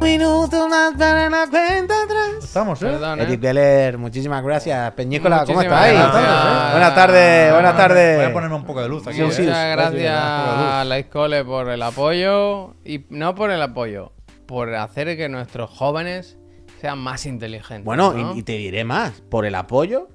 Minutos más para la cuenta atrás. Estamos, ¿eh? Perdón, Eric ¿eh? Beller, muchísimas gracias. Peñícola, ¿cómo estás? Muchísimas Ahí. gracias. Buenas tardes, ¿eh? buenas Voy a tardes. ponerme un poco de luz aquí. Sí, ¿eh? sí, Voy a Muchas ponerme un gracias poco de a luz. la Escole por el apoyo. Y no por el apoyo, por hacer que nuestros jóvenes sean más inteligentes. Bueno, y- ¿no? y, te diré más, por el apoyo,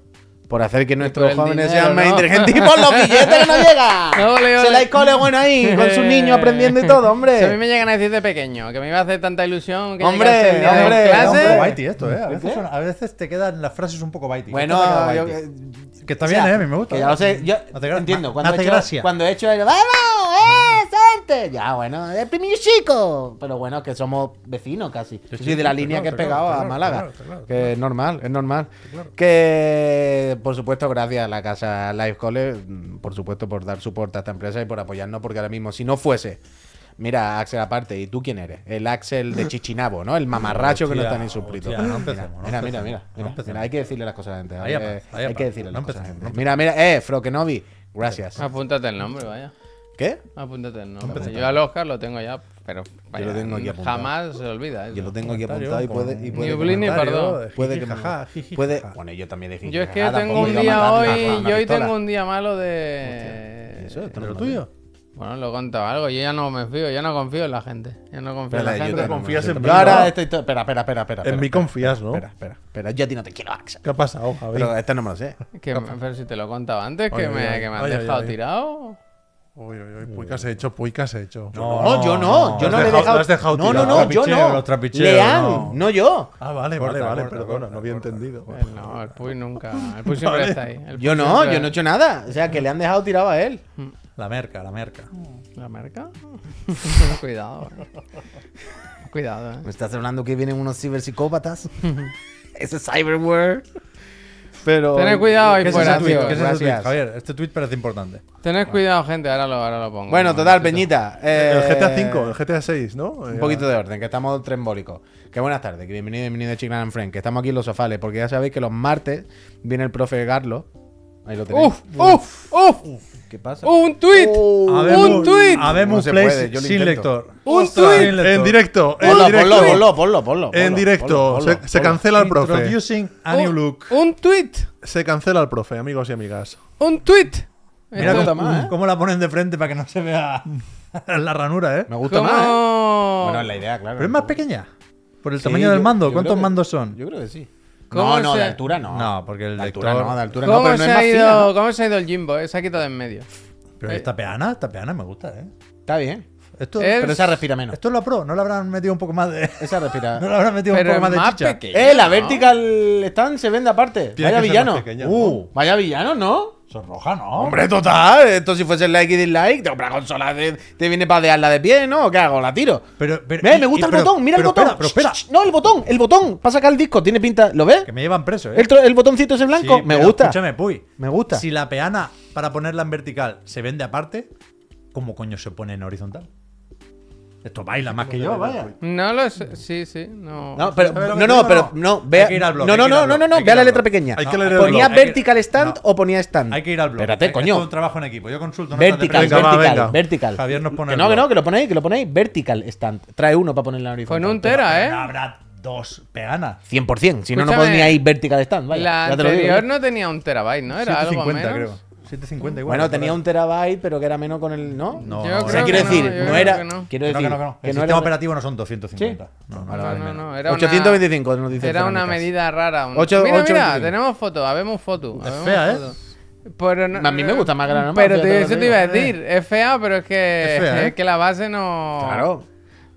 por hacer que nuestros por el jóvenes dinero, sean más ¿no? inteligentes y por los billetes que nos llegan. Ole, Se ole. la hay cole bueno ahí, con sus niños aprendiendo y todo, Si a mí hombre. me llegan a decir de pequeño que me iba a hacer tanta ilusión que Hombre, llegase el día de hombre, Era un clase. poco hombre. baiti esto, ¿eh? A veces, son- a veces te quedan las frases un poco baiti. Bueno, Esto te queda yo, baiti. Que está bien, ¿eh? A mí me gusta. Que ya lo sé, yo Me hace gra- entiendo. me- Cuando me hace he hecho, gracia. Cuando he hecho el ¡Vamos! ¡Eh, gente! Ya, bueno, es primillo chico. Pero bueno, que somos vecinos casi. Yo sí, soy de la está línea claro, que he está pegado claro, a está Málaga. claro, está claro, está que es normal, es normal. Que, por supuesto, gracias a la casa Life Cole, mm, por supuesto, por dar soporte a esta empresa y por apoyarnos, porque ahora mismo, si no fuese. Mira, Axel, aparte, ¿y tú quién eres? El Axel de Chichinabo, ¿no? El mamarracho que no Hostia, está ni suscrito. hostia, no empecemos, no mira, mira, mira, empecemos, mira, no mira, empecemos. mira, hay que decirle las cosas a la gente. Ahí Hay, apaga, que, ahí hay que apaga. decirle No las cosas a la empecemos, gente. Mira, mira, eh, Frokenovi, gracias. Apúntate el nombre, vaya. ¿Qué? Apúntate el nombre. Apúntate. Yo al Oscar lo tengo ya, pero vaya, lo tengo aquí apuntado. jamás se olvida. eso. Yo lo tengo aquí Comentario apuntado y con- puede. Y Ni puede que Blin me- ni perdón. Puede que me- Jajaja, jiji, puede- jaja. Bueno, yo también dije. Yo es que jajaja, tengo tampoco un iba a día matar ni a hoy, una yo hoy pistola. tengo un día malo de... Eso, esto no ¿Pero lo tuyo? Bueno, lo he contado algo, yo ya no me fío, ya no confío en la gente. Ya no confío Espera, en la yo gente. también, confías yo en también. Yo mí, ahora ¿no? estoy to- Espera, espera, espera, espera. En espera, mí confías, ¿no? Espera, espera, espera. Yo a ti no te quiero, Axel. ¿Qué ha pasado, Javi? Pero este no me lo sé. Que me- pero si te lo he contado antes, Oye, que, me, oye, que me has oye, oye, dejado oye. tirado. Uy, uy, uy, Puica se ha hecho, Puica se ha hecho. No, yo no. yo has no le he dejado- dejado. lo has dejado no, no, tirado. no, yo Trapicheo, no. los trapicheos, Leán, no. no yo. Ah, vale, vale, Corta, vale, corta, perdona, corta, no había corta. entendido. Eh, No, el Puy nunca. El Puy siempre está ahí. El Puy Yo no, siempre- yo no he hecho nada. O sea, que le han dejado tirado a él. La merca, la merca. ¿La marca? Cuidado. eh. Cuidado, eh. ¿Me estás hablando que vienen unos ciberpsicópatas? Ese cyberware. Pero. Tened cuidado ahí ¿Qué es fuera, ese tío. tweet? ¿Qué es ese tweet, Gracias. Javier? Este tweet parece importante. Tened cuidado, gente, ahora lo, ahora lo pongo. Bueno, Un total, momentito. Peñita. El eh, GTA V, el GTA 6, ¿no? Eh, Un poquito de orden, que estamos trembólicos. Que buenas tardes, que bienvenido, bienvenido a Chiclan and Friends, que estamos aquí en los sofales, porque ya sabéis que los martes viene el profe Garlo. Ahí lo tenéis. ¡Uf! ¡Uf! ¡Uf! ¿Qué pasa? ¡Un tweet! Oh. Habemos- ¡Un tweet! No Habemos se plays puede, yo lo sin intento. lector. Un Ostras, tuit. sin lector. En directo, en Ponlo, directo. ponlo, ponlo, ponlo, ponlo, En ponlo, directo, ponlo, se, ponlo, se ponlo. cancela el profe. Introducing a Oh, new Un- look. ¡Un tweet! Se cancela el profe, amigos y amigas. ¡Un tweet! Mira Me Esto- gusta cómo, más, ¿eh? cómo la ponen de frente para que no se vea la ranura, ¿eh? Me gusta ¿Cómo? más, ¿eh? Bueno, es la idea, claro. Pero es más pequeña. Por el Sí, tamaño yo- del mando. yo ¿Cuántos creo que- mandos son? Yo creo que sí. ¿Cómo No, no, se- de altura no. No, porque el de altura lector- no, de altura no, ¿Cómo, pero no es se más ha fina, ido, ¿no? ¿Cómo se ha ido el Jimbo? eh? Se ha quitado de en medio. Pero eh. esta peana, esta peana me gusta, ¿eh? Está bien. Esto, Es- Pero esa respira menos. esto es la pro, no le habrán metido un poco más de. Esa No respira. le habrán metido Pero un poco es más de más chicha. pequeña. ¡Eh! La ¿no? vertical stand se vende aparte. Tiene Vaya que ser villano. más pequeña, uh, vaya villano, ¿no? Son rojas, ¿no? Hombre, total, esto si fuese like y dislike, te compras consola, de- te viene para dejarla de pie, ¿no? ¿Qué hago? ¿La tiro? Pero- pero- Ve, y- me gusta y- el pero botón, mira espera, el botón. pero espera. Shh, shh, no, el botón, el botón, para sacar el disco, tiene pinta, ¿lo ves? Que me llevan preso, ¿eh? El, tro- el botoncito ese Sí, blanco, me pero gusta. Escúchame, Puy. Me gusta. Si la peana para ponerla en vertical se vende aparte, ¿cómo coño se pone en horizontal? Esto baila más que yo, vaya. No lo sé. Sí, sí. No. No, pero, ¿Sabes lo no, que no, digo, pero no? no, Hay que vea. ir al blog, No, hay no, que ir no, al no, blog, no, hay no, que vea ir la al letra blog. pequeña. Hay que leer el ¿Ponía blog, hay que- vertical stand no. o ponía stand? Hay que ir al blog. Espérate, Hay que- coño. Esto es un trabajo en equipo. Yo consulto. notas de Vertical, prensa. Venga, va, vertical, venga. vertical. Javier nos pone Que el no, que blog. no, que lo ponéis, que lo ponéis. Vertical stand. Trae uno para ponerla en Con horizontal. un Pero tera, ¿eh? no Habrá dos peanas. 100%, si no, no Escúchame, poníais vertical stand. Vaya, la ya te lo digo. ¿eh? anterior no tenía un terabyte, ¿no? Era algo 750, menos. creo. 750 igual. Bueno, tenía un terabyte, pero que era menos con el. ¿No? No, Yo no, O creo sea, que quiero no, decir, yo no creo era. que no. Quiero Que no, decir, que no, que no. que El no sistema era- operativo no son 250. No, no. Vale, No, vale, no, vale. no, era una- 825 nos dice Era una Cerámicas. medida rara. un- Ocho- mira, ocho mira, veinticinco. tenemos foto. Habemos foto. habemos fea, ¿eh? foto. Pero no- A mí me gusta más grande, más, Pero fíjate te- lo eso que te iba a digo. decir. Es fea, pero es que, Es fea, ¿eh? es que la base no. Claro. Oh.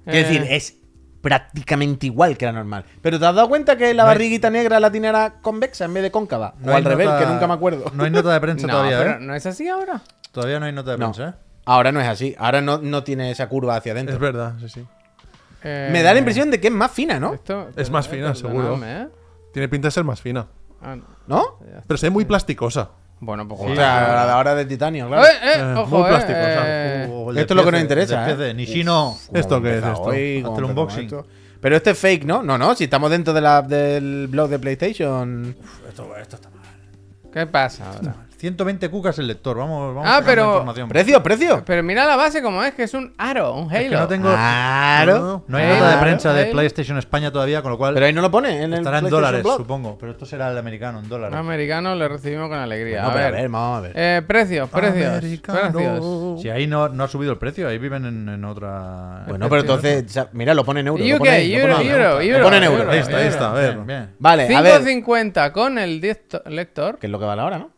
Eh. Es decir, es prácticamente igual que la normal. Pero ¿te has dado cuenta que la No hay- barriguita negra la tiene era convexa en vez de cóncava? No o hay al revés, nota- que nunca me acuerdo. No hay nota de prensa No, todavía, pero ¿eh? no es así ahora. Todavía no hay nota de No. prensa, ¿eh? Ahora no es así. Ahora no, no tiene esa curva hacia Es adentro. verdad, sí, sí. Eh, Me da la impresión de que es más fina, ¿no? esto- Es más fina, seguro. perdonadme, ¿eh? Tiene pinta de ser más fina. Ah, no. ¿No? Pero se ve muy plasticosa. Bueno, pues. O sea, la hora de titanio, claro. Eh, eh, Eh, ojo, muy eh, plástico, o eh, sea, o el Esto es Del lo que nos pez de- interesa, del ¿eh? pez de Nishino. ¿Esto qué es empezado esto? hoy, cómo Hazte un empezamos unboxing. esto. Pero este es fake, ¿no? No, no, si estamos dentro de la, del blog de PlayStation. Esto, esto está mal. ¿Qué pasa ahora? 120 cucas el lector. Vamos, vamos Ah, sacando pero- información. Precio, precio. Pero mira la base como es, que es un aro, un Halo. Es que no tengo. Claro. No hay Claro. nota de prensa de Claro. PlayStation España todavía, con lo cual Pero ahí no lo pone. En el estará en PlayStation dólares, Blog. supongo. Pero esto será el americano, en dólares. Americanos le recibimos con alegría. No, a, pero ver. a ver, vamos a ver. Eh, precios, precios. Americano. precios. Si ahí no, no ha subido el precio, ahí viven en, en otra. Bueno, pero entonces, o sea, mira, lo pone en euro. lo UK, pone ahí, lo euro, pone ahí. euro, Lo pone en euro, euro. Ahí está, ahí Mira, está, a Bien, ver. bien. Vale, a ver. 5.50 con el diesto- lector Que es lo que vale ahora, ¿no?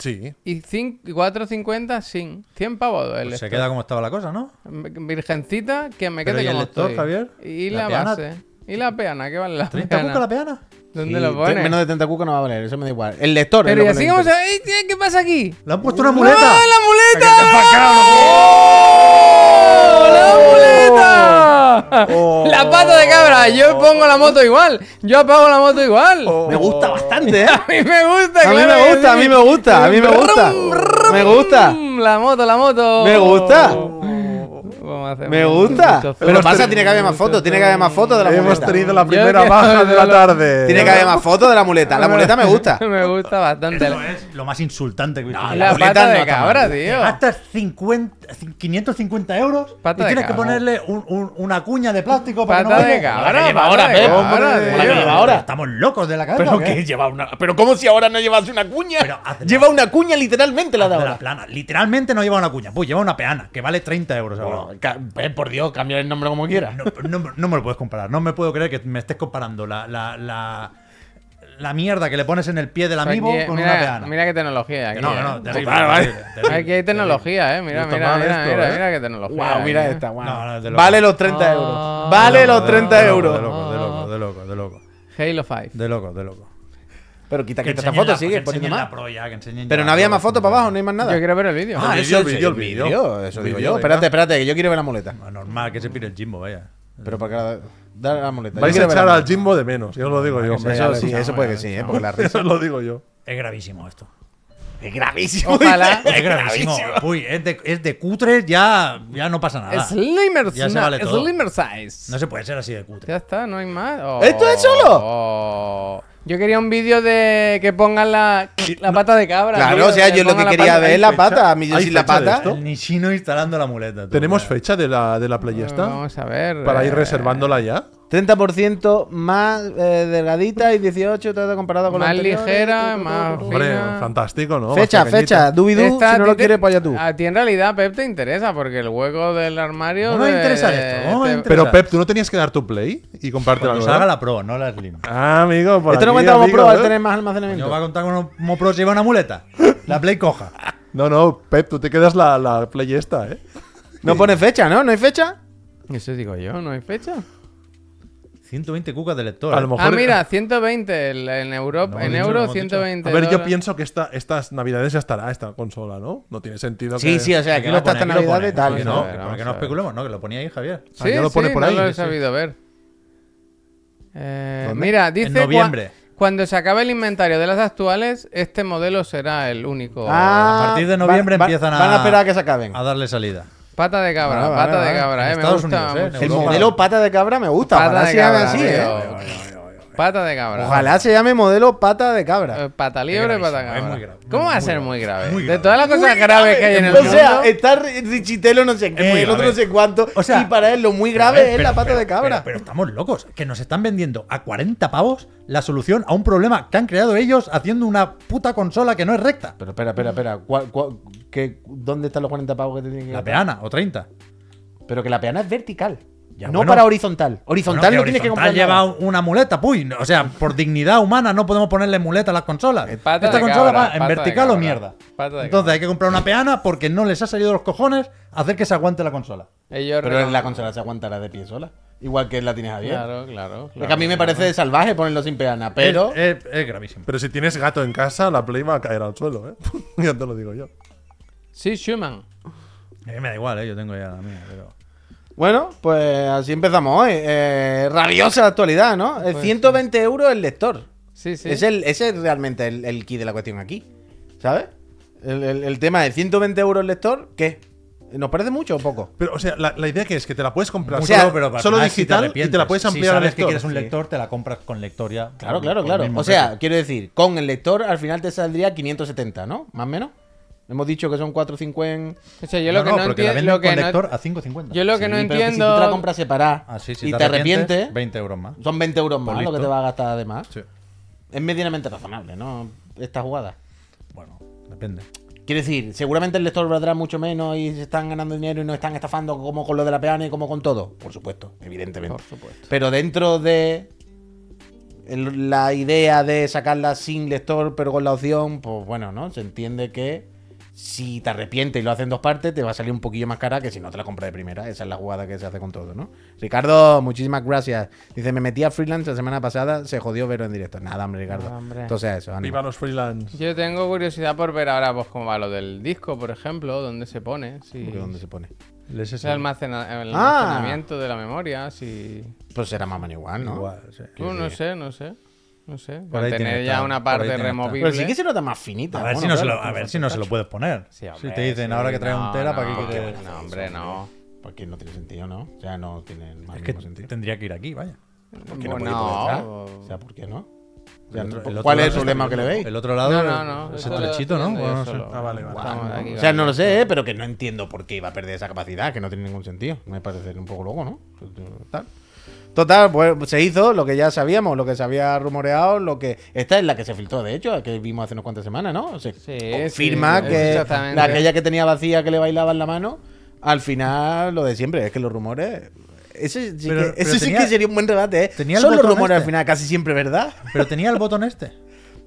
Sí. y cin- 4.50 sin 100 pavos el Pues se lector. queda como estaba la cosa, ¿no? Virgencita, que me Pero quede ¿y el como lector, estoy. Javier? Y ¿La la, peana? base. Y la peana, ¿qué vale la 30 peana? cucas la peana. ¿Dónde Sí, lo tre- pone? Menos de 30 cucas no va a valer, eso me da igual. El lector. Pero y es lo así que como nos se... interesa. ¡Ey, tío, ¿Qué pasa aquí? Le han puesto una ¡No, muleta. ¡Oh, la ¡Oh! muleta! ¡La ¡Oh, muleta! La pata de cabra, yo pongo la moto igual. Yo apago la moto igual. Me gusta bastante, ¿eh? A mí me gusta, Oh. A mí claro me que gusta, a sí. mí me gusta, a mí me gusta. Me gusta. Mm, La moto, la moto. Me gusta. Vamos a hacer Me un- gusta. mucho zoom, Pero pasa, mucho tiene que haber más zoom. fotos, tiene que haber más fotos de la Hemos muleta. tenido la Yo primera que- baja de la tarde. Tiene que haber más fotos de la muleta. La muleta me gusta. Me gusta bastante. Esto es lo más insultante que he visto. No, en mi La la vida. muleta pata no de está cabra, mal. Te tío. gastas 50, 550 euros Pata y de tienes que cabra. ponerle un- un- una cuña de plástico para Pata que no de vaya. cabra, lleva pata ahora, de Pep, cabra, hombre. Hola, que tío. lleva ahora. Estamos locos de la cabeza. Pero ¿o qué? que lleva una. Pero ¿cómo si ahora no llevase una cuña? Pero hazla. lleva una cuña literalmente la de De la ahora. plana. Literalmente no lleva una cuña. Pues lleva una peana que vale 30 euros ahora. Bueno, ca- eh, por Dios, cambia el nombre como quieras. No, no- no me lo puedes comparar. No me puedo creer que me estés comparando la, la, la, la mierda que le pones en el pie del Aquí, amigo con una mira, peana. mira qué tecnología hay Que aquí. no, que no, eh. terrible, Vale, vale. terrible, terrible, Aquí hay tecnología, eh. Mira, Está mira, mal mira, esto, mira, eh. mira qué tecnología. Wow, hay, mira eh. esta, wow. No, no, de loco. vale los 30 Ah. euros. Vale De loco, los de 30 loco, euros. De loco, de loco, de loco, de loco. Halo 5. De loco, de loco. Pero quita, quita esta enseñen foto, la- que sigue poniendo enseñen la más. pro ya, que enseñen Pero ya no la había pro. más fotos para abajo, no hay más Yo nada. quiero ver el vídeo. Ah, El eso, vídeo, es- el vídeo, el vídeo. Eso El digo vídeo, yo. venga. Espérate, espérate, que yo quiero ver la muleta. Normal que se pire el Jimbo, vaya. Pero para que la- Dale la muleta. yo Vais a quiero ver echar la al muleta. Jimbo de menos, yo os lo digo yo. Eso, hombre. eso Eso sí, eso puede que sí, ¿eh? Porque la risa. os lo digo yo. Es gravísimo esto. Es gravísimo. Ojalá. Es gravísimo. Uy, es de, es de cutre, ya, ya no pasa nada. Slimmer, Ya se vale sna- todo. Slimmer Size. No se puede ser así de cutre. Ya está, no hay más. Oh. ¿Esto es solo? Oh. Yo quería un vídeo de que pongan la, la pata de cabra. Claro, tío, o sea, yo lo que pongan la quería pata- ver es la pata. A mí yo ¿Hay sin la fecha de pata. esto? El Nishino instalando la muleta. tú, ¿Tenemos ya. fecha de la, de la Eh, playesta? Vamos a ver. Para ir eh, reservándola ya. Pues 30% más eh, delgadita y 18 trata comparado con la Más anterior, ligera, tu, tu, tu, más tu, tu. Hombre, Mira. fantástico, ¿no? Fecha, Más pequeñita. fecha. Dubidú, Esta si no a lo ti te- quieres, para allá tú. A ti en realidad, Pep, te interesa porque el hueco del armario. No me de- este interesa de- esto, no me te- interesa. Pero Pep, ¿tú no tenías que dar tu play y compartirla Cuando con salga la pro, no la slim. Ah, amigo, por Esto no aquí, cuenta como amigo, prueba ¿eh? al tener más Yo va a almacenamiento. contar con un- como pro si lleva una muleta. La play coja. No, no, Pep, tú te quedas la, la play esta, ¿eh? No pone fecha, ¿no? ¿No hay fecha? Eso digo yo, no hay fecha. 120 cucas de lector. A eh. lo mejor. Ah, mira, 120 el- en No, Europa, en dicho, no euro hemos dicho. 120. A ver, yo dólares. pienso que esta, estas navidades ya estará esta consola, ¿no? No tiene sentido que. Sí, sí, o sea, Aquí que lo no está pone, hasta aquí lo Navidad pone. y tal. Que Vamos no, a ver, para vamos que a no ver. especulemos, ¿no? Que lo ponía ahí, Javier. Sí, ya lo sí, pone por no ahí, lo he sí, sí. sabido ver. Eh, ¿Dónde? mira, dice cua- noviembre. cuando se acabe el inventario de las actuales, este modelo será el único. Ah, A partir de van- noviembre van- empiezan a. van a esperar a que se acaben. A darle salida. Pata de cabra, Vale, pata vale, de vale. En cabra, eh, me Estados gusta Unidos, eh, en mucho. El Europa. modelo pata de cabra me gusta. Ojalá Pata de se llame cabra, así, ¿eh? tío. Pata de cabra. Ojalá se llame modelo pata de Eh, cabra. Pata liebre, gravísimo, pata cabra. es muy grave, ¿Cómo muy va a ser grave, muy grave? muy De grave. todas las cosas graves que hay en el O mundo. sea, está ri- Richitelo no sé qué, muy el otro grave. no sé cuánto. O sea, y para él lo muy Pero, a grave ver, es pero, la pata pero, de cabra. Pero, pero estamos locos, que nos están vendiendo a 40 pavos la solución a un problema que han creado ellos haciendo una puta consola que no es recta. Pero espera, espera, espera. ¿Cuál- cuál- qué- ¿Dónde están los 40 pavos que te tienen que La gastar? peana, o 30. Pero que la peana es vertical. Ya, no bueno. para horizontal. Horizontal Bueno, no tienes que horizontal comprar. lleva nada. una muleta, puy. O sea, por dignidad humana no podemos ponerle muleta a las consolas. Eh, Pata Esta de consola cabra, va en pata de vertical o cabra, mierda. pata de Entonces cabra. hay que comprar una peana porque no les ha salido de los cojones hacer que se aguante la consola. Ellos Pero recom- la consola se aguantará de pie sola. Igual que la tienes abierta. Claro, claro. Es que a mí me parece salvaje ponerlo sin peana, pero. Es, es- es gravísimo. Pero si tienes gato en casa, la play va a caer al suelo, ¿eh? ya te lo digo yo. Sí, Schumann. A mí me da igual, eh, yo tengo ya la mía. Pero... Bueno, pues así empezamos hoy. Eh, rabiosa la actualidad, ¿no? Eh, 120 euros el lector. Sí, sí. Es el, ese es realmente el, el key de la cuestión aquí. ¿Sabes? El, el- el tema de 120 euros el lector, ¿qué? ¿Nos parece mucho o poco? Pero, o sea, la, la idea que es que te la puedes comprar O solo, sea, pero para solo Ah, si digital y arrepientes. te la puedes ampliar si al sabes que lector. quieres un Sí. lector, te la compras con lector ya. Claro, claro, por- Pues por claro. el mismo O sea, precio. quiero decir, con el lector al final te saldría 570, ¿no? Más o menos. Hemos dicho que son 450. O sea, yo lo que pero no, la entiendo. venden Lo que con no- lector a 5.50. yo lo que no Sí, pero que entiendo. si tú te la compras separada Ah, sí, sí, y te arrepientes, 20 euros más. son 20 euros más Pues lo que te listo. va a gastar además. Sí. Es medianamente razonable, ¿no? Esta jugada. Bueno, depende. Quiero decir, seguramente el lector valdrá mucho menos y se están ganando dinero y nos están estafando como con lo de la peana y como con todo. Por supuesto, evidentemente. Por supuesto. Pero dentro de el- la idea de sacarla sin lector, pero con la opción, pues bueno, ¿no? Se entiende que si te arrepientes y lo hacen dos partes, te va a salir un poquillo más cara que si no te la compras de primera. Esa es la jugada que se hace con todo, ¿no? Ricardo, muchísimas gracias. Dice, me metí a freelance la semana pasada, se jodió verlo en directo. Nada, hombre, Ricardo. Nada, hombre. Entonces, eso, ánimo. Viva los freelance. Yo tengo curiosidad por ver ahora pues, cómo va lo del disco, por ejemplo, dónde se pone. Si Porque ¿Dónde se pone? El si el, almacena- el Ah. almacenamiento de la memoria, si. Pues será más o menos igual, ¿no? Igual, sí. No, no sé, no sé. No sé. Por ahí tiene que tener ya estar, una por ahí parte tiene que estar. removible. Pero sí que se nota más finita. A ver, si Ah, Bueno, no se lo, claro, pues a ver si no se lo puedes poner. Sí, si hombre, te dicen sí, ahora que trae no, un tera, ¿para Ah, no, qué quieres? No, hombre, no. Porque no tiene sentido, ¿no? O sea, no tiene el más Es que mínimo sentido. tendría que ir aquí, vaya. Porque no, Bueno, podéis poner atrás. o- O sea, ¿por qué no? O sea, El otro- ¿por- el otro ¿Cuál es lado el problema que le veis? El otro lado, No, no, no. ese eso lo trechito, ¿no? estoy viendo Bueno, yo no sé. solo. Ah, vale, vale. Estamos Vale, aquí, O sea, vale. no lo sé, ¿eh? pero que no entiendo por qué iba a perder esa capacidad, que no tiene ningún sentido. Me parece un poco loco, ¿no? Tal. Total, pues se hizo lo que ya sabíamos, lo que se había rumoreado, lo que. Esta es la que se filtró, de hecho, que vimos hace unas cuantas semanas, ¿no? Se Sí, confirma sí, que exactamente. la aquella que tenía vacía que le bailaba en la mano, al final lo de siempre, es que los rumores. Ese sí, Pero- que, ese pero sí tenía- que sería un buen debate, ¿eh? tenía el Son los botón rumores este. al final casi siempre, ¿verdad? Pero tenía el botón este.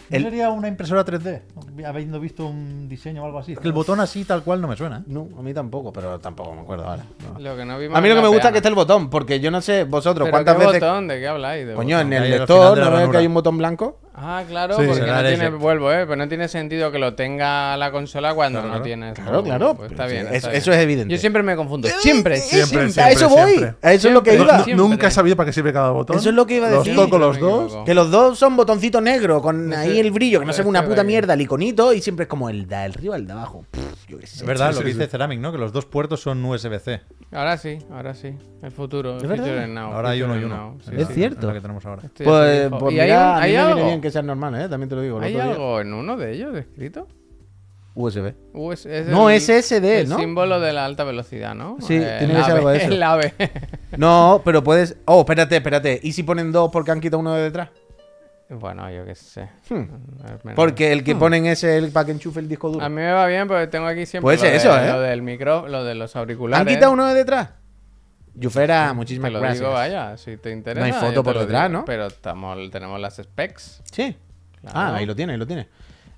¿No El- sería una impresora 3D? Habiendo visto un diseño o algo así. Es que el botón así tal cual no me suena. ¿eh? No, a mí tampoco, pero tampoco me acuerdo ahora. no. Lo que no vimos A mí lo en que me gusta la es peana. que está el botón, porque yo no sé vosotros ¿Pero cuántas qué veces. botón? ¿De qué habláis? De Coño, botón? en Ahí el al lector final de la no veo que ranura. hay un botón blanco. Ah, claro, Sí, porque será no ese. tiene, vuelvo, ¿eh? Pero no tiene sentido que lo tenga la consola cuando Claro, no claro. tiene. Claro, claro, Pues está pero bien, sí, está eso- bien. eso es evidente. Yo siempre me confundo. Siempre, Eh, siempre, a eso siempre, voy. siempre. A eso es lo que Siempre. iba. No- Nunca he sabido para qué sirve cada botón. Eso es lo que iba a decir. Los toco No los me dos. equivoco. Que los dos son botoncito negro, con No sé. ahí el brillo, que no se ve una Este puta de- mierda, el iconito, y siempre es como el da el arriba, el de abajo. Pff, yo qué sé. Es verdad, sí, lo que sí. dice Ceramic, ¿no? Que los dos puertos son USB-C. Ahora sí, ahora sí. El futuro. El Es verdad. future now, Ahora hay uno future y uno. now, sí, En Es la- sí. cierto. en la que tenemos ahora. Estoy Pues, fijo. pues ¿Y hay mira, un- a mí hay me viene algo? bien que sea normal, ¿eh? También te lo digo. el ¿Hay otro día. algo en uno de ellos descrito? USB. Uh, es- es No, el- es SD, el ¿no? símbolo de la alta velocidad, ¿no? Eh, Sí, tiene el que ser algo de ave, eso. El ave. No, pero puedes. Oh, espérate, espérate. ¿Y si ponen dos porque han quitado uno de detrás? bueno, yo qué sé. Al menos- Hmm. Porque el que ponen es el para que enchufe el disco duro. A mí Ah. Hmm. me va bien porque tengo aquí siempre Puede lo, ser de- eso, ¿eh? lo del micro, lo de los auriculares. ¿Han quitado uno de detrás? Yufera, Te muchísimas lo gracias. digo, vaya, si te interesa. No hay yo foto te por lo detrás, ¿no? Pero estamos, tenemos las specs. Sí. Claro. Ah, ahí lo tiene, ahí lo tiene.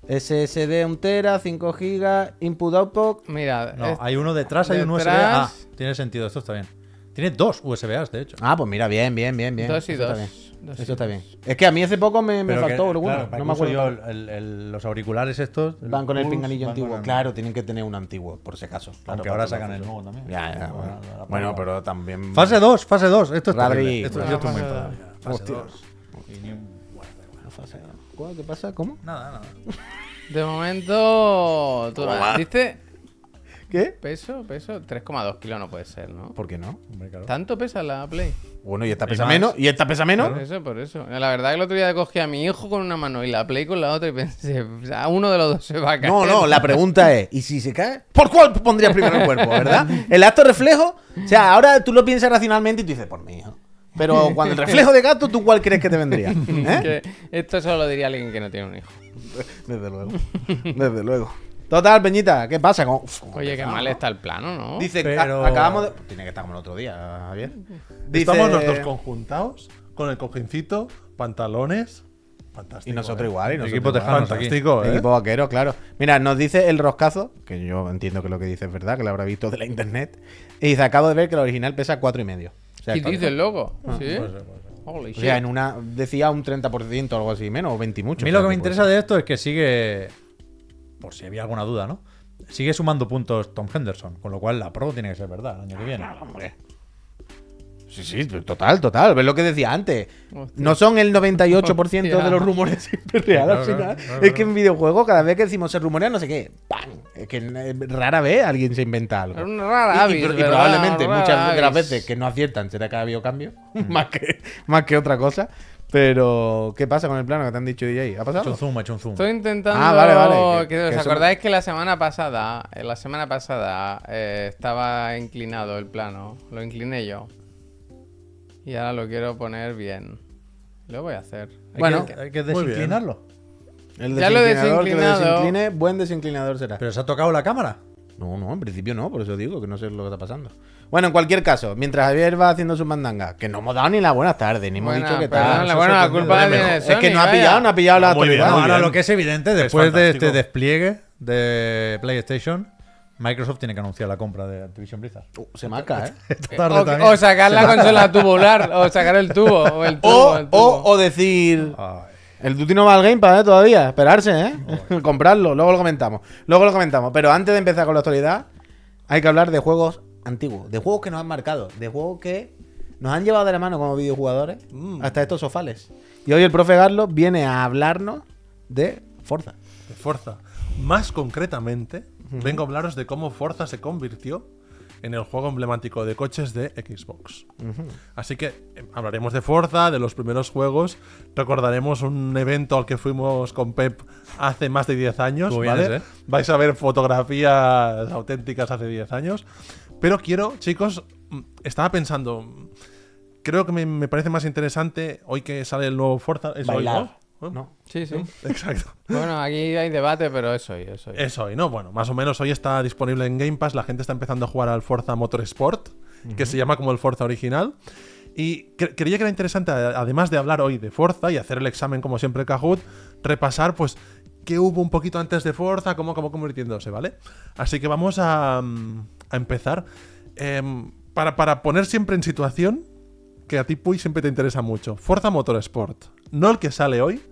SSD 1 tera, 5 GB, input output. Mira, No, es- hay uno detrás, hay un USB. Ah, Detrás. tiene sentido, esto está bien. Tiene dos USBs, de hecho. Ah, pues mira, bien, bien, bien, bien. Dos y Eso está dos. bien. Dos y Eso está dos. bien. Es que a mí hace poco me, me Pero que, faltó alguno. claro, para no que me uso acuerdo. yo el- el- los auriculares estos. Van con el Pulse, pinganillo van con antiguo. el- Claro, tienen que tener un antiguo, por si acaso. Claro, Aunque ahora para sacan todo el eso. nuevo también. Ya, ya, bueno. Ahora- ahora Bueno, pongo. pero también. Fase 2, fase 2. Esto es Rodri, terrible. Esto, bueno. yo estoy muy Fase enfadado dos. ya. Fase Hostia. 2. Y ni un- bueno, da igual. Fase dos. ¿Cuál? ¿Qué pasa? ¿Cómo? Nada, nada. de momento. tú- ¿Viste? ¿Qué? Peso, peso. 3,2 kilos no puede ser, ¿no? ¿Por qué no? Hombre, claro. ¿Tanto pesa la Play? Bueno, y esta Y pesa más. menos. Y esta pesa menos. Por eso, por eso. La verdad que el otro día cogí a mi hijo con una mano y la Play con la otra y pensé, o sea, uno de los dos se va a caer. No, no, la pregunta es, ¿y si se cae? ¿Por cuál pondrías primero el cuerpo, verdad? El acto reflejo, o sea, ahora tú lo piensas racionalmente y tú dices, por mí, hijo. Pero cuando el reflejo de gato, ¿tú cuál crees que te vendría? ¿Eh? Que esto solo lo diría alguien que no tiene un hijo. Desde luego, desde luego. Total, Peñita, ¿qué pasa? Con... Uf, ¿cómo Oye, qué empezamos, mal no? está el plano, ¿no? Dice, a- Pero- acabamos de... Tiene que estar como el otro día, Javier. Estamos Dice- los dos conjuntados, con el cojincito, pantalones. Pues Fantástico. Y nosotros ¿eh? igual, y nosotros Equipo igual. tejano. Fantástico, El ¿eh? Equipo vaquero, claro. Mira, nos dice el roscazo, que yo entiendo que lo que dice es verdad, que lo habrá visto de la internet. Y dice, acabo de ver que la original pesa cuatro y medio. O sea, Ah, ¿Qué claro. dice el loco? ¿Sí? Puede ser, puede ser. Holy O shit. sea, en una decía un 30% o algo así, menos, o 20 y mucho. A mí lo o sea, que me tipo- interesa de esto es que sigue, por si había alguna duda, ¿no? Sigue sumando puntos Tom Henderson, con lo cual la Pro tiene que ser verdad el año que viene. Hombre. O Sí, sí, total, total. Ves lo que decía antes. Hostia. No son el 98% de Hostia. los rumores siempre reales. al Claro, final. claro, Es claro. que en videojuegos, cada vez que decimos se rumorea no sé qué, ¡pam! Es que eh, rara vez alguien se inventa algo. Era una rara Y- y- avis, y, ¿verdad? probablemente Rara muchas de las avis. veces que no aciertan será que ha habido cambio, más, que, más que otra cosa. Pero, ¿qué pasa con el plano que te han dicho DJ? ¿Ha Ha hecho un pasado? zoom, ha hecho un zoom. Estoy intentando. Ah, vale, vale, que- que- ¿Os que eso- acordáis que la semana pasada, eh, la semana pasada eh, estaba inclinado el plano? Lo incliné yo. Y ahora lo quiero poner bien. Lo voy a hacer. Hay Bueno, que- hay que muy bien. desinclinarlo. El Ya lo desinclinador, he que lo desinclinado. desincline, buen desinclinador será. Pero se ha tocado la cámara. No, no, en principio no, por eso digo que no sé lo que está pasando. Bueno, en cualquier caso, mientras Javier va haciendo su mandanga, que no hemos dado ni la buenas tardes, ni hemos Buena, dicho que perdón, tal. la, eso bueno, la sorprende, culpa la es tiene mejor. Es que Sony, no ha vaya. pillado, no ha pillado la Muy bien, actualidad. muy ahora bien. lo que es evidente, después de fantástico. este despliegue de PlayStation, Microsoft tiene que anunciar la compra de Activision Blizzard. Uh, se marca, ¿eh? Esta tarde O, también. o sacar la consola tubular, o sacar el tubo, o el tubo. O, el tubo. o, o decir. Ay. El Duty no va al Game Pass, ¿eh? todavía. Esperarse, ¿eh? Comprarlo. Luego lo comentamos. Luego lo comentamos. Pero antes de empezar con la actualidad, hay que hablar de juegos antiguos. De juegos que nos han marcado. De juegos que nos han llevado de la mano como videojugadores hasta estos sofales. Y hoy el profe Garlos viene a hablarnos de Forza. de Forza. Más concretamente, vengo a hablaros de cómo Forza se convirtió en el juego emblemático de coches de Xbox. Así que eh, hablaremos de Forza, de los primeros juegos, recordaremos un evento al que fuimos con Pep hace más de 10 años, Tú vienes, ¿vale? ¿eh? Vais a ver fotografías auténticas hace 10 años. Pero quiero, chicos, mm, estaba pensando, mm, creo que me, me parece más interesante hoy que sale el nuevo Forza, es hoy, Bailar. ¿no? ¿No? Sí, sí. Exacto. Bueno, aquí hay debate, pero eso hoy, eso hoy. Es hoy, ¿no? Bueno, más o menos hoy está disponible en Game Pass. La gente está empezando a jugar al Forza Motorsport, que se llama como el Forza original. Y cre- creía que era interesante, a- además de hablar hoy de Forza y hacer el examen, como siempre, Kahoot, repasar, pues, qué hubo un poquito antes de Forza, cómo acabó convirtiéndose, ¿vale? Así que vamos a, mm, a empezar. Em, para, para poner siempre en situación, que a ti, Puy, siempre te interesa mucho. Forza Motorsport. No el que sale hoy,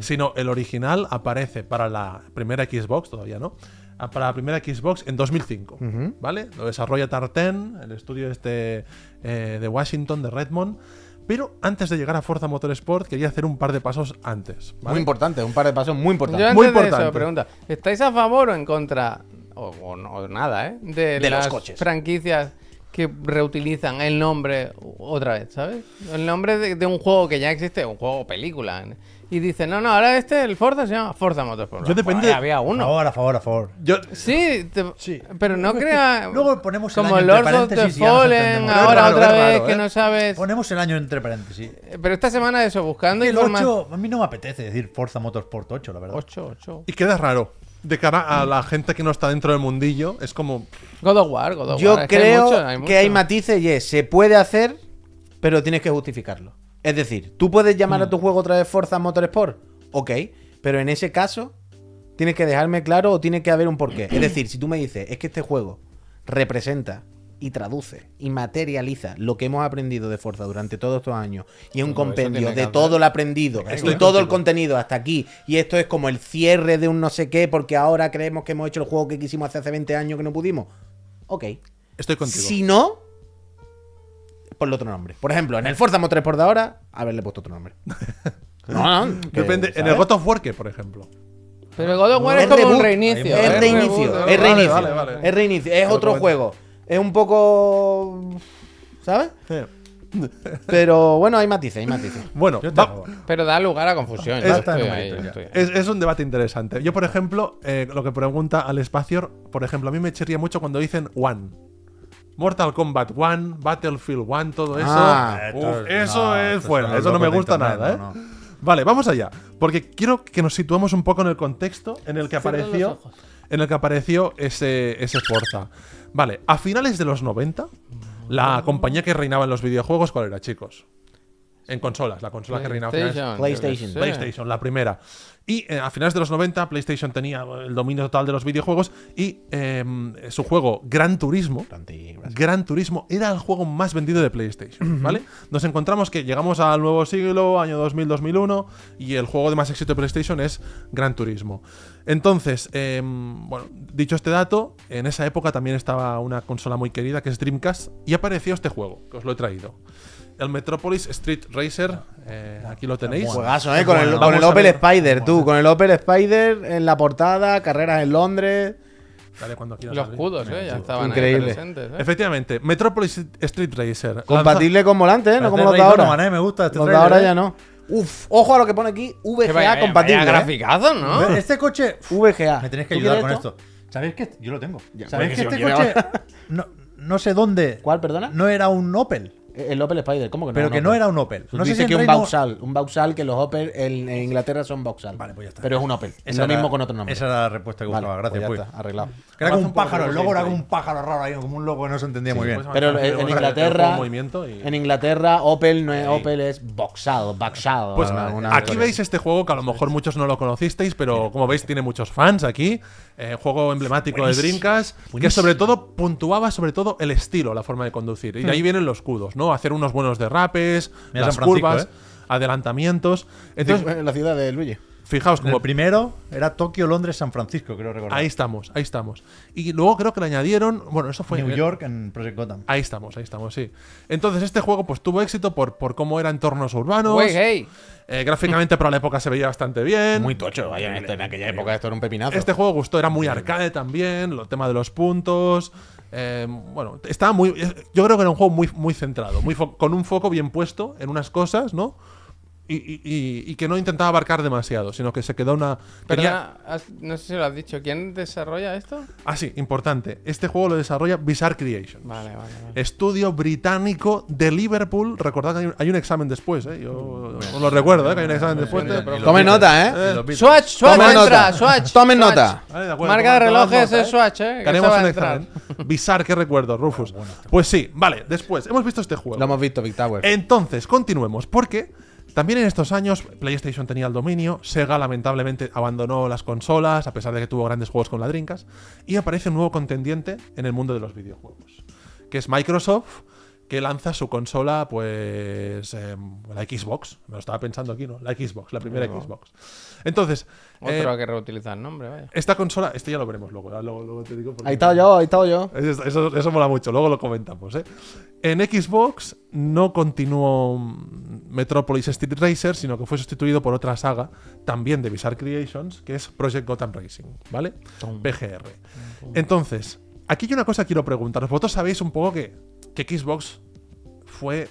sino el original aparece para la primera Xbox, todavía no, Ah, para la primera Xbox en 2005, ¿vale? Lo desarrolla Tartan, el estudio este eh, de Washington, de Redmond. Pero antes de llegar a Forza Motorsport, quería hacer un par de pasos antes, Muy ¿vale? importante, un par de pasos muy Yo importantes. antes Muy de eso, importante. pregunta. ¿Estáis a favor o en contra? O, o no- o nada, ¿eh? De, los las coches. franquicias que reutilizan el nombre otra vez, ¿sabes? El nombre de, de un juego que ya existe, un juego o película. ¿eh? Y dicen, no, no, ahora este, el Forza se llama Forza Motorsport. Yo depende- Joder, había A uno. favor, a favor, a favor. Yo, Sí, te- Sí. pero no crea... Luego ponemos el Como año Lord entre of the paréntesis y ya nos Fallen, entendemos. ahora Es raro, otra es vez raro, que ¿eh? no sabes... Eh, Ponemos el año entre paréntesis. Pero esta semana eso, buscando El informa- 8, a mí no me apetece decir Forza Motorsport 8, la verdad. Ocho, ocho. y queda raro. De cara a la gente que no está dentro del mundillo, es como... God of War, God of Yo War. Pues Es que hay creo mucho, que hay mucho. matices y es, se puede hacer, pero tienes que justificarlo. Es decir, tú puedes llamar Hmm. a tu juego otra vez Forza Motorsport, ok, pero en ese caso tienes que dejarme claro o tiene que haber un porqué. Es decir, si tú me dices, es que este juego representa y traduce y materializa lo que hemos aprendido de Forza durante todos estos años y es un Todo eso tiene compendio que de haber. todo lo aprendido Estoy y todo el contigo. contenido hasta aquí y esto es como el cierre de un no sé qué porque ahora creemos que hemos hecho el juego que quisimos hace hace 20 años que no pudimos. Ok. Estoy contigo. Si no, ponle otro nombre. Por ejemplo, en el Forza Motorsport de ahora, haberle puesto otro nombre. no, no. que, Depende. En el ¿sabes? God of War, ¿qué, por ejemplo? Pero God of War es Es como un reboot. reinicio. Es Es reboot, reinicio, ¿eh? es reinicio. Vale, vale, vale. Es reinicio, es otro comento. juego. Es un poco. ¿Sabes? Pero bueno, hay matices, hay matices. Bueno, Yo te va- a favor. Pero da lugar a confusión. Es- yo está estoy en ahí, numerito, yo ya. estoy ahí. Es, es un debate interesante. Yo, por ejemplo, eh, lo que pregunta al espacio, por ejemplo, a mí me chirría mucho cuando dicen One. Mortal Kombat One, Battlefield One, todo eso. Ah, Uf, esto es- eso no, es esto fuera, está eso no me loco de gusta internet, nada, ¿eh? no, no. Vale, vamos allá. Porque quiero que nos situemos un poco en el contexto en el que Cierra los apareció. ojos. En el que apareció ese, ese Forza. Vale, a finales de los 90, la compañía que reinaba en los videojuegos, ¿cuál era, chicos? En consolas, la consola que reinaba a finales- PlayStation. PlayStation. yo qué sé. PlayStation, la primera. Y eh, a finales de los 90, PlayStation eh, tenía el dominio total de los videojuegos y em, su juego Gran Turismo, Gran Turismo era el juego más vendido de PlayStation, ¿vale? Nos encontramos que llegamos al nuevo siglo, año 2000-2001, y el juego de más éxito de PlayStation es Gran Turismo. Entonces, em, bueno, dicho este dato, en esa época también estaba una consola muy querida que es Dreamcast, y apareció este juego, que os lo he traído. El Metropolis Street Racer, eh, aquí lo tenéis. Juegazo, ¿eh? Con el, Bueno, con el vamos a Opel ver- Spider, tú. Con el Opel Spider en la portada, carreras en Londres. Dale cuando quieras, Los Adri. escudos, eh, ya estaban Increíble. ahí presentes, eh. Efectivamente, Metropolis Street Racer. Compatible con volante, ¿eh? No como los de ahora. eh, me gusta este Los de trailer, ahora eh. ya no. Uf, ojo a lo que pone aquí. Que vaya- VGA vaya compatible. ¿eh? graficazo, ¿no? Ve, Este coche. uf, VGA. Me tenéis que ¿Tú ayudar quieres con esto? ¿Sabéis que yo lo tengo? Ya, ¿Sabéis que porque este si lo quiere coche no, no sé dónde ¿Cuál, perdona? no era un Opel, Eh, El Opel Spider, ¿cómo que no? pero que no Opel? era un Opel. No sé dice si en que un Reino- Vauxhall, un Vauxhall que los Opel en, en Inglaterra son Vauxhall. Vale, pues ya está. Pero es un Opel, es Esa lo era- mismo con otro nombre. Esa era la respuesta que Vale, buscaba, gracias. pues Puy. ya está, arreglado. Que era como Avanza un un poco pájaro, el por logo era ahí. como un pájaro raro ahí, como un logo que no se entendía muy bien. puedes Pero Avanza, en, en avanza, Inglaterra, un movimiento y- en Inglaterra Opel no es Opel es boxado, boxado. Pues ¿no? Una- aquí veis este juego que a lo mejor muchos no lo conocisteis, pero como veis tiene muchos fans aquí. Eh, juego emblemático de Buenísimo. Dreamcast, que sobre todo puntuaba sobre todo el estilo, la forma de conducir. Y de Hmm. ahí vienen los escudos, ¿no? Hacer unos buenos derrapes, Mira las San Francisco, curvas, ¿eh? adelantamientos. Entonces, en la ciudad de Luigi. fijaos Como como primero era Tokio, Londres, San Francisco, creo recordar. ahí estamos, ahí estamos. Y luego creo que le añadieron, bueno, eso fue New York en Project Gotham. Ahí estamos, ahí estamos, sí. Entonces este juego pues tuvo éxito por, por cómo eran entornos urbanos. Güey, hey. Eh, gráficamente para la época se veía bastante bien. Muy tocho, vaya, en, esto- en aquella época esto era un pepinazo. Este juego gustó, era muy arcade también, el tema de los puntos. eh, bueno, estaba muy. eh, Yo creo que era un juego muy, muy centrado, muy fo- con un foco bien puesto en unas cosas, ¿no? Y, y- y- y que no intentaba abarcar demasiado, sino que se quedó una. tenía- Perdona, has- no sé si lo has dicho. ¿Quién desarrolla esto? Ah, sí, importante. Este juego lo desarrolla Bizarre Creation. Vale, vale, vale. Estudio británico de Liverpool. Recordad que hay un, hay un examen después, ¿eh? Yo os lo recuerdo, ¿eh? Que hay un examen después. bien, bien. Tomen nota, ¿eh? Eh, Swatch, Swatch, Tomen entra, nota. Swatch. Tomen Swatch. nota. Vale, de acuerdo, Marca de tomad- tomad relojes nota, ¿eh? es Swatch, eh. que Tenemos se va un a entrar. examen. Bizarre, qué recuerdo, Rufus. Pues sí, vale, después, hemos visto este juego. Lo hemos visto, Big Tower. Entonces, continuemos, porque también en estos años PlayStation tenía el dominio, Sega lamentablemente abandonó las consolas, a pesar de que tuvo grandes juegos con ladrincas, y aparece un nuevo contendiente en el mundo de los videojuegos, que es Microsoft, que lanza su consola, pues, eh, la Xbox, me lo estaba pensando aquí, ¿no? La Xbox, la primera Xbox. Entonces, eh, Otro que reutilizar el nombre, vaya. esta consola, este ya lo veremos luego, ahora luego, luego te digo porque- Ahí estaba yo, ahí estaba yo. eso, eso- eso mola mucho, luego lo comentamos. ¿eh? En Xbox no continuó mm, Metropolis Street Racer, sino que fue sustituido por otra saga, también de Bizarre Creations, que es Project Gotham Racing, ¿vale? PGR. Entonces, aquí hay una cosa que quiero preguntaros. Vosotros sabéis un poco que, que Xbox fue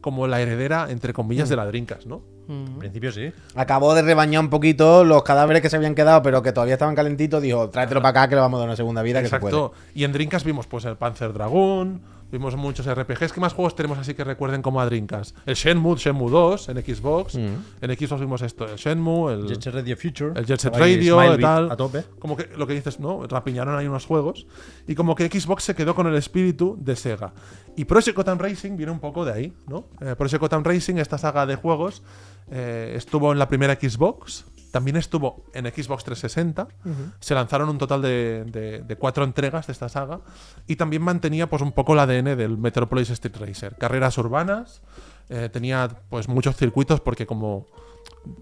como la heredera, entre comillas, de la Dreamcast, ¿no? En principio sí. Acabó de rebañar un poquito los cadáveres que se habían quedado, pero que todavía estaban calentitos. Dijo, tráetelo para acá que le vamos a dar una segunda vida que se puede. Exacto. Y en Drinkas vimos pues el Panzer Dragoon, vimos muchos RPGs. ¿Qué más juegos tenemos así que recuerden como a Drinkas? El Shenmue, Shenmue 2 en Xbox. Mm. En Xbox vimos esto, el Shenmue, el Jet Set Radio Future. el Jet Set Estaba ahí Radio Smiley y tal. A tope. Como que lo que dices, ¿no? Rapiñaron ahí unos juegos. Y como que Xbox se quedó con el espíritu de Sega. Y Project Gotham Racing viene un poco de ahí, ¿no? Eh, Project Gotham Racing, esta saga de juegos, eh, estuvo en la primera Xbox. También estuvo en Xbox 360. Se lanzaron un total de, de- de cuatro entregas de esta saga. Y también mantenía pues un poco el ADN del Metropolis Street Racer. Carreras urbanas. eh, tenía pues muchos circuitos porque como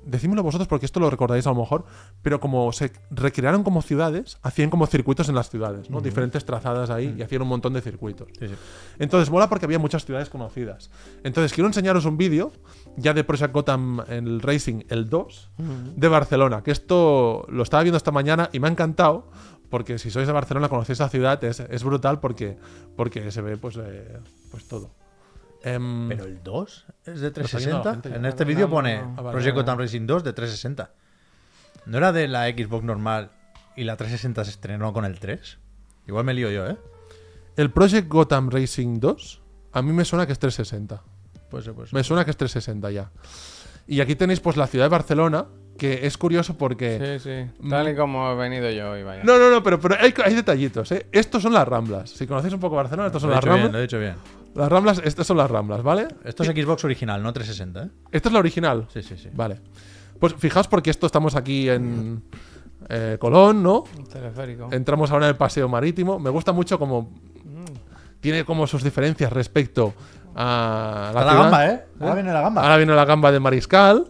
decídmelo vosotros porque esto lo recordáis a lo mejor, pero como se recrearon como ciudades, hacían como circuitos en las ciudades, ¿no? Diferentes trazadas ahí y hacían un montón de circuitos. Sí, sí. Entonces mola porque había muchas ciudades conocidas. Entonces quiero enseñaros un vídeo ya de Project Gotham en el Racing el 2 de Barcelona, que esto lo estaba viendo esta mañana y me ha encantado. Porque si sois de Barcelona, conocéis la ciudad, es, es brutal porque, porque se ve pues, eh, pues todo. Em, Pero el 2 es de saca la gente 360. ya. En este vídeo pone no, no. Ah, vale, Project vale. Gotham Racing 2 de 360. ¿No era de la Xbox normal y la 360 se estrenó con el 3? Igual me lío yo, ¿eh? el Project Gotham Racing 2, a mí me suena que es 360. Pues sí, pues sí. Me suena que es 360 ya. Y aquí tenéis pues la ciudad de Barcelona, que es curioso porque... Sí, sí. Tal y como he venido yo hoy, vaya. Mm. No, no, no, pero, pero hay, hay detallitos, ¿eh? Estos son las Ramblas. Si conocéis un poco Barcelona, estas son Lo he las dicho bien, lo Ramblas. he dicho bien. Las Ramblas, estas son las Ramblas, ¿vale? Esto es Xbox original, no 360, ¿eh? Esta es la original. Sí, sí, sí. Vale. Pues fijaos porque esto estamos aquí en eh, Colón, ¿no? Teleférico. Mm. Entramos ahora en el paseo marítimo. Me gusta mucho como tiene como sus diferencias respecto a la, Está la ciudad. Ah. gamba, ¿eh? Ahora viene la gamba. Ahora viene la gamba de Mariscal.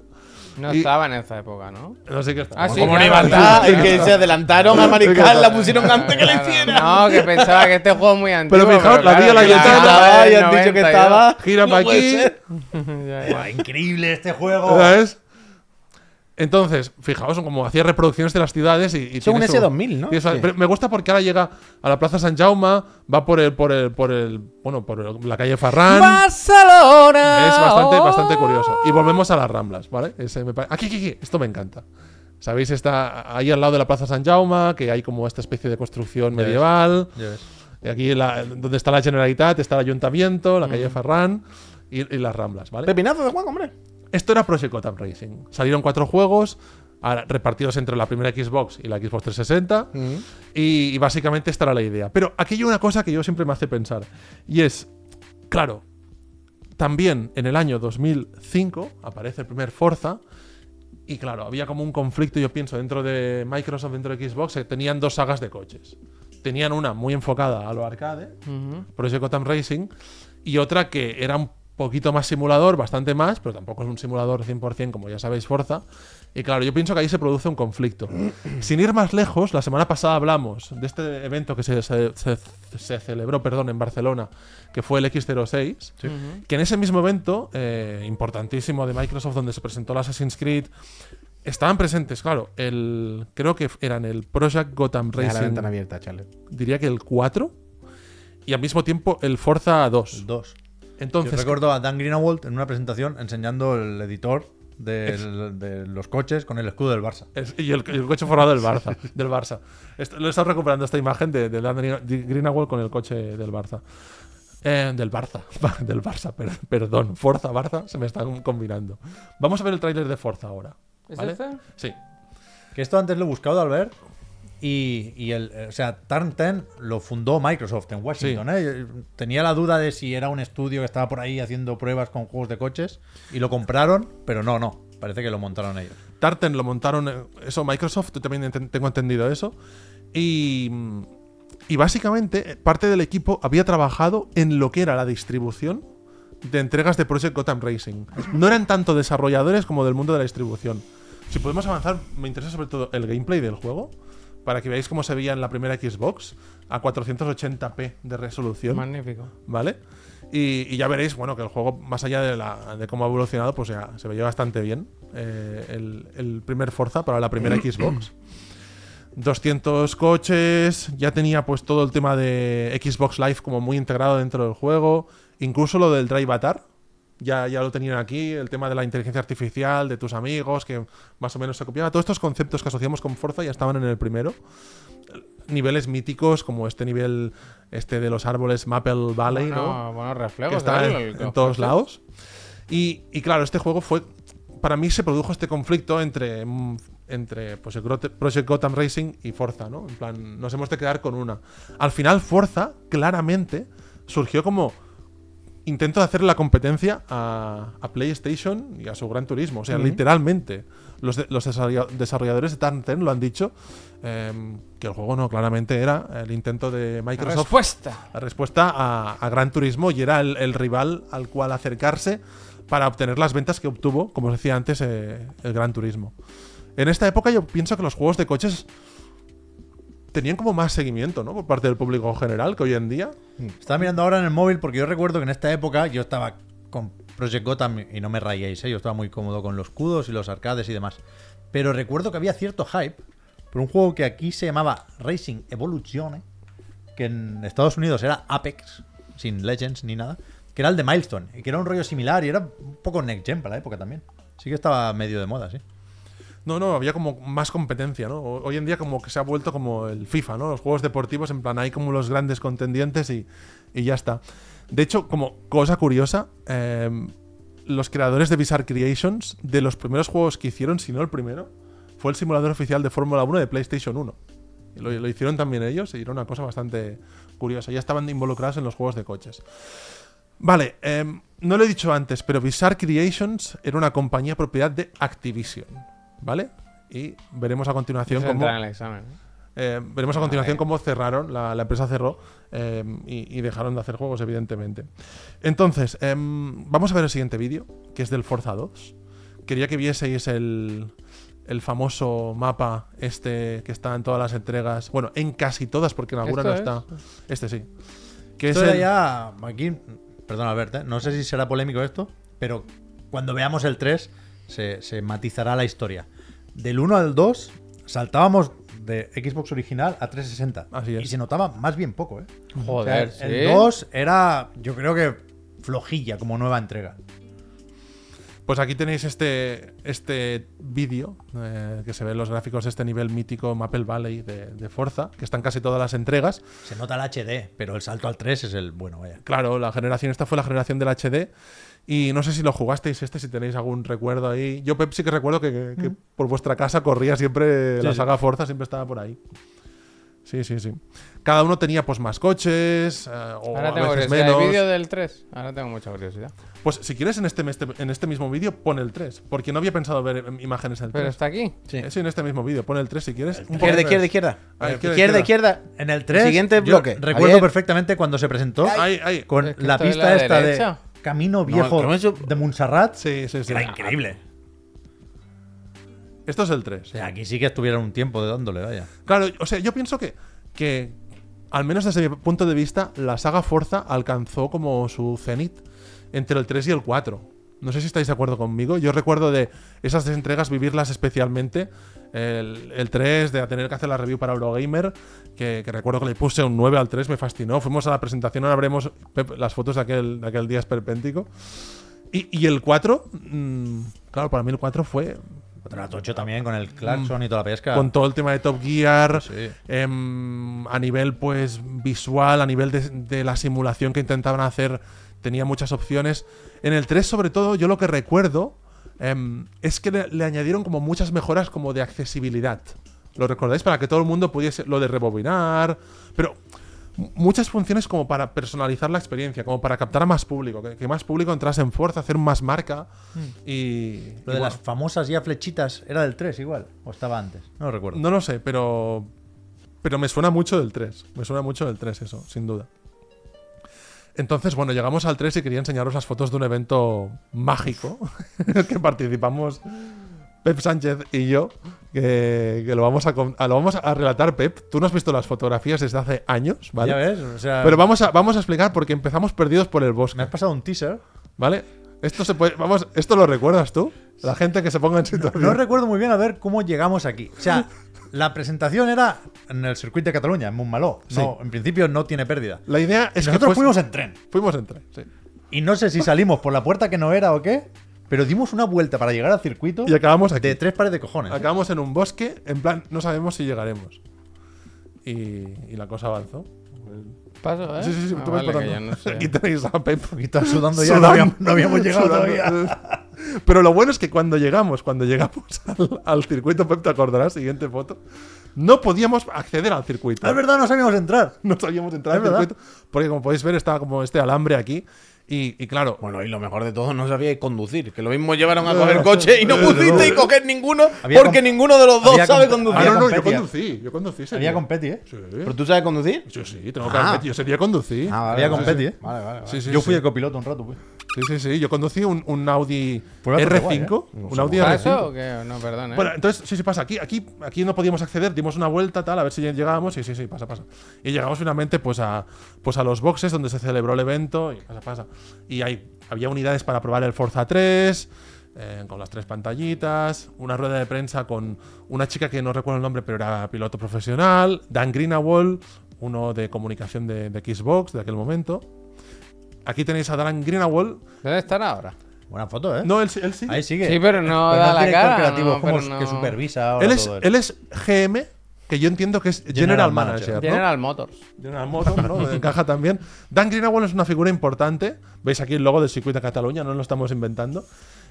No Y- estaba en esa época, ¿no? No sé qué está. Ah, sí, Como claro. ni Vandal. Ah, es que se adelantaron a Mariscal, la pusieron antes que la Claro, hiciera. No, que pensaba que este juego es muy antiguo. fijaos, la claro, Vía que Layetana gamba Estaba, es y han dicho que 92. estaba. Gira No pa' puede aquí. ser. Oh. Ya, ya. Buah, increíble este juego. ¿Sabes? Entonces, fijaos, como hacía reproducciones de las ciudades y. y Son tiene un su- S2000, ¿no? tiene su- Sí. pero me gusta porque ahora llega a la Plaza San Jaume, va por el, por el, por el, bueno, por el- la calle Farran. Barcelona. Es bastante, oh. bastante curioso. Y volvemos a las Ramblas, ¿vale? Ese me pare- Aquí, aquí, aquí. Esto me encanta. Sabéis, está ahí al lado de la Plaza San Jaume, que hay como esta especie de construcción ves. medieval. Ya ves. Y aquí la- donde está la Generalitat, está el Ayuntamiento, la calle Ferran y, y las Ramblas, ¿vale? Mm. Pepinazo de Juan, hombre. Esto era Project Gotham Racing. Salieron cuatro juegos ahora, repartidos entre la primera Xbox y la Xbox 360. Mm. Y, y básicamente esta era la idea. Pero aquí hay una cosa que yo siempre me hace pensar. Y es, claro, también en el año 2005 aparece el primer Forza. Y claro, había como un conflicto, yo pienso, dentro de Microsoft, dentro de Xbox, que tenían dos sagas de coches. Tenían una muy enfocada a lo arcade, Ujú. Project Gotham Racing, y otra que era un poquito más simulador, bastante más, pero tampoco es un simulador 100%, como ya sabéis, Forza. Y claro, yo pienso que ahí se produce un conflicto. Sin ir más lejos, la semana pasada hablamos de este evento que se, se- se- se celebró perdón, en Barcelona, que fue el X06, que en ese mismo evento, eh, importantísimo de Microsoft, donde se presentó el Assassin's Creed, estaban presentes, claro, el creo que eran el Project Gotham Deja la Racing, ventana abierta, chale. diría que el 4, y al mismo tiempo el Forza 2. Dos. Yo Entonces, recuerdo a Dan Greenwald en una presentación enseñando el editor del- de los coches con el escudo del Barça. Es- y el, y el coche forrado del Barça. del Barça. Est- lo he estado recuperando esta imagen de, de Dan Green- de Greenaway con el coche del Barça. Eh, del Barça. del Barça, per- perdón. Forza, Barça, se me están combinando. Vamos a ver el tráiler de Forza ahora. ¿Es ¿vale? este? Sí. Que esto antes lo he buscado, Albert. Y, y el, eh, o sea, Turn 10 lo fundó Microsoft en Washington. ¿eh? Yo Tenía la duda de si era un estudio que estaba por ahí haciendo pruebas con juegos de coches y lo compraron, pero no, no. Parece que lo montaron ellos. Tartan lo montaron, eh, eso Microsoft, también enten- tengo entendido eso. Y, mm, y básicamente eh, parte del equipo había trabajado en lo que era la distribución de entregas de Project Gotham Racing. No eran tanto desarrolladores como del mundo de la distribución. Si podemos avanzar, me interesa sobre todo el gameplay del juego, para que veáis cómo se veía en la primera Xbox a 480p de resolución. Magnífico. ¿vale? Y, y ya veréis, bueno, que el juego, más allá de, la, de cómo ha evolucionado, pues ya se veía bastante bien eh, el, el primer Forza para la primera Xbox. 200 coches, ya tenía pues todo el tema de Xbox Live como muy integrado dentro del juego, incluso lo del Drive Atar, ya, ya lo tenían aquí, el tema de la inteligencia artificial, de tus amigos, que más o menos se copiaba, todos estos conceptos que asociamos con Forza ya estaban en el primero niveles míticos como este nivel este de los árboles Maple Valley, ¿no? Bueno, buenos Que reflejos. está ¿eh? en, El- en todos lados. Y, y claro, este juego fue para mí se produjo este conflicto entre mm, entre pues, el Grote- Project Gotham Racing y Forza, ¿no? En plan, nos hemos de quedar con una. Al final Forza claramente surgió como intento de hacer la competencia a, a PlayStation y a su gran turismo. O sea, literalmente. Los, de- los desarrolla- desarrolladores de Tanten lo han dicho. em, que el juego no, claramente era el intento de Microsoft. Respuesta. La respuesta a, a Gran Turismo y era el, el rival al cual acercarse para obtener las ventas que obtuvo, como os decía antes, eh, el Gran Turismo. En esta época yo pienso que los juegos de coches tenían como más seguimiento, ¿no? Por parte del público en general que hoy en día. Mm. Estaba mirando ahora en el móvil porque yo recuerdo que en esta época yo estaba con Project Gotham y no me rayéis, ¿eh? yo estaba muy cómodo con los cudos y los arcades y demás. Pero recuerdo que había cierto hype por un juego que aquí se llamaba Racing Evolution, ¿eh? que en Estados Unidos era Apex, sin Legends ni nada, que era el de Milestone, y que era un rollo similar y era un poco next gen para la época también. Sí que estaba medio de moda, sí. No, no, había como más competencia, ¿no? O- Hoy en día como que se ha vuelto como el FIFA, ¿no? Los juegos deportivos, en plan, hay como los grandes contendientes y, y ya está. De hecho, como cosa curiosa, em, los creadores de Bizarre Creations, de los primeros juegos que hicieron, si no el primero, fue el simulador oficial de Fórmula 1 de PlayStation 1. Y Lo, lo hicieron también ellos y era una cosa bastante curiosa. Ya estaban involucrados en los juegos de coches. Vale, em, no lo he dicho antes, pero Bizarre Creations era una compañía propiedad de Activision, ¿vale? Y veremos a continuación Eso cómo... entra en el examen. Eh, veremos a continuación cómo cerraron, la, la empresa cerró eh, y, y dejaron de hacer juegos, evidentemente. Entonces, em, vamos a ver el siguiente vídeo, que es del Forza 2. Quería que vieseis el, el famoso mapa este que está en todas las entregas, bueno, en casi todas, porque en alguna no ¿Esto está. Este sí. Que Esto es era el- ya. Aquí, perdón, Albert, ¿eh? no sé si será polémico esto, pero cuando veamos el 3 se, se matizará la historia. Del 1 al 2 saltábamos de Xbox original a 360. Así es. Y se notaba más bien poco, ¿eh? O sea, Joder, sí. El 2 era, yo creo que flojilla como nueva entrega. Pues aquí tenéis este, este vídeo, eh, que se ven los gráficos de este nivel mítico Maple Valley de, de Forza, que están casi todas las entregas. Se nota el HD, pero el salto al 3 es el bueno, vaya. Claro, la generación, esta fue la generación del HD. Y no sé si lo jugasteis este, si tenéis algún recuerdo ahí. Yo, Pep, sí que recuerdo que, que- que por vuestra casa corría siempre la sí. saga Forza, siempre estaba por ahí. Sí, sí, sí. Cada uno tenía pues más coches, eh, o Ahora a tengo veces curiosidad. El menos. vídeo del 3. Ahora tengo mucha curiosidad. Pues si quieres, en este, este- en este mismo vídeo pon el 3, porque no había pensado ver em, imágenes del 3. Pero está aquí. Eh, Sí, en este mismo vídeo. Pon el 3 si quieres. Un poco- Izquierda, izquierda, izquierda. Ah, Eh, izquierda, izquierda, izquierda. En el 3. Siguiente yo bloque, Recuerdo Javier. perfectamente cuando se presentó Ahí, ahí. con Es que la esto es pista la esta derecha. de Camino Viejo no es yo- de Montserrat. Ah. Sí, sí, sí. Era increíble. Esto es el O 3. sea, aquí sí que estuvieron un tiempo de dándole, vaya. Claro, o sea, yo pienso que, que, al menos desde mi punto de vista, la saga Forza alcanzó como su cenit entre el 3 y el 4. No sé si estáis de acuerdo conmigo. Yo recuerdo de esas tres entregas vivirlas especialmente. El, el 3, de tener que hacer la review para Eurogamer, que, que recuerdo que le puse un 9 al 3, me fascinó. Fuimos a la presentación, ahora veremos Pep, las fotos de aquel, de aquel día esperpéntico. Y, y el 4, mm, claro, para mí el 4 fue Otro tocho también con el claxon y toda la pesca. Mm. con todo el tema de Top Gear, Sí. em, a nivel pues visual, a nivel de, de la simulación que intentaban hacer, tenía muchas opciones. En el 3 sobre todo, yo lo que recuerdo em, es que le, le añadieron como muchas mejoras como de accesibilidad. ¿Lo recordáis? Para que todo el mundo pudiese lo de rebobinar, pero m- muchas funciones como para personalizar la experiencia, como para captar a más público, que, que más público entrase en fuerza, hacer más marca y... y Mm. Lo de bueno. las famosas ya flechitas era del 3 igual, o estaba antes, no lo recuerdo. No lo sé, pero. Pero me suena mucho del 3. Me suena mucho del 3, eso, sin duda. Entonces, bueno, llegamos al 3 y quería enseñaros las fotos de un evento mágico en el que participamos Pep Sánchez y yo, que, que lo, vamos a, con- a- lo vamos a relatar, Pep. Tú no has visto las fotografías desde hace años, Ya ¿vale? ves, o sea, Pero vamos a, vamos a explicar porque empezamos perdidos por el bosque, me has pasado un teaser. ¿vale? Esto se puede, vamos, esto lo recuerdas tú, la gente que se ponga en situación. No recuerdo muy bien a ver cómo llegamos aquí. O sea, la presentación era en el circuito de Cataluña, en Montmaló. No, en principio no tiene pérdida. la idea es que Nosotros fuese- fuimos en tren. fuimos en tren, sí. Y no sé si salimos por la puerta que no era o qué, pero dimos una vuelta para llegar al circuito Y acabamos aquí. de tres pares de cojones. Acabamos en un bosque, en plan, no sabemos si llegaremos. Y, y la cosa avanzó. Paso, ¿eh? Sí, sí, sí, Ah, tú vas vale, que parando. yo no sé. Aquí tenéis a Pep. Y estás sudando ya, no Sudando, habíamos, no habíamos llegado sudando. todavía. Pero lo bueno es que cuando llegamos, cuando llegamos al, al circuito, Pep, te acordarás, siguiente foto, no podíamos acceder al circuito. Es verdad, no sabíamos entrar. No sabíamos entrar al Es verdad. circuito. Porque como podéis ver, estaba como este alambre aquí. Y, y claro, Bueno, y lo mejor de todo, no sabíais conducir. Que lo mismo llevaron a coger coche y no pudisteis coger ninguno Había porque com- ninguno de los dos había sabe com- conducir. Ah, no, no, yo competia. conducí, yo conducí. señor. Había Ah. competi, ¿eh? Sí, ¿Pero tú sabes conducir? yo sí, tengo que admitir, yo sería conducir. Había competi, ¿eh? Vale, vale. Sí, sí, Yo fui sí. de copiloto un rato, pues. Sí, sí, sí. Yo conducí un, un Audi Pues va a tocar R5. Un Audi ¿Paso R5. o qué? No, perdón, ¿eh? Bueno, entonces, sí, sí, pasa. Aquí, aquí, aquí no podíamos acceder, dimos una vuelta, tal, a ver si llegábamos. Sí, sí, sí, pasa, pasa. Y llegamos finalmente pues a, pues a los boxes donde se celebró el evento. Y pasa, pasa. Y hay, había unidades para probar el Forza 3, eh, con las tres pantallitas, una rueda de prensa con una chica que no recuerdo el nombre, pero era piloto profesional, Dan Greenawall, uno de comunicación de, de Xbox de aquel momento. Aquí tenéis a Dan Greenawall. ¿Dónde están ahora? Buena foto, ¿eh? No, él, sí- él sí. Ahí sigue. Sí, pero no es da la director cara, creativo, no, es como pero que no. supervisa ahora Él es, todo esto. él es GM, que yo entiendo que es General, General Manager. Manager. ¿no? General Motors. General Motors, ¿no? Encaja también. Dan Greenaway es una figura importante. Veis aquí el logo del circuito de Cataluña, no lo estamos inventando.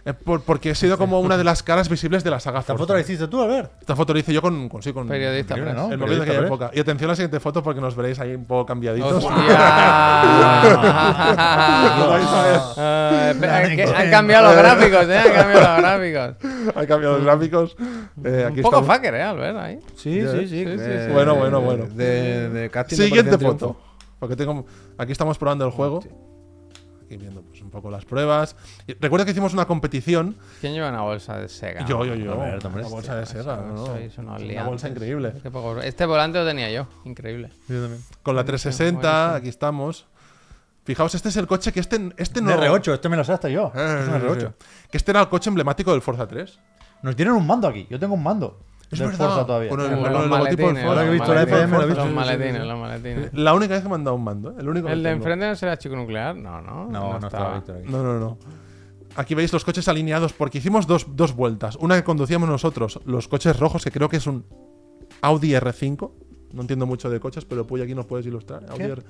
Eh, por- porque ha sido como una de las caras visibles de la saga ¿Esta Forza. foto la hiciste tú, Albert? Esta foto la hice yo con, con- sí, con Periodista, Increíble, prensa. ¿no? el móvil de Periodista, aquella ¿ves? época. Y atención a la siguiente foto porque nos veréis ahí un poco cambiaditos. ¡Hostia! Eh, pe- que han cambiado los gráficos, ¿eh? Han cambiado los gráficos. Ha cambiado los gráficos. Eh, aquí Un poco estamos. fucker, ¿eh? Albert, ahí. Sí, Ya sí. ves. Sí, sí, eh, sí. Bueno, bueno, bueno. De, de casting de Siguiente Operación foto. Porque tengo, aquí estamos probando Ah, el juego. Aquí viendo pues, un poco las pruebas. Y recuerda que hicimos una competición. ¿Quién lleva una bolsa de Sega? Yo, yo, yo. Roberto, Ah, hombre, una bolsa de Sega. sois- no, no. sois unos Una liantes. bolsa increíble. Qué poco- Este volante lo tenía yo, increíble. Con la 360, aquí estamos. Fijaos, este es el coche que este, este Un no. R8, este me lo sé hasta yo. Eh, Es un sí, R8. sí. Que este era el coche emblemático del Forza 3. Nos tienen un mando aquí. Yo tengo un mando. Es del verdad, Forza todavía. con el- Los logotipo del maletines, Ford. los Ahora que he visto la maletines, FM, lo he visto, sí, Los sí, sí, maletines, sí. los maletines. La única vez que me han dado un mando. ¿eh? El único que El de tengo. enfrente no será chico nuclear, no, no. No, no estaba Víctor aquí. No, no, no. Aquí veis los coches alineados porque hicimos dos, dos vueltas. Una que conducíamos nosotros, los coches rojos, que creo que es un Audi R5. No entiendo mucho de coches, pero Puy aquí nos puedes ilustrar. Audi R-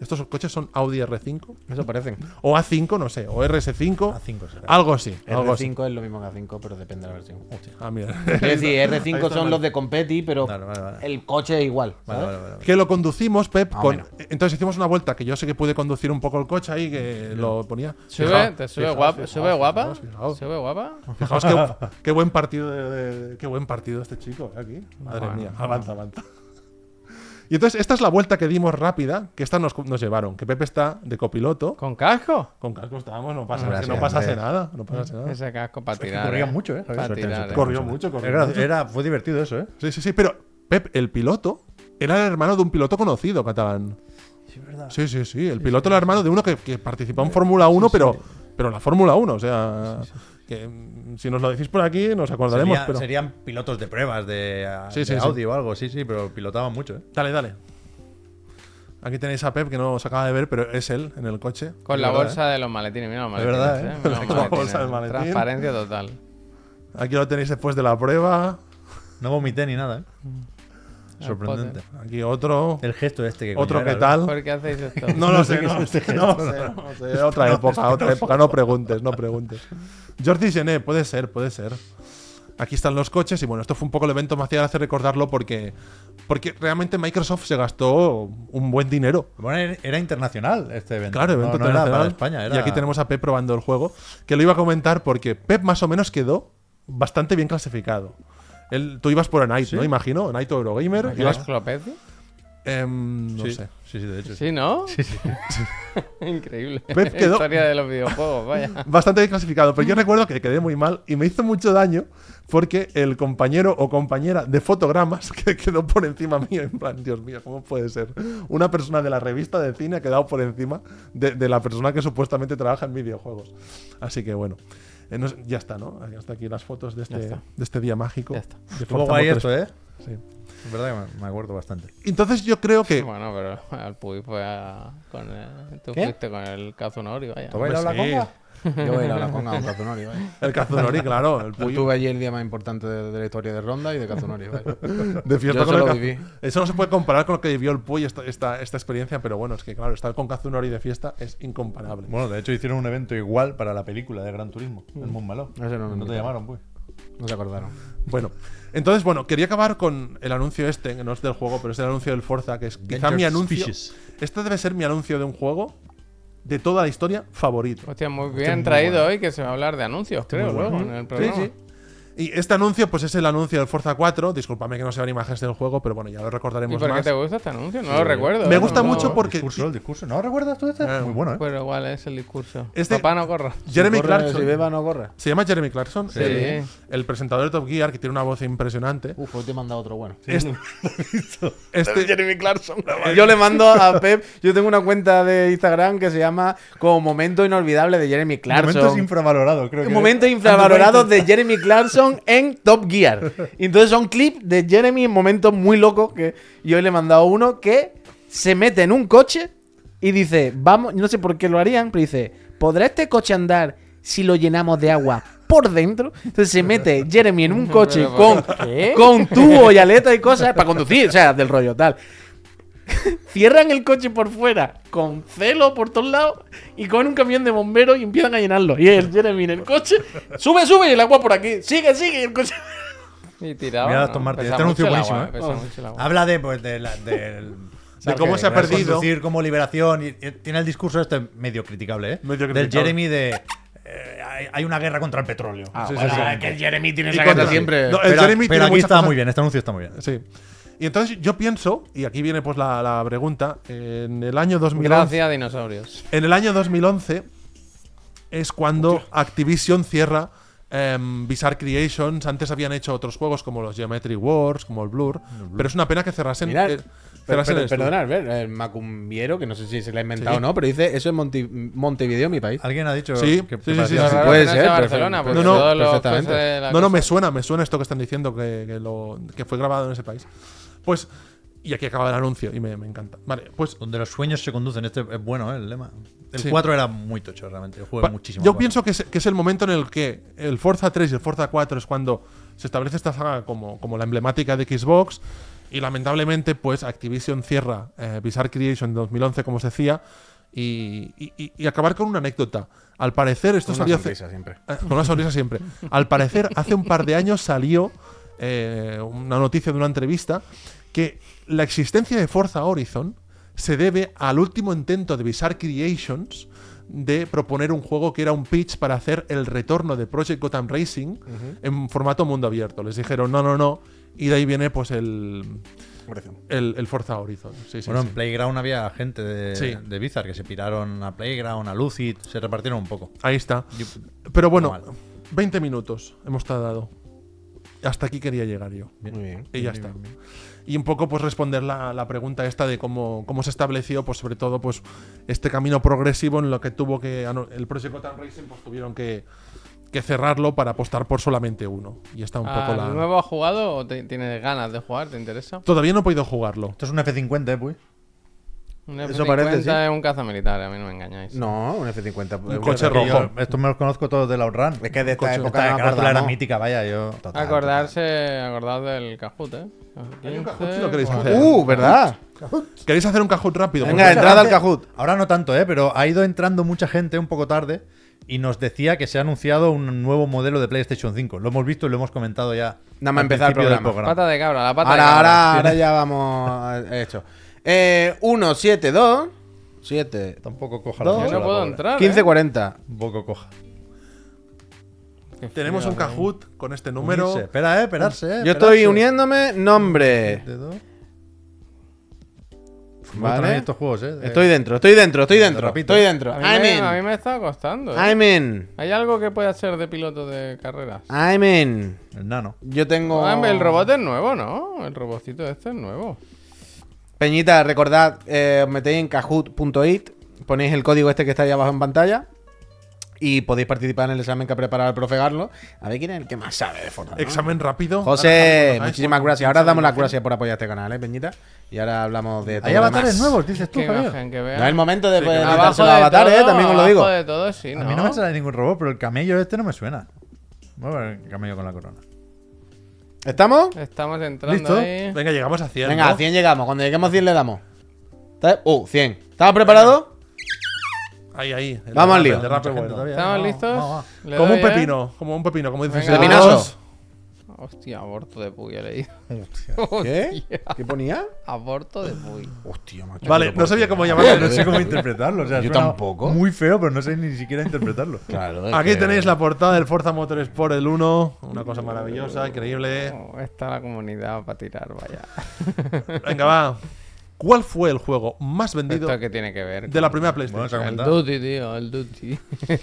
Estos coches son Audi R5 Eso parecen. o A5, no sé, o RS5. A5 será. Algo así, algo así. R5 es lo mismo que A5, pero depende de la versión. Ah, mira. Es decir, Ahí R5 está, son vale. los de Competi, pero Vale, vale, vale. el coche es igual. Vale, ¿sabes? vale, vale. que lo conducimos, Pep. Más o con- menos. entonces hicimos una vuelta que yo sé que pude conducir un poco el coche ahí, que lo ponía. Sube, Fijaos, te sube fijaos, guapa, fijaos, sube guapa, fijaos, fijaos. sube guapa. Fijaos qué, qué buen partido de- de- de- qué buen partido este chico eh, aquí. Madre Bueno, mía, avanza, avanza. Y entonces esta es la vuelta que dimos rápida, que esta nos, nos llevaron, que Pepe está de copiloto, ¿Con casco? con casco estábamos, no pasa Gracias, que no pasase Andrés. nada, no pasase nada. Ese casco para tirar. corrían eh. mucho, eh, Javier. Pa' Suerte, tirar, eh. Corrió mucho, corrió. Era, mucho. era- fue divertido eso, ¿eh? Sí, sí, sí, pero Pep, el piloto, era el hermano de un piloto conocido catalán. Sí, es verdad. Sí, sí, sí. El piloto era hermano de uno que, que participó en Fórmula 1, pero, pero en la Fórmula 1. O sea, que mm, si nos lo decís por aquí, nos acordaremos. Sería- pero... Serían pilotos de pruebas de, a- Sí, de sí, sí. Audi o algo, sí, sí, pero pilotaban mucho, ¿eh? Dale, dale. Aquí tenéis a Pep, que no os acaba de ver, pero es él en el coche. Con Es la verdad, bolsa de los maletines, mira los Es maletines. verdad, eh. eh. Mira los Con la bolsa del maletines. maletín. Transparencia total. ¿eh? Aquí lo tenéis después de la prueba. No vomité ni nada, ¿eh? Mm. Sorprendente. Ah, Aquí otro. El gesto este que coño Otro era, que ¿no? tal. ¿Por qué hacéis esto? No lo sé, no, no sé, no este sé. Otra época, otra época. No preguntes, no preguntes. Jordi Gené, puede ser, puede ser. Aquí están los coches y bueno, esto fue un poco el evento me hacía hacer recordarlo porque, porque realmente Microsoft se gastó un buen dinero Bueno, era- era internacional este evento. Claro, No- evento no, era para internacional. España, Y era- aquí tenemos a Pep probando el juego, que lo iba a comentar porque Pep más o menos quedó bastante bien clasificado. Él, tú ibas por Anite, ¿no? Imagino, Anite o Eurogamer. ¿Aquí ibas- los Clopezi? em, no Sí, sé. sí, sí, de hecho. Sí, ¿no? Sí, sí. Increíble. Pep quedó- Historia de los videojuegos, vaya. Bastante bien clasificado, pero yo recuerdo que quedé muy mal y me hizo mucho daño porque el compañero o compañera de fotogramas que quedó por encima mío, en plan, Dios mío, ¿cómo puede ser? Una persona de la revista de cine ha quedado por encima de, de la persona que supuestamente trabaja en videojuegos. Así que bueno, eh, no sé, ya está, ¿no? Hasta aquí las fotos de este, de este día mágico. Ya está. de Estuvo Forza guay Motor esto, ¿eh? Sí. Es verdad que me- me acuerdo bastante. Entonces yo creo que... Bueno, pero al Puy fue a... con el... Tú ¿Qué? fuiste con el Kazunori, vaya. ¿Tú bailado la sí. conga? Yo voy a ir a la conga con Cazunori, vaya. El Cazunori, claro, el Yo Puyo. Estuve allí el día más importante de, de la historia de Ronda y de Cazunori, vaya. de fiesta Yo eso con el lo Kaz- viví. Eso no se puede comparar con lo que vivió el Puy esta, esta, esta experiencia, pero bueno, es que claro, estar con Kazunori de fiesta es incomparable. Bueno, de hecho hicieron un evento igual para la película de Gran Turismo, Mm. el Montmaló. Ese no me te invitaron. llamaron, pues. No se acordaron. Bueno, entonces, bueno, quería acabar con el anuncio este, que no es del juego, pero es el anuncio del Forza, que es quizá Endangered mi anuncio. Species. Este debe ser mi anuncio de un juego de toda la historia favorito. Hostia, muy bien traído hoy que se va a hablar de anuncios, Este creo, luego en el programa. Sí, sí. Y este anuncio, pues es el anuncio del Forza 4. Disculpadme que no sean imágenes del juego, pero bueno, ya lo ¿Y recordaremos por qué más. te gusta este anuncio? No lo recuerdo. Me ¿eh? Pues, gusta No, mucho no. por- porque- Ah. El discurso, el discurso. ¿No recuerdas tú este? Muy bueno, ¿eh? Pero ¿cuál es el discurso? Este- Papá no corra. Jeremy Corre, Clarkson. Si beba, no corra. Se llama Jeremy Clarkson, Sí. el, el presentador de Top Gear, que tiene una voz impresionante. Uf, hoy te he mandado otro bueno. Este, Jeremy Clarkson. Yo le mando a Pep. Yo tengo una cuenta de Instagram que se llama como Momento Inolvidable de Jeremy Momentos Clarkson. infravalorados, creo que. Momentos infravalorados de Jeremy Clarkson en Top Gear. Y Entonces son clips de Jeremy en momentos muy locos que yo le he mandado uno que se mete en un coche y dice, vamos, no sé por qué lo harían, pero dice, ¿podrá este coche andar si lo llenamos de agua? por dentro, entonces se mete Jeremy en un coche Pero, con, con tubo y aleta y cosas para conducir, o sea, del rollo tal. Cierran el coche por fuera con celo por todos lados y con un camión de bomberos y empiezan a llenarlo. Y el Jeremy en el coche sube, sube y el agua por aquí. Sigue, sigue y el coche. Y tirado. Mira, ¿no? Aston Martin. Pesa Este anuncio mucho el buenísimo, agua, ¿eh? pesa mucho el agua. Habla de, pues, de, la- del- de cómo se ha Sabe que perdido. Conducir como liberación. Y, y tiene el discurso este medio criticable, ¿eh? Medio Del criticable. Jeremy de. eh, hay- hay una guerra contra el petróleo. Ah, que el Jeremy tiene contra- siempre. No, el pero pero Jeremy tiene aquí muchas está cosas- muy bien, este anuncio está muy bien. Sí. Y entonces yo pienso, y aquí viene pues la, la pregunta, en el año 2011. Gracias, dinosaurios. En el año 2011 es cuando Activision cierra em, Bizarre Creations. Antes habían hecho otros juegos como los Geometry Wars, como el Blur. Pero es una pena que cerrasen. Mirad, eh, per- cerrasen per- el estudio. perdonad, ver, el macumbiero, que no sé si se lo ha inventado o no, pero dice, eso es Monti- Montevideo, mi país. Alguien ha dicho Sí, que sí, sí, parecía sí, que sí, Raro puede que no ser, sea perfecto. Barcelona, porque No, no, todos los perfectamente. jueces de la No, no, cosa- me suena, me suena esto que están diciendo que, que lo, que fue grabado en ese país. Pues, y aquí acaba el anuncio y me, me encanta. Vale, pues Donde los sueños se conducen. Este es bueno, ¿eh? el lema. El Sí. 4 era muy tocho, realmente. Yo jugué Pa- muchísimo. Yo al 4. pienso que es, que es el momento en el que el Forza 3 y el Forza 4 es cuando se establece esta saga como, como la emblemática de Xbox. Y lamentablemente, pues Activision cierra eh, Bizarre Creation en 2011, como se decía. Y, y- y- y acabar con una anécdota. Al parecer, esto Con una salió hace- sonrisa siempre. eh, Con una sonrisa siempre. Al parecer, hace un par de años salió eh, una noticia de una entrevista que la existencia de Forza Horizon se debe al último intento de Bizarre Creations de proponer un juego que era un pitch para hacer el retorno de Project Gotham Racing en formato mundo abierto. Les dijeron, no, no, no. Y de ahí viene pues el, el, el Forza Horizon. Sí, sí, Bueno, sí. en Playground había gente de, Sí. de Bizarre que se piraron a Playground, a Lucid, se repartieron un poco. Ahí está. Yo- Pero bueno, Normal. 20 minutos hemos tardado. Hasta aquí quería llegar yo. Muy bien. Y ya está. Y un poco pues responder la, la pregunta esta de cómo, cómo se estableció, pues sobre todo, pues este camino progresivo en lo que tuvo que. ano- El Project Gotham Racing, pues tuvieron que, que cerrarlo para apostar por solamente uno. Y está un poco Ah, ¿Al la. Ah, nuevo has jugado o te- tienes ganas de jugar? ¿Te interesa? Todavía no he podido jugarlo. Esto es un F50, ¿eh, pues? Un Eso F-50 parece, sí. es un caza militar, a mí no me engañáis. No, un F-50. Un coche rojo. Estos me los conozco todos de la Outrun. Es que de esta Coche- época esta no carátula acordamos. era mítica, vaya, yo... Total, Acordarse, acordaos del Cajut, ¿eh? Hay un Kahoot 15, si lo queréis total. hacer. Uh, ¿verdad? ¿Queréis hacer un cajón rápido? Venga, Porque- entrada al Kahoot. Ahora no tanto, ¿eh? Pero ha ido entrando mucha gente un poco tarde y nos decía que se ha anunciado un nuevo modelo de PlayStation 5. Lo hemos visto y lo hemos comentado ya. Nada más al empezar el principio del programa. Pata de cabra, la pata de Ahora, cabra. ahora, ahora ya vamos a esto. Eh, 1, 7, 2, 7, Tampoco coja No. mía, Yo no la puedo pobre. entrar. 15, ¿eh? 40. Un poco coja. Qué Tenemos frío, un tío. Kahoot con este Unirse. número. Espera, eh, esperarse, eh. Yo esperarse. estoy uniéndome, nombre. De dos. Me gustan a mí Vale. estos juegos, eh. Estoy dentro, estoy dentro, estoy dentro. repito. Estoy dentro. A mí, I'm me, a mí in. me está costando. ¿eh? I'm in. Hay algo que puede hacer de piloto de carreras. I'm in. El nano. Yo tengo. Ah, El robot es nuevo, ¿no? El robotcito este es nuevo. Peñita, recordad, eh, os metéis en kahoot.it, ponéis el código este que está ahí abajo en pantalla y podéis participar en el examen que ha preparado el profe Garlo. A ver quién es el que más sabe de Fortnite. ¿no? Examen rápido. Ahora José, vamos a- muchísimas ¿sabes? gracias. Ahora ¿sabes? damos las gracias por apoyar este canal, ¿eh, Peñita? Y ahora hablamos de todo Hay lo avatares demás. nuevos, dices tú, Qué Javier. imagen que No es el vean. momento de poder Abajo editarse de los avatares, ¿eh? todo, También os lo abajo digo. de todo, sí, A mí no me sale ningún robot, pero el camello este no me suena. Voy a ver el camello con la corona. ¿Estamos? Estamos entrando ¿Listo? ahí. Venga, llegamos a 100. Venga, ¿no? a 100 llegamos. Cuando lleguemos a 100 le damos. ¿Está- Uh, 100. ¿Estamos preparados? Ahí, ahí. El Vamos al derrape, lío. el derrape Mucha gente bueno. todavía. ¿Estamos Vamos, listos? vamos, Le Como doy, un ¿eh? pepino, como un pepino, como dices. Venga, Pepinazo. Hostia, aborto de puy, he leído. vamos. Hostia. ¿Qué? ¿Qué ponía? Aborto de puy. Hostia, macho. Vale, pero no por- sabía cómo Yo no llamarlo. sé cómo interpretarlo. O sea, Yo suena tampoco. Muy feo, pero no sé ni siquiera interpretarlo. Claro, es Aquí que- tenéis la portada del Forza Motorsport el 1. Una cosa maravillosa, increíble. Oh, está la comunidad para tirar, vaya. Venga, va. ¿Cuál fue el juego más vendido ¿Esto qué tiene que ver? de la primera Bueno, se PlayStation? ha El comentado. Duty, tío, el Duty.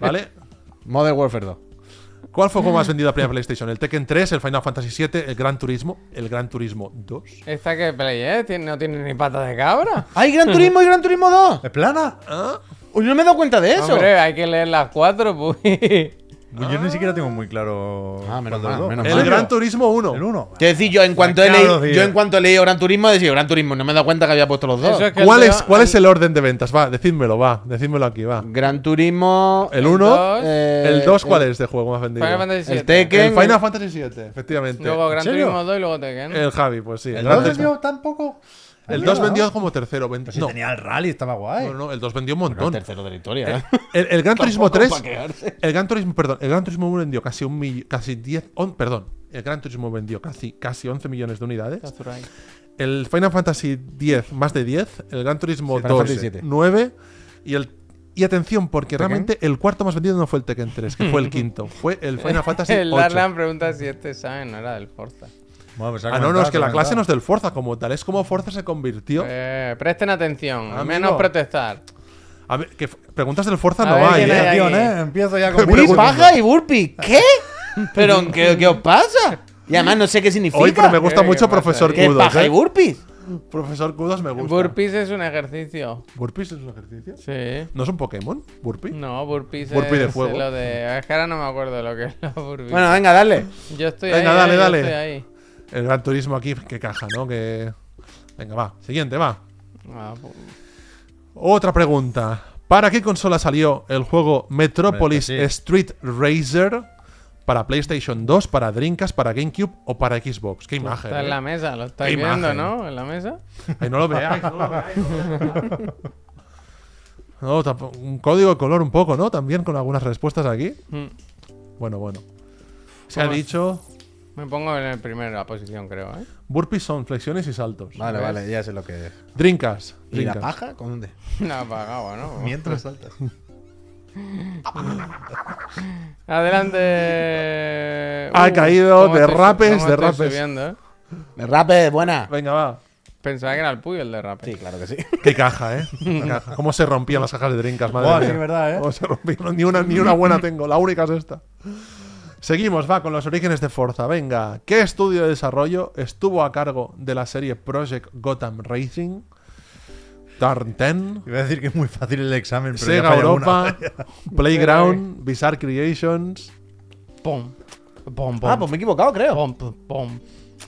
¿Vale? Modern Warfare 2. ¿Cuál fue el juego más vendido de la primera PlayStation? ¿El Tekken 3, el Final Fantasy VII, el Gran Turismo, el Gran Turismo 2? ¿Esta que play eh? Tien- No tiene ni pata de cabra. ¡Hay Gran Turismo y Gran Turismo 2! ¿Es plana? ¿Ah? Uy, no me he dado cuenta de eso. Hombre, hay que leer las cuatro, puy. Pues Yo ni siquiera tengo muy claro. Ah, menos cuál de los mal, dos. menos El mal. Gran Turismo 1. El 1. Quiero decir, yo en cuanto he Claro, leído, tío. yo en cuanto he leído Gran Turismo he decidido Gran Turismo, no me he dado cuenta que había puesto los dos. Eso es que ¿Cuál el es, tío- ¿Cuál el- es el orden de ventas? Va, decídmelo, va. Decídmelo aquí, va. Gran Turismo. El El 1. dos. eh, ¿El 2 cuál el- es de juego más vendido? Final Fantasy El VII. Tekken. El Final Fantasy VII, efectivamente. Luego Gran serio? Turismo 2 y luego Tekken. El Javi, pues sí. ¿El Gran 2 Turismo. vendió tampoco? El 2 vendió como tercero. ven- Pero si no, tenía el rally, estaba guay. no, no, el 2 vendió un montón. El, tercero de la historia. ¿eh? el Gran Turismo 3. quedarse. El Gran Turismo, perdón, el Gran Turismo 1 vendió casi un millón, casi 10, on- perdón, el Gran Turismo vendió casi, casi 11 millones de unidades. Sazurai. El Final Fantasy 10 más de 10, el Gran Turismo Sí, Final 2 Fantasy 7. 9 y el y atención, porque realmente el cuarto más vendido no fue el Tekken 3, que fue el quinto, fue el Final Fantasy El 8. Darlan pregunta si este sabe, no era del Forza. Bueno, pues ha Ah, no, no, comentado, es que la ha clase no comentado. es del Forza como tal, es como Forza se convirtió. Eh, presten atención, Amigo. menos protestar. A ver, que f- preguntas del Forza A no ver hay, quién ¿eh? hay aquí. Atención, ¿eh? Empiezo ya con Burpee, preguntas. paja y burpee. ¿Qué? ¿Pero qué, qué os pasa? Y además no sé qué significa. Hoy, pero me gusta ¿Qué- mucho qué pasa Profesor ahí? ¿Qué es Kudos. paja y ¿eh? burpees? Profesor Kudos me gusta. Burpees es un ejercicio. ¿Burpees es un ejercicio? Sí. ¿No es un Pokémon? ¿Burpee? No, burpees Burpee de es fuego. lo de... Es que ahora no me acuerdo lo que es los burpees. Bueno, venga, dale. yo estoy venga, ahí, dale, yo dale. estoy ahí. El Gran Turismo aquí, qué caja, ¿no? Que... Venga, va. Siguiente, va. Ah, pu- Otra pregunta. ¿Para qué consola salió el juego Metropolis Hombre, pues esto Street Racer? ¿Para PlayStation 2, para Dreamcast, para GameCube o para Xbox? ¡Qué imagen! Está en eh! la mesa, lo estáis Qué imagen. viendo, ¿no? En la mesa. Ay, no lo veáis, no lo veáis. No, tampo- un código de color un poco, ¿no? También con algunas respuestas aquí. Mm. Bueno, bueno. Se ha Vamos. dicho... Me pongo en el primero, la posición, creo, ¿eh? Burpees son flexiones y saltos. Vale, ¿Ves? vale, ya sé lo que es. Dreamcast. ¿Y la Dreamcast. paja? ¿Con dónde? No, apagado, ¿no? Mientras saltas. Adelante. Uh, Ha caído, cómo estoy- derrapes, cómo estoy derrapes. subiendo, ¿eh? El rap es buena. Venga, va. Pensaba que era el puyo el derrape. Sí, claro que sí. Qué caja, ¿eh? La caja. ¿Cómo se rompían las cajas de Dreamcast, madre Buah, mía? sí, verdad, ¿eh? ¿Cómo se rompieron? Ni una, ni una buena tengo, la única es esta. Seguimos, va, con los orígenes de Forza. Venga, ¿qué estudio de desarrollo estuvo a cargo de la serie Project Gotham Racing? Turn 10, Iba a decir que es muy fácil el examen, pero ya Sega falla Europa, una. eh. Playground, Bizarre Creations. Pom. Pom, pom. Ah, pues me he equivocado, creo. pom, pom, pom.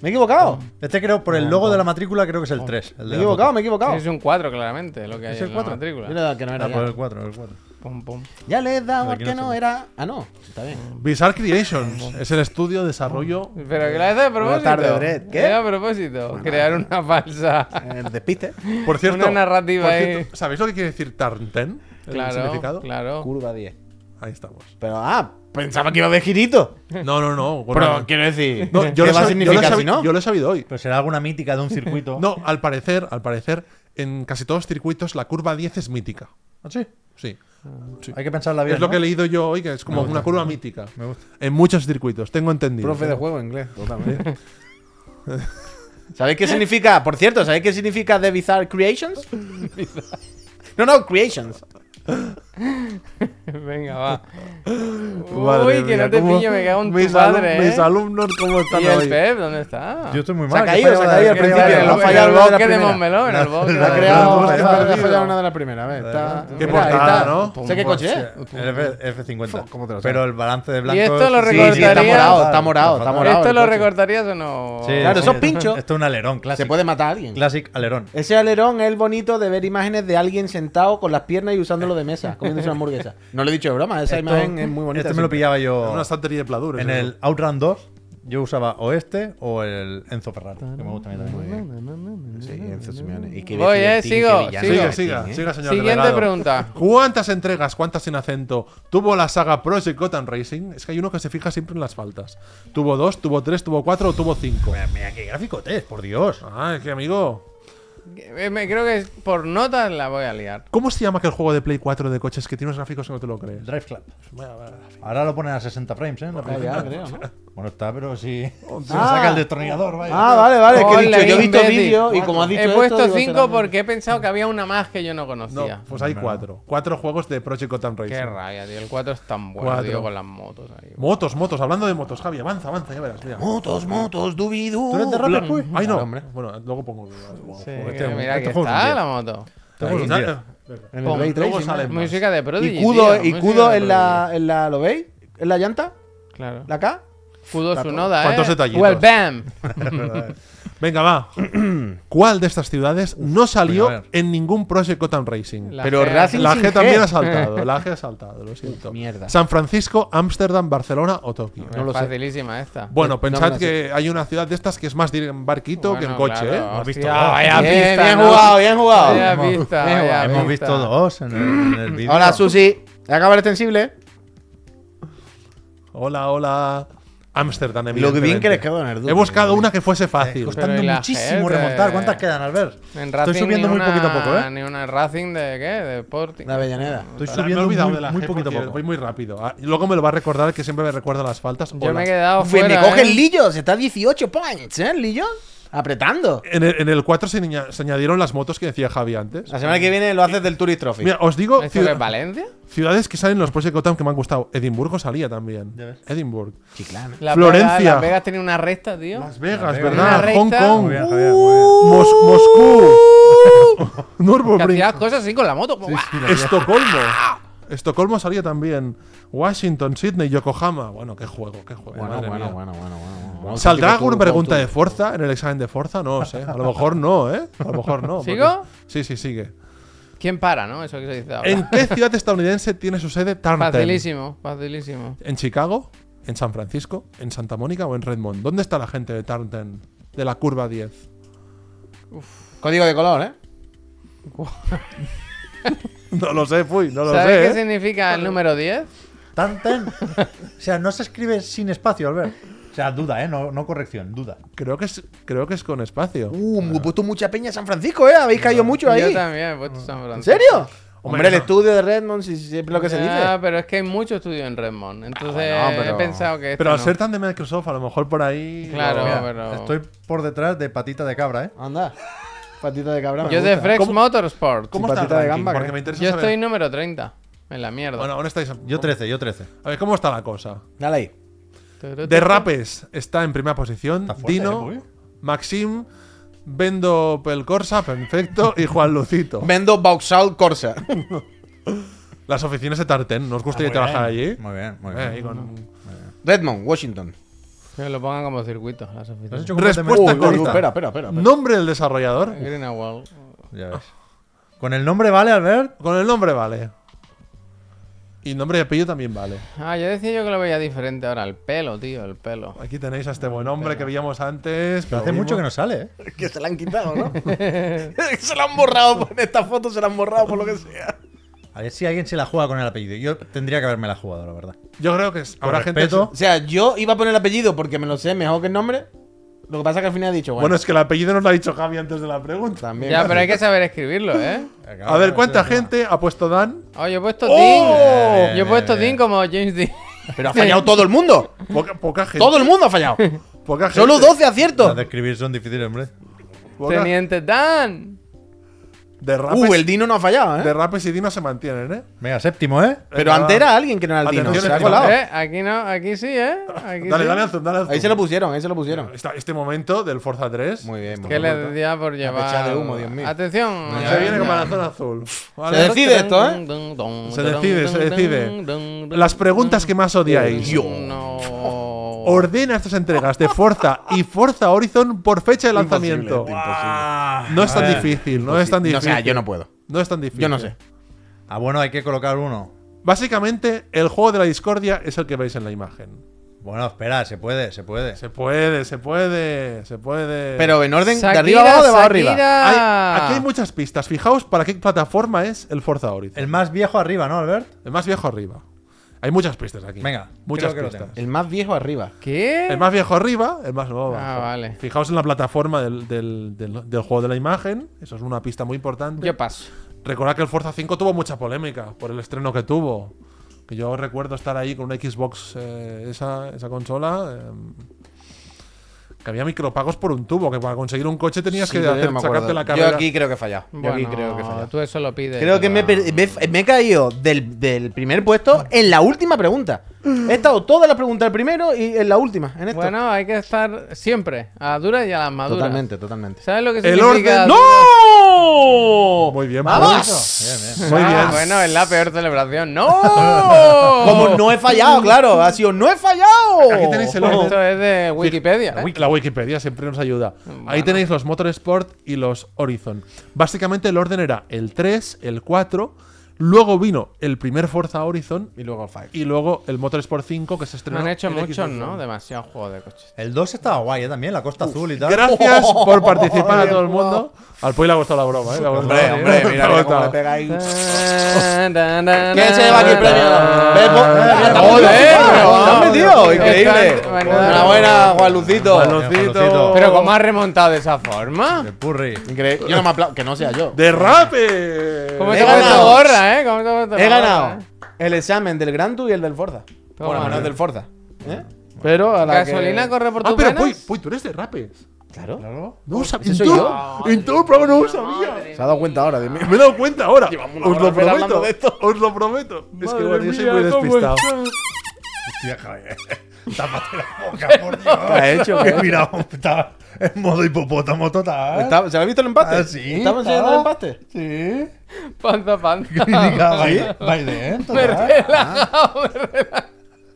Me he equivocado. Este creo, por el logo de la matrícula, creo que es el 3. El Me he de la equivocado, foto. me he Oh. equivocado. Es un 4, claramente, lo que hay ¿Es en el la cuatro? matrícula. Mira que no era Ah, por el ya. 4, el 4. Pom, pom. Ya le he dado Aquí al que no no se- era. Ah, no. Está bien. Bizarre Creations es el estudio de desarrollo. Pero que lo haces a propósito. tardes, Dredd. ¿Qué? Eh, a propósito. crear una falsa. El despiste. Por cierto, Una narrativa por ahí. cierto, ¿sabéis lo que quiere decir Turn 10? El claro. significado. Claro. Curva 10. Ahí estamos. Pero, ah, pensaba que iba de girito. No, no, no. Pero quiero decir, No, yo ¿qué lo va a sab- yo lo significar sab- si no? yo lo he sabido hoy. Pero será alguna mítica de un circuito. No, al parecer, al parecer, en casi todos los circuitos la curva 10 es mítica. ¿Ah, sí? Sí. Sí. Hay que pensarla bien. es lo ¿no? que he leído yo hoy, que es como una curva mítica. Me gusta. En muchos circuitos, tengo entendido. Profe de juego inglés, totalmente. ¿Sabéis qué significa? Por cierto, ¿sabéis qué significa The Bizarre Creations? No, no, Creations. Venga, va. Madre Uy, que mía, no te cómo pillo, me cago en mis tu madre, alum- ¿eh? Mis alumnos, ¿cómo están ¿Y hoy? el Pep? ¿Dónde está? Yo estoy muy Se ha mal. que caído, falla se ha la- caído al que Quiero decir principio, falla que lo ha la- el- fallado el una de la bosque de primera. Montmeló, en el La- bosque. la La ha Claro, creado, no, la ha no, no, no, fallado una de la primera, a ver. Está, Qué mira, ahí portada, está. ¿no? Sé qué coche es. F, F50. ¿Cómo te lo sabes? Pero el balance de blanco. esto lo Sí, sí, está Recortaría- morado, está morado, está morado. ¿Esto el lo coche. recortarías o no? Claro, eso esos pinchos. Esto es un alerón clásico. Se puede matar a alguien. Classic alerón. Ese alerón es el bonito de ver imágenes de alguien sentado con las piernas y usándolo de mesa, comiéndose una hamburguesa. No lo he dicho de broma, esa Esto- imagen es muy bonita. Este me lo siempre. pillaba En yo una estantería de pladur. en el Outrun 2. Yo usaba o este o el Enzo Ferrari, que me gusta a mí también. Sí, Enzo Simeone. Y qué Voy, eh, billetín, sigo, qué villano sigo. Siga, billetín, siga, eh. siga, señor Siguiente delegado. pregunta. ¿Cuántas entregas, cuántas sin acento, tuvo la saga Project Gotham Racing? Es que hay uno que se fija siempre en las faltas. ¿Tuvo dos, tuvo tres, tuvo cuatro o tuvo cinco? Mira qué gráfico te es, por Dios. Ah, es que amigo. Eh, me- Creo que es- por notas la voy a liar. ¿Cómo se llama aquel juego de Play 4 de coches que tiene unos gráficos que no te lo crees? Drive Club. Ahora lo ponen a 60 frames, ¿eh? La Ah, película. ya, creo, ¿no? Bueno, está, pero si se Ah. saca el destornillador, vaya. Ah, vale, vale. que he Hola, dicho, yo he visto imbécil. vídeo y como has dicho He esto, puesto digo, será 5 un- porque he pensado que había una más que yo no No, conocía. pues hay cuatro. Cuatro juegos de Project Gotham Racing. Qué raya, tío. El 4 es tan bueno, Cuatro. tío, con las motos ahí. Motos, motos. Hablando de motos, Javi, avanza, avanza, ya verás. Mira. Motos, motos, dubidu. ¿Tú eres de Rapper, Puy? Ay, no. Bueno, luego pongo. Sí, este- mira que este juego es está un la moto. Tengo Ahí, una- tío. En Pum, el Ray luego Tracing. salen ¿no? más. Música de Prodigy. Y Kudo, tío, y música Kudo de en la, en la. ¿Lo veis? ¿En la llanta? Prodigy. Claro. ¿La K? Kudo Sunoda, ¿eh? ¿Cuántos detallitos? Well, bam. Venga, va. ¿Cuál de estas ciudades no a salió ver. en ningún Project Gotham Racing? La Pero G. Racing La sin G también ha saltado. La G ha saltado, lo siento. Mierda. San Francisco, Ámsterdam, Barcelona o Tokio. No lo sé. Facilísima esta. Bueno, No me la sé. pensad que hay una ciudad de estas que es más de ir en barquito que en Bueno, coche, claro, ¿eh? hostia, visto. Vaya Bien, pista, bien ¿no? jugado, bien jugado. Vaya Bien pista, jugado. vaya Hemos pista. visto dos en el, en el Mm. vídeo. Hola, Susi. Acaba el extensible. Hola, hola. Ámsterdam, Lo que bien que les evidentemente. quedó en el He buscado una que fuese fácil. Costando Pero ¿y la muchísimo gente? remontar. ¿Cuántas quedan, Albert? En Racing Estoy subiendo ni muy poquito a poco, una- ¿eh? Ni una Racing de qué? De Sporting. Una Avellaneda. Estoy Me he subiendo olvidado muy, de la muy G poquito a porque poco. Voy muy rápido. Ah, y luego me lo va a recordar que siempre me recuerda las faltas. o Yo me he las- quedado Fue- fuera. me coge ¿eh? el Lillo, se está a 18 points, ¿eh? El Lillo. Apretando. En el, en el 4 se, niña- se añadieron las motos que decía Javi antes. La semana que viene lo haces del Tourist Trophy. Mira, os digo ¿Esto ciu- qué es Valencia? ciudades que salen en los Project Gotham que me han gustado. Edimburgo salía también. Edimburgo. Chiclana. La Florencia. Vega- Las Vegas tiene una recta, tío. Las Vegas, Vegas. Una ¿verdad? Hong recta. Kong. Muy bien, Javier, muy bien. Mos- Uh. Moscú. Que Nürburgring. hacías cosas así con la moto. como, ¡guau! Estocolmo. Estocolmo salía también. Washington, Sydney, Yokohama. Bueno, qué juego, qué juego. Bueno, madre bueno, mía. bueno, bueno, bueno, bueno. ¿Saldrá Tipo alguna tú, pregunta tú. de fuerza en el examen de fuerza? No lo sé. A lo mejor no, ¿eh? A lo mejor no. porque- ¿Sigo? Sí, sí, sigue. ¿Quién para, no? Eso que se dice ahora. ¿En qué ciudad estadounidense tiene su sede Tartan? Facilísimo, facilísimo. ¿En Chicago? ¿En San Francisco? ¿En Santa Mónica o en Redmond? ¿Dónde está la gente de Tartan? De la curva 10. Código de color, ¿eh? No lo sé, fui, no lo ¿Sabes sé. qué ¿eh? significa el número 10? Tanten. O sea, no se escribe sin espacio, Albert. O sea, duda, ¿eh? No, no corrección, duda. Creo, que es, creo que es con espacio. Uh, me he puesto mucha peña San Francisco, ¿eh? Habéis caído mucho ahí. Yo ¿En también he puesto San Francisco. serio? Hombre, Hombre, el no. estudio de Redmond, si si- siempre lo que se Ah, dice. pero es que hay mucho estudio en Redmond. Entonces Ah, bueno, pero- he pensado que. este Pero al no. ser tan de Microsoft, a lo mejor por ahí. Claro, Mira, pero. Estoy por detrás de patita de cabra, ¿eh? Ah, Anda. Patita de cabrón. Yo de Frex Motorsport. ¿Cómo Sí, está el patita de ranking? gamba, Porque ¿eh? me interesa Yo saber- estoy número 30. En la mierda. Bueno, ahora estáis. Yo 13, yo 13. A ver, ¿cómo está la cosa? Dale ahí. Turuturu. Derrapes está en primera posición. Está fuerte, ¿eh, Dino, Bobby? Maxim, Vendo Pelcorsa, perfecto, y Juan Lucito. Vendo Vauxhall Corsa. Las oficinas de Tarten, ¿nos gustaría Muy trabajar bien, allí? Muy bien, muy Eh, ahí bien. con- Redmond, Washington. Que lo pongan como circuito. Las ¿Lo has oficinas. hecho Respuesta completamente- Uy, uy, corta. espera, espera, espera. Nombre del desarrollador. Greenawall. Ya ves. Con el nombre vale, Albert. Con el nombre vale. Y nombre y apellido también vale. Ah, yo decía yo que lo veía diferente ahora. El pelo, tío, el pelo. Aquí tenéis a este buen hombre que veíamos antes. Pero hace mucho que no sale, ¿eh? Que se la han quitado, ¿no? se la han borrado por esta foto, se la han borrado por lo que sea. A ver si alguien se la juega con el apellido. Yo tendría que haberme la jugado, la verdad. Yo creo que es- habrá gente. respeto. O sea, yo iba a poner el apellido porque me lo sé mejor que el nombre. Lo que pasa es que al final he dicho, bueno, Bueno, es que el apellido nos lo ha dicho Javi antes de la pregunta. también. Ya, pero hay que saber escribirlo, ¿eh? A ver, ¿cuánta gente ha puesto Dan? Oh, yo he puesto ¡Oh! Dean. Yo he puesto Dean como James Dean. Pero ha fallado todo el mundo. Poca, poca gente. Todo el mundo ha fallado. Poca gente. Solo 12 Las aciertos. de escribir son difíciles, hombre. Poca- Teniente Dan. derrapes, Uh, el Dino no ha fallado, ¿eh? derrapes y Dino se mantienen, ¿eh? Venga, séptimo, ¿eh? Pero Venga, antes va. era alguien que no era el Dino. Atención, Se ha Dino. colado. ¿Eh? Aquí no, aquí sí, ¿eh? Aquí Dale, sí. dale al zoom, dale al Ahí zoom. se lo pusieron, ahí se lo pusieron. Esta- este momento del Forza 3 Muy bien, muy Que bien. le decía por llevar. pecha de humo, Dios mío. Atención. se viene con corazón azul. Vale. Se decide esto, ¿eh? Se decide, se decide. Las preguntas que más odiáis. No. Ordena estas entregas de Forza y Forza Horizon por fecha de lanzamiento. Ah. no es tan difícil, no es tan No, difícil. o sea, yo no puedo. No es tan difícil. Yo no sé. Ah, bueno, hay que colocar uno. Básicamente, el juego de la discordia es el que veis en la imagen. Bueno, espera, se puede, se puede. Se puede, se puede, se puede. Pero en orden Shakira, de arriba abajo, de abajo arriba. Shakira. Hay- aquí hay muchas pistas. Fijaos para qué plataforma es el Forza Horizon. El más viejo arriba, ¿no, Albert? El más viejo arriba. Hay muchas pistas aquí. Venga, creo muchas que lo pistas. tengo. El más viejo arriba. ¿Qué? El más viejo arriba, el más nuevo Ah, abajo. vale. Fijaos en la plataforma del, del- del- del juego de la imagen. Eso es una pista muy importante. Yo paso. Recordad que el Forza 5 tuvo mucha polémica por el estreno que tuvo. Que yo recuerdo estar ahí con una Xbox, eh, esa, esa consola. eh, que había micropagos por un tubo, que para conseguir un coche tenías Sí, que yo ya hacer- no me acuerdo. sacarte la Yo carrera. aquí creo que he fallado. Yo aquí Bueno, creo que he fallado. tú eso lo pides. Creo que pero- me, he per- me- me he caído del, del primer puesto en la última pregunta. He estado todas las preguntas del primero y en la última, en esto. Bueno, hay que estar siempre a duras y a las maduras. totalmente, totalmente. ¿Sabes lo que El significa? orden. dura? ¡No! Muy bien, ¡Vamos! Bien, bien. Muy Ah, bien. bueno, es la peor celebración. ¡No! Como no he fallado, claro. Ha sido, no he fallado. Aquí tenéis el orden. Esto es de Wikipedia. La, ¿eh? wiki- la Wikipedia siempre nos ayuda. Ahí tenéis los Motorsport y los Horizon. Básicamente el orden era el 3, el 4, Luego vino el primer Forza Horizon Y luego el Five. y luego el Motorsport 5 que se estrenó. han hecho en muchos, Xbox ¿no? One. Demasiados juegos de coches. El 2 estaba guay, ¿eh? También, la Costa Azul y tal. Gracias por participar a todo el mundo. Al Puy le ha gustado la broma, ¿eh? Le ha gustado, Hombre, ¿eh? hombre, Le ha mira, mira cómo gustado. le pega ahí. ¿Quién ¿Quién se lleva aquí el premio? Bebo. Bebo. Joder, Bebo. te has metido, Increíble. Está- Enhorabuena, Juan Lucito. Juancito. Pero ¿cómo has remontado de esa forma? El Purri. Increíble. Yo no me aplaudo. Que no sea yo. ¡Derrape! ¿Cómo He te pones esta ganado. gorra, eh? ¿Cómo te pones esta He gorra, ganado eh? el examen del Gran Tour y el del Forza. Toma. Bueno, no es del Forza. ¿eh? Pero a la ¿Gasolina que- corre por Ah, tus pero venas? Puy, Puy, tú eres derrape. Claro. No lo sabía. ese soy En todo, yo. en todo el programa no lo sabía. Se ha dado cuenta ahora de mí. Me he dado cuenta ahora. Os hora lo hablando prometo. de esto. Os lo prometo. Es que Madre bueno, yo soy mía, muy ¿cómo despistado. Hostia, Javier. Tápate la boca, por Dios. ¿Qué ha hecho, Que mira, estaba en modo hipopótamo total. Está- ¿Se ha visto el empate? Ah, sí, ¿Estamos enseñando el estaba. empate? Ah, Sí. Panza, panza. Clínica baile, baile, ¿eh? Total.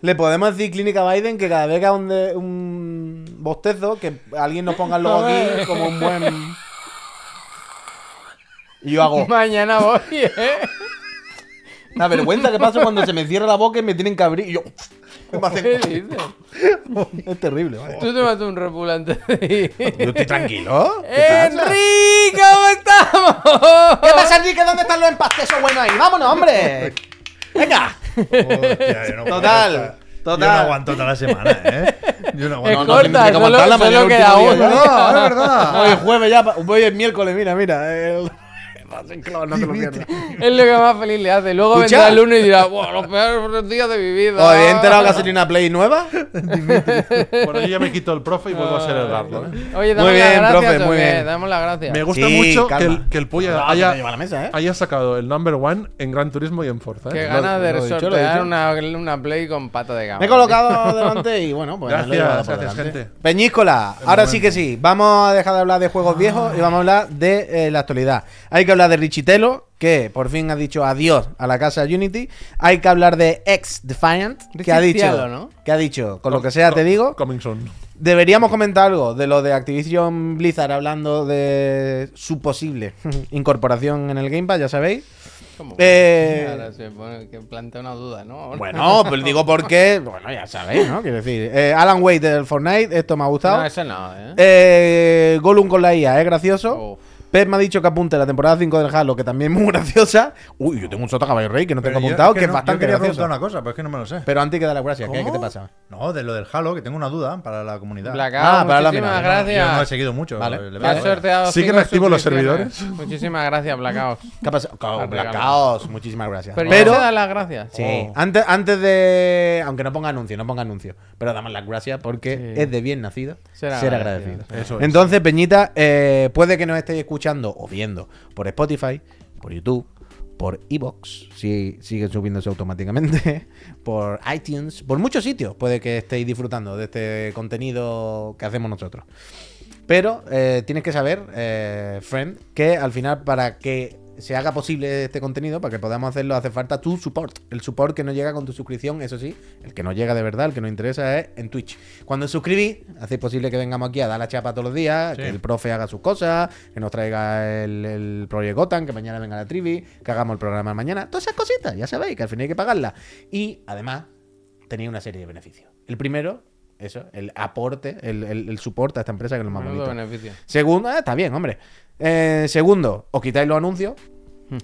Le podemos decir Clínica Biden que cada vez que haga un, de- un bostezo, que alguien nos ponga el logo aquí como un buen. Y yo hago. Mañana voy, eh. La vergüenza que pasa cuando se me cierra la boca y me tienen que abrir. Y yo. me hacen- ¿Qué dices? Es terrible, vale. Tú te matas un repulante de ahí. tranquilo. ¡Enrique, ¿cómo estamos? ¿Qué pasa, Enrique? ¿Dónde están los empastezos buenos ahí? ¡Vámonos, hombre! ¡Venga! Hostia, yo no puedo Total, estar- Yo total. no aguanto toda la semana, ¿eh? Yo no Es aguanto. no, tiene corta, que solo, aguantarla, mañana solo último queda día ya. uno. No, es verdad. Hoy es jueves ya. pa- Hoy es miércoles, mira, mira. el- No te lo pierdas. Es lo que más feliz le hace. Luego Escucha. vendrá el uno y dirá, wow, los peores días de mi vida. ¿Os habéis enterado que ha salido una Play nueva? Bueno, yo ya me quito el profe y vuelvo a ser el Garlo. ¿eh? Muy Oye, damos las bien, gracias, profe, ¿o muy qué? bien. Damos las gracias. Me gusta Sí, mucho calma. que el, que el Puy Ah, haya, te lleva a la mesa, ¿eh? haya sacado el number one en Gran Turismo y en Forza. ¿eh? Qué Lo- ganas de lo he dicho, lo he sortear dicho. una, una play con pata de gama. Me he colocado delante y bueno, pues Gracias, lo he llevado por gracias, delante. gente. Peñíscola, ahora sí que sí. Vamos a dejar de hablar de juegos viejos y vamos a hablar de eh, la actualidad. Hay que hablar de Richitelo, que por fin ha dicho adiós a la casa Unity. Hay que hablar de Ex Defiant, que ha dicho, Richitielo, ¿no? que ha dicho, con lo que sea te digo, Coming soon. Deberíamos comentar algo de lo de Activision Blizzard hablando de su posible incorporación en el Game Pass, ya sabéis. ¿Cómo? Eh, Ahora se pone que plantea una duda, ¿no? Bueno, pues digo porque, bueno, ya sabéis, ¿no? Quiero decir, eh, Alan Wake del Fortnite, esto me ha gustado. no, eso no, ¿eh? Eh, Gollum con la IA, es gracioso. Uf. Pep me ha dicho que apunte la temporada 5 del Halo, que también es muy graciosa. Uy, yo tengo un sota caballo rey que no Pero tengo yo- apuntado, que, es no- Yo bastante quería gracioso. preguntar una cosa, pero es que no me lo sé. Pero antes que da las gracias, ¿qué, ¿Cómo? ¿qué te pasa? No, de lo del Halo, que tengo una duda para la comunidad. Blackout, Ah, para la muchísimas mirada. Yo no he gracias. seguido mucho. Vale. le- le- Me has sorteado ¿Siguen cinco activos los suscripciones. servidores? Muchísimas gracias, Blackout. ¿Qué ha pasado? Al regalo. Blackaos, muchísimas gracias. Pero, Pero- ya se dan las gracias. Sí, Oh. antes, antes de. Aunque no ponga anuncio, no ponga anuncio. Pero damos las gracias porque Sí. es de bien nacido ser Ser agradecido. agradecido. Pues. Eso es. Entonces, Peñita, eh, puede que nos estéis escuchando o viendo por Spotify, por YouTube, por Evox, si siguen subiéndose automáticamente, por iTunes, por muchos sitios puede que estéis disfrutando de este contenido que hacemos nosotros. Pero eh, tienes que saber, eh, friend, que al final para que se haga posible este contenido, para que podamos hacerlo, hace falta tu support. El support que no llega con tu suscripción, eso sí, el que no llega de verdad, el que nos interesa es en Twitch. Cuando os suscribís, hacéis posible que vengamos aquí a dar la chapa todos los días, que el profe haga sus cosas, que nos traiga el, el Project Gotham, que mañana venga la trivi, que hagamos el programa mañana. Todas esas cositas, ya sabéis, que al final hay que pagarlas. Y además, tenía una serie de beneficios. El primero, eso, el aporte, el, el, el soporte a esta empresa que es lo más Menudo bonito. beneficio. Segundo, ah, está bien, hombre. Eh, segundo, os quitáis los anuncios.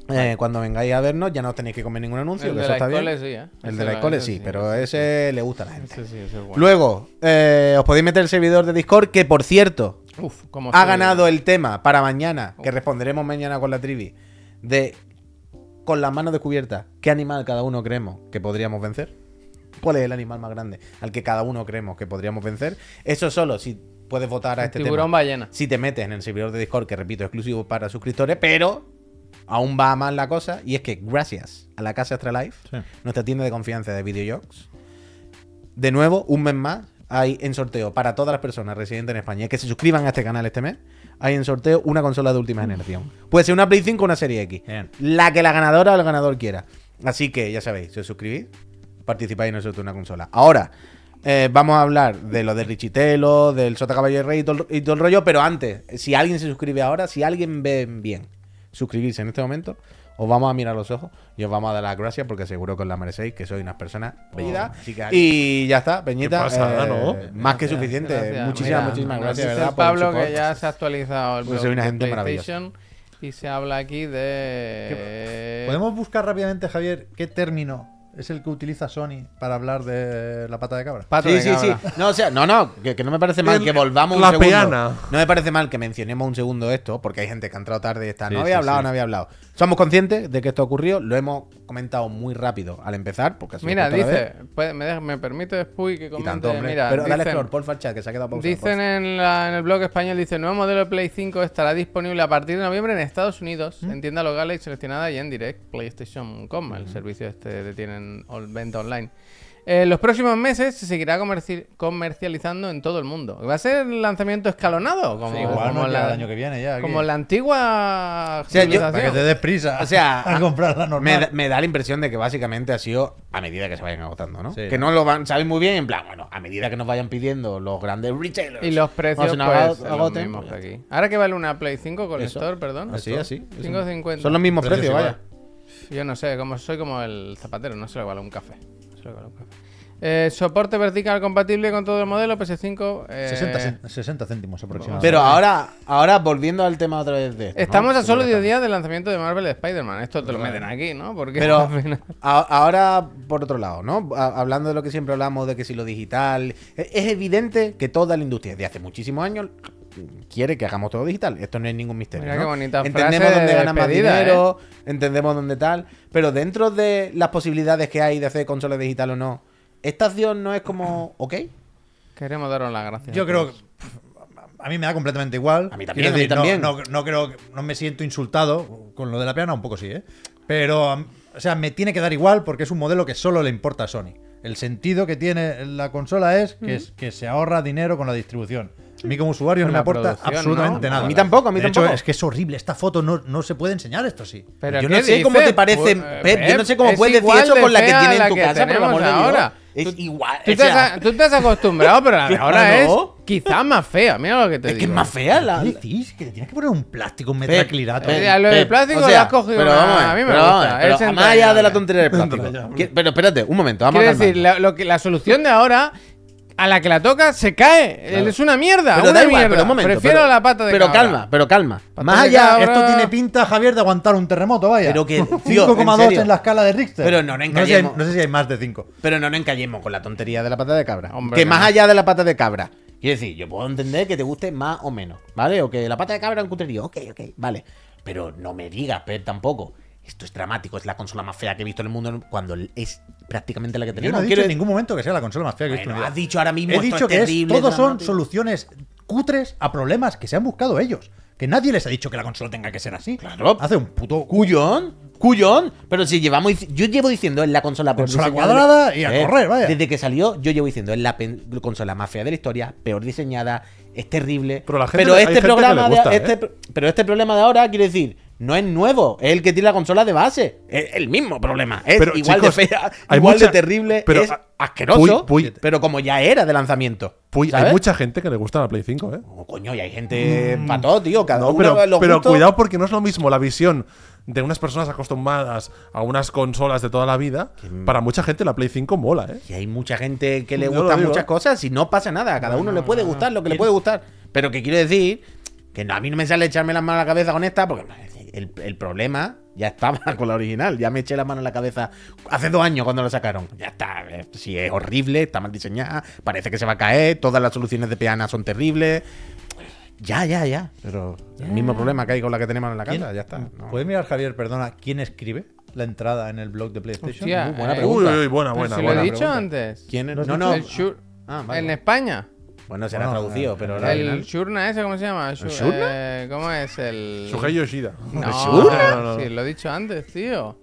Eh, cuando vengáis a vernos, ya no os tenéis que comer ningún anuncio. Hmm. que El de eso la está bien. escuela sí, ¿eh? El Ese de la lo- escuela ese sí, sí, pero ese ese le gusta a la gente. Ese sí, ese es bueno. Luego, eh, os podéis meter el servidor de Discord, que por cierto, Uf, cómo ha sube. ganado el tema para mañana, Oh. que responderemos mañana con la trivi, de con las manos descubiertas, ¿qué animal cada uno creemos que podríamos vencer? ¿Cuál es el animal más grande al que cada uno creemos que podríamos vencer? Eso solo si puedes votar a El este tiburón tema. ballena. Si te metes en el servidor de Discord, que repito, exclusivo para suscriptores, pero aún va a más la cosa, y es que gracias a la casa Astralife, Sí. nuestra tienda de confianza de videojuegos, de nuevo, un mes más, hay en sorteo para todas las personas residentes en España que se suscriban a este canal este mes. Hay en sorteo una consola de última generación. Puede ser una Play 5 o una Serie X. Bien. La que la ganadora o el ganador quiera. Así que ya sabéis, si os suscribís, participáis en el sorteo de una consola. Ahora, eh, vamos a hablar de lo de Richitelo, del Sota Caballo y Rey y todo, el- y todo el rollo. Pero antes, si alguien se suscribe ahora, si alguien ve bien suscribirse en este momento, Os vamos a mirar los ojos y os vamos a dar las gracias porque seguro que os la merecéis, que sois unas personas bellas. chica. y ya está, Peñita. eh, Qué pasada, ¿no? Más que suficiente. Oh, Gracias, muchísimas, mira, muchísimas nos gracias, dice ¿verdad? por el Pablo support. que ya se ha actualizado el Pues blog soy una de gente maravillosa. PlayStation y se habla aquí de Podemos buscar rápidamente, Javier, qué término es el que utiliza Sony para hablar de la pata de cabra. pato Sí, de sí, sí. cabra. No, o sea, no, no, que, que no me parece mal El- que volvamos la un segundo. peana. No me parece mal que mencionemos un segundo esto, porque hay gente que ha entrado tarde y está. Sí, no había sí, hablado, sí. no había hablado. Somos conscientes de que esto ha ocurrido, lo hemos comentado muy rápido al empezar, porque así Mira, justo a la vez. dice, puede- me, deja- me permite Spuy que Y comente. tanto, pues, hombre. Mira, Pero dale dicen- flor, porfa, al chat, que se ha quedado pausado. Dicen en, la- en el blog español, dice, nuevo modelo de Play 5 estará disponible a partir de noviembre en Estados Unidos, ¿Mm? en tiendas locales seleccionadas y en direct PlayStation.com, el servicio este de tienen on- venta online. En los próximos meses se seguirá comerci- comercializando en todo el mundo. ¿Va a ser lanzamiento escalonado? Como, Sí, igual como no llega la, el año que viene ya. aquí. como la antigua sea, yo- civilización. Para que te des prisa O sea, a comprar la normal. Me, da- me da la impresión de que básicamente ha sido a medida que se vayan agotando, ¿no? Sí. que no lo van, saben muy bien, en plan, bueno, a medida que nos vayan pidiendo los grandes retailers. Y los precios no se nos pues, ago- los agoten, mismos pues ya que aquí. Ahora que vale una Play 5 con el Eso. store, perdón. Así, Esto. así. 5.50. son los mismos Precios precios, igual. vaya. Yo no sé, como soy como el zapatero, no sé lo que vale un café. No sé lo que vale un café. Eh, soporte vertical compatible con todo el modelo PS5. eh, 60, cen- 60 céntimos aproximadamente. Pero ahora, ahora volviendo al tema otra vez de esto, ¿no? Estamos a Sobre solo la 10 días del lanzamiento de Marvel de Spider-Man. Esto te lo meten aquí, ¿no? Porque Pero al final- a- ahora, por otro lado, ¿no? A- hablando de lo que siempre hablamos, de que si lo digital. e- Es evidente que toda la industria desde hace muchísimos años quiere que hagamos todo digital. Esto no es ningún misterio. Mira qué ¿no? bonita Entendemos frase de dónde ganan más despedida, ¿eh? dinero, entendemos dónde tal. Pero dentro de las posibilidades que hay de hacer consolas digital o no, esta acción no es como, ok. queremos daros las gracias. Yo creo que pff, a mí me da completamente igual. pues A mí Quiero también, a mí no- también. No, no creo que- no me siento insultado con lo de la piana, un poco sí, ¿eh? Pero am- o sea, me tiene que dar igual porque es un modelo que solo le importa a Sony. El sentido que tiene la consola es que, es- que se ahorra dinero con la distribución. A mí como usuario Con no me la aporta producción, absolutamente ¿no? nada. A mí tampoco, a mí De hecho, tampoco. es que es horrible. Esta foto no, no se puede enseñar esto sí. Pero yo ¿qué no sé cómo dices? te parece, Pues, Pep, yo no sé cómo es puedes decir igual eso de con la que fea tienes en la tu que casa, por el tenemos amor de Dios. ahora. Es igual. Tú, o te has, sea, a- tú te has acostumbrado, pero la de ahora es Claro. quizá más fea. Mira lo que te es digo. que es más fea la. ¿Qué decís? Que le tienes que poner un plástico, un metraclirato. Pep. Eh, lo del plástico lo has cogido Pero una- vamos, a mí me pero gusta, vamos, pero más es allá de entrañable. la tontería del plástico. Que- Pero espérate, un momento, vamos a Quiero calmar. decir, la, lo que, la solución de ahora, a la que la toca, se cae. Es una mierda. Pero una da igual, mierda. pero un momento, Prefiero pero- la pata de Pero cabra. calma, pero calma. Más de allá, cabra. Esto tiene pinta, Javier, de aguantar un terremoto, vaya. Pero que, tío, en 5,2 en, serio. la escala de Richter. Pero no nos sé, si hay, engañemos. no sé si hay más de 5. Pero no nos encallemos con la tontería de la pata de cabra. Hombre, que que más no. allá de la pata de cabra. Quiero decir, yo puedo entender que te guste más o menos, ¿vale? O que la pata de cabra es un cuterío. Ok, ok, vale. Pero no me digas, Pep, tampoco. Esto es dramático, es la consola más fea que he visto en el mundo cuando es prácticamente la que Yo tenemos. no he dicho Quiero en decir- ningún momento que sea la consola más fea que he visto Bueno, en mi vida. has dicho ahora mismo He esto dicho es que es- terrible, todos son dramático. soluciones cutres a problemas que se han buscado ellos. Que nadie les ha dicho que la consola tenga que ser así. Claro. Hace un puto cu- Cuyón, cuyón. Pero si llevamos. dic- Yo llevo diciendo en la consola por Consola diseñada- cuadrada y a correr, vaya. Desde que salió, yo llevo diciendo es la pen- consola más fea de la historia, peor diseñada, es terrible. Pero la gente- hay este gente que le programa de- gusta, este ¿eh? pro- Pero este problema de ahora, quiero decir. No es nuevo, es el que tiene la consola de base. Es el mismo problema. Es Pero, igual chicos, de fea, hay igual de mucha- terrible, pero es a- asqueroso, Puy, Puy. pero como ya era de lanzamiento. Puy, hay ¿sabes? mucha gente que le gusta la Play 5, ¿eh? Oh, coño, y hay gente para todo, tío. Cada No, uno pero, los pero gustos. cuidado porque no es lo mismo la visión de unas personas acostumbradas a unas consolas de toda la vida. Para mucha gente la Play 5 mola, ¿eh? Y hay mucha gente que le Yo lo gustan digo. muchas cosas y no pasa nada. A cada uno le puede gustar lo que le puede gustar. Pero que quiero decir que no, a mí no me sale echarme las manos a la cabeza con esta porque el, el problema ya estaba con la original. Ya me eché las manos a la cabeza hace dos años cuando la sacaron. Ya está. eh, Si es horrible, está mal diseñada, parece que se va a caer, todas las soluciones de peana son terribles. Ya, ya, ya. Pero el mismo problema que hay con la que tenemos en la ¿Quién- casa, ya está. No. ¿Puedes mirar, Javier, perdona, quién escribe la entrada en el blog de PlayStation? Hostia, Muy buena eh, pregunta. Uy, uy, uy, buena, pero buena, si buena. lo he dicho pregunta. antes. ¿Quién es? ¿No has No, dicho no. El Shur- Ah, vale, En vale. España. Bueno, será Bueno, traducido, eh, pero la El original- Shurna ese, ¿cómo se llama? Shur- Shurna? eh, ¿Cómo es el...? Shuhei Yoshida. No, ¿Shurna? No, no, no. Sí, lo he dicho antes, tío.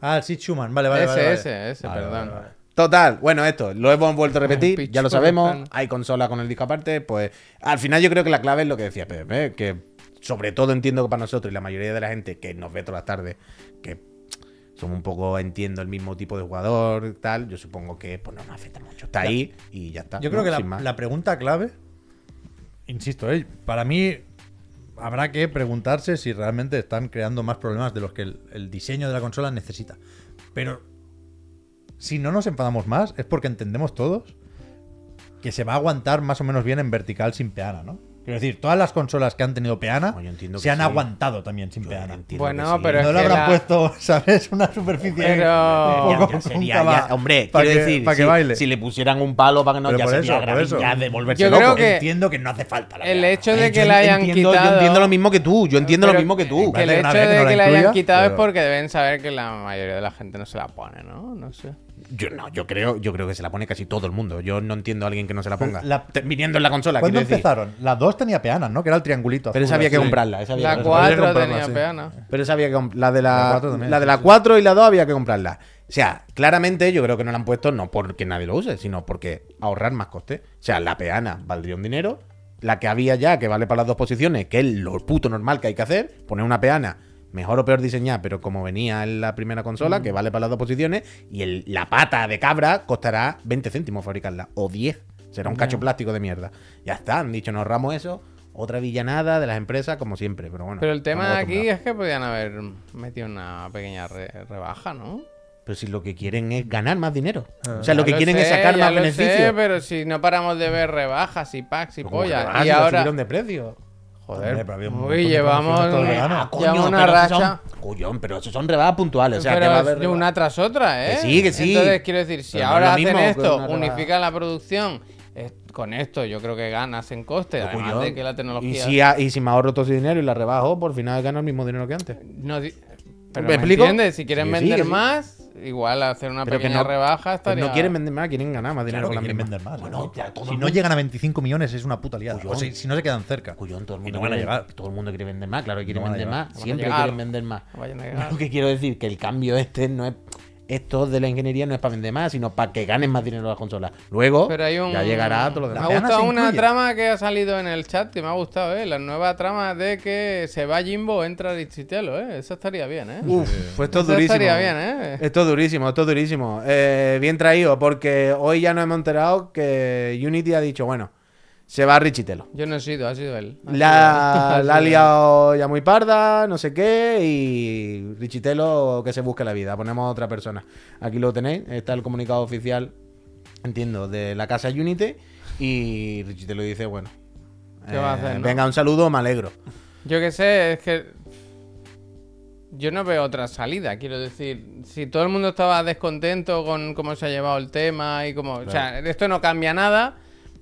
Ah, el Sid Schumann. Vale, vale, ese, vale. vale. ese, ese, Vale, perdón. vale, vale. Total, bueno, esto, lo hemos vuelto a repetir, Pitch ya lo por la sabemos, ventana. hay consola con el disco aparte, pues al final yo creo que la clave es lo que decía Pepe, ¿eh? que sobre todo entiendo que para nosotros y la mayoría de la gente que nos ve todas las tardes, que somos un poco, entiendo, el mismo tipo de jugador, tal, yo supongo que pues no nos afecta mucho, está ahí y ya está. Yo creo ¿no? que la, Sin más. la pregunta clave, insisto, eh, para mí, habrá que preguntarse si realmente están creando más problemas de los que el, el diseño de la consola necesita. Pero si no nos enfadamos más, es porque entendemos todos que se va a aguantar más o menos bien en vertical sin peana, ¿no? Quiero decir, todas las consolas que han tenido peana Bueno, yo entiendo se que han sí. aguantado también sin peana. Entiendo Bueno, que sí. pero no es le que habrán la- puesto, ¿sabes? Una superficie. Pero- un poco Ya sería, cóncava ya- hombre, para quiero que- decir, para que si, baile. si le pusieran un palo para que no Pero ya por sería eso, por grave, eso. ya de volverse Yo loco. creo que- Entiendo que no hace falta la El peana. hecho de Eh, Yo que la hayan entiendo- quitado. Yo entiendo lo mismo que tú, yo entiendo lo Pero mismo que tú. Que el Vale, hecho una vez que de no la que la hayan incluya, quitado es pero- porque deben saber que la mayoría de la gente no se la pone, ¿no? No sé. Yo no, yo creo, yo creo que se la pone casi todo el mundo. Yo no entiendo a alguien que no se la ponga. la- Te- viniendo en la consola, ¿Cuándo quiero decir. empezaron? Las dos tenía peanas, ¿no? Que era el triangulito. Pero esa azul, había que así. comprarla, esa había que La comprarla. 4 comprarla, tenía sí. peana. Pero esa había que comp- la de la, La la, cuatro también, de sí, la sí. 4 y la 2 había que comprarla. O sea, claramente yo creo que no la han puesto no porque nadie lo use, sino porque ahorrar más coste. O sea, la peana valdría un dinero, la que había ya que vale para las dos posiciones, que es lo puto normal que hay que hacer, poner una peana mejor o peor diseñada, pero como venía en la primera consola, que vale para las dos posiciones, y el- la pata de cabra costará 20 céntimos fabricarla, o 10. Será un cacho plástico de mierda. Ya está, han dicho, nos ahorramos eso. Otra villanada de las empresas, como siempre, pero bueno. Pero el tema estamos de aquí acostumbrados. es que podían haber metido una pequeña re- rebaja, ¿no? Pero si lo que quieren es ganar más dinero. o sea, lo Ah. Ya que quieren es sé, sacar ya más lo sé, beneficios. pero si no paramos de ver rebajas y packs y Pero como que pollas. rebajas, Y la ahora. subieron de precio. Joder, Hombre, pero había un montón uy, de llevamos promociones todo el una- verano. Ah, coño, llevamos una pero esos racha. Son, Coñón, pero eso son rebajas puntuales. O sea, pero que va a es haber de rebajas. una tras otra, ¿eh? Que sí, que sí. Entonces, quiero decir, si Pero no ahora es lo hacen mismo que esto, una rebaja. unifican la producción, es- con esto yo creo que ganas en coste, Pero, además coño, de que la tecnología... Y si, ha- y si me ahorro todo ese dinero y la rebajo, por final gano el mismo dinero que antes. Pues No di- pero ¿Me ¿Me, explico? entiendes? Si quieren Sí, sí, vender sí. más, igual hacer una Pero que pequeña no- rebaja Pues estaría... no quieren vender más, quieren ganar más dinero Claro con que la quieren misma. vender más. Bueno, ¿no? ya, todo si el no mundo- llegan a 25 millones es una puta liada. Cuyón. O si, si no se quedan cerca. Cuyón, todo el Y mundo no van a quiere- llegar. Todo el mundo quiere vender más, claro que quiere No van a vender llegar. No más. van a Siempre llegar. quieren vender más. No vayan a llegar. Lo que quiero decir que el cambio este no es. Esto de la ingeniería no es para vender más, sino para que ganen más dinero las consolas. Luego, Pero hay un... ya llegará todo lo demás. Me ha peana gustado se una incluye. trama que ha salido en el chat que me ha gustado, ¿eh? La nueva trama de que se va Jimbo, entra Arichitelo, ¿eh? Eso estaría bien, ¿eh? Uf, Uh, pues esto es Eso durísimo. estaría bien, ¿eh? Esto es durísimo, esto es durísimo. Eh, bien traído, porque hoy ya nos hemos enterado que Unity ha dicho, bueno, se va Richitelo. Yo no he sido, ha sido él. Ha sido La, él. la Ha ha sido él. liado ya muy parda, no sé qué, y Richitelo que se busque la vida. Ponemos a otra persona. Aquí lo tenéis, está el comunicado oficial, entiendo, de la casa Unity. Y Richitelo dice, bueno, ¿Qué va a hacer, no? Eh, venga, un saludo, me alegro. Yo qué sé, es que. Yo no veo otra salida, quiero decir. Si todo el mundo estaba descontento con cómo se ha llevado el tema y cómo. O sea, esto no cambia nada,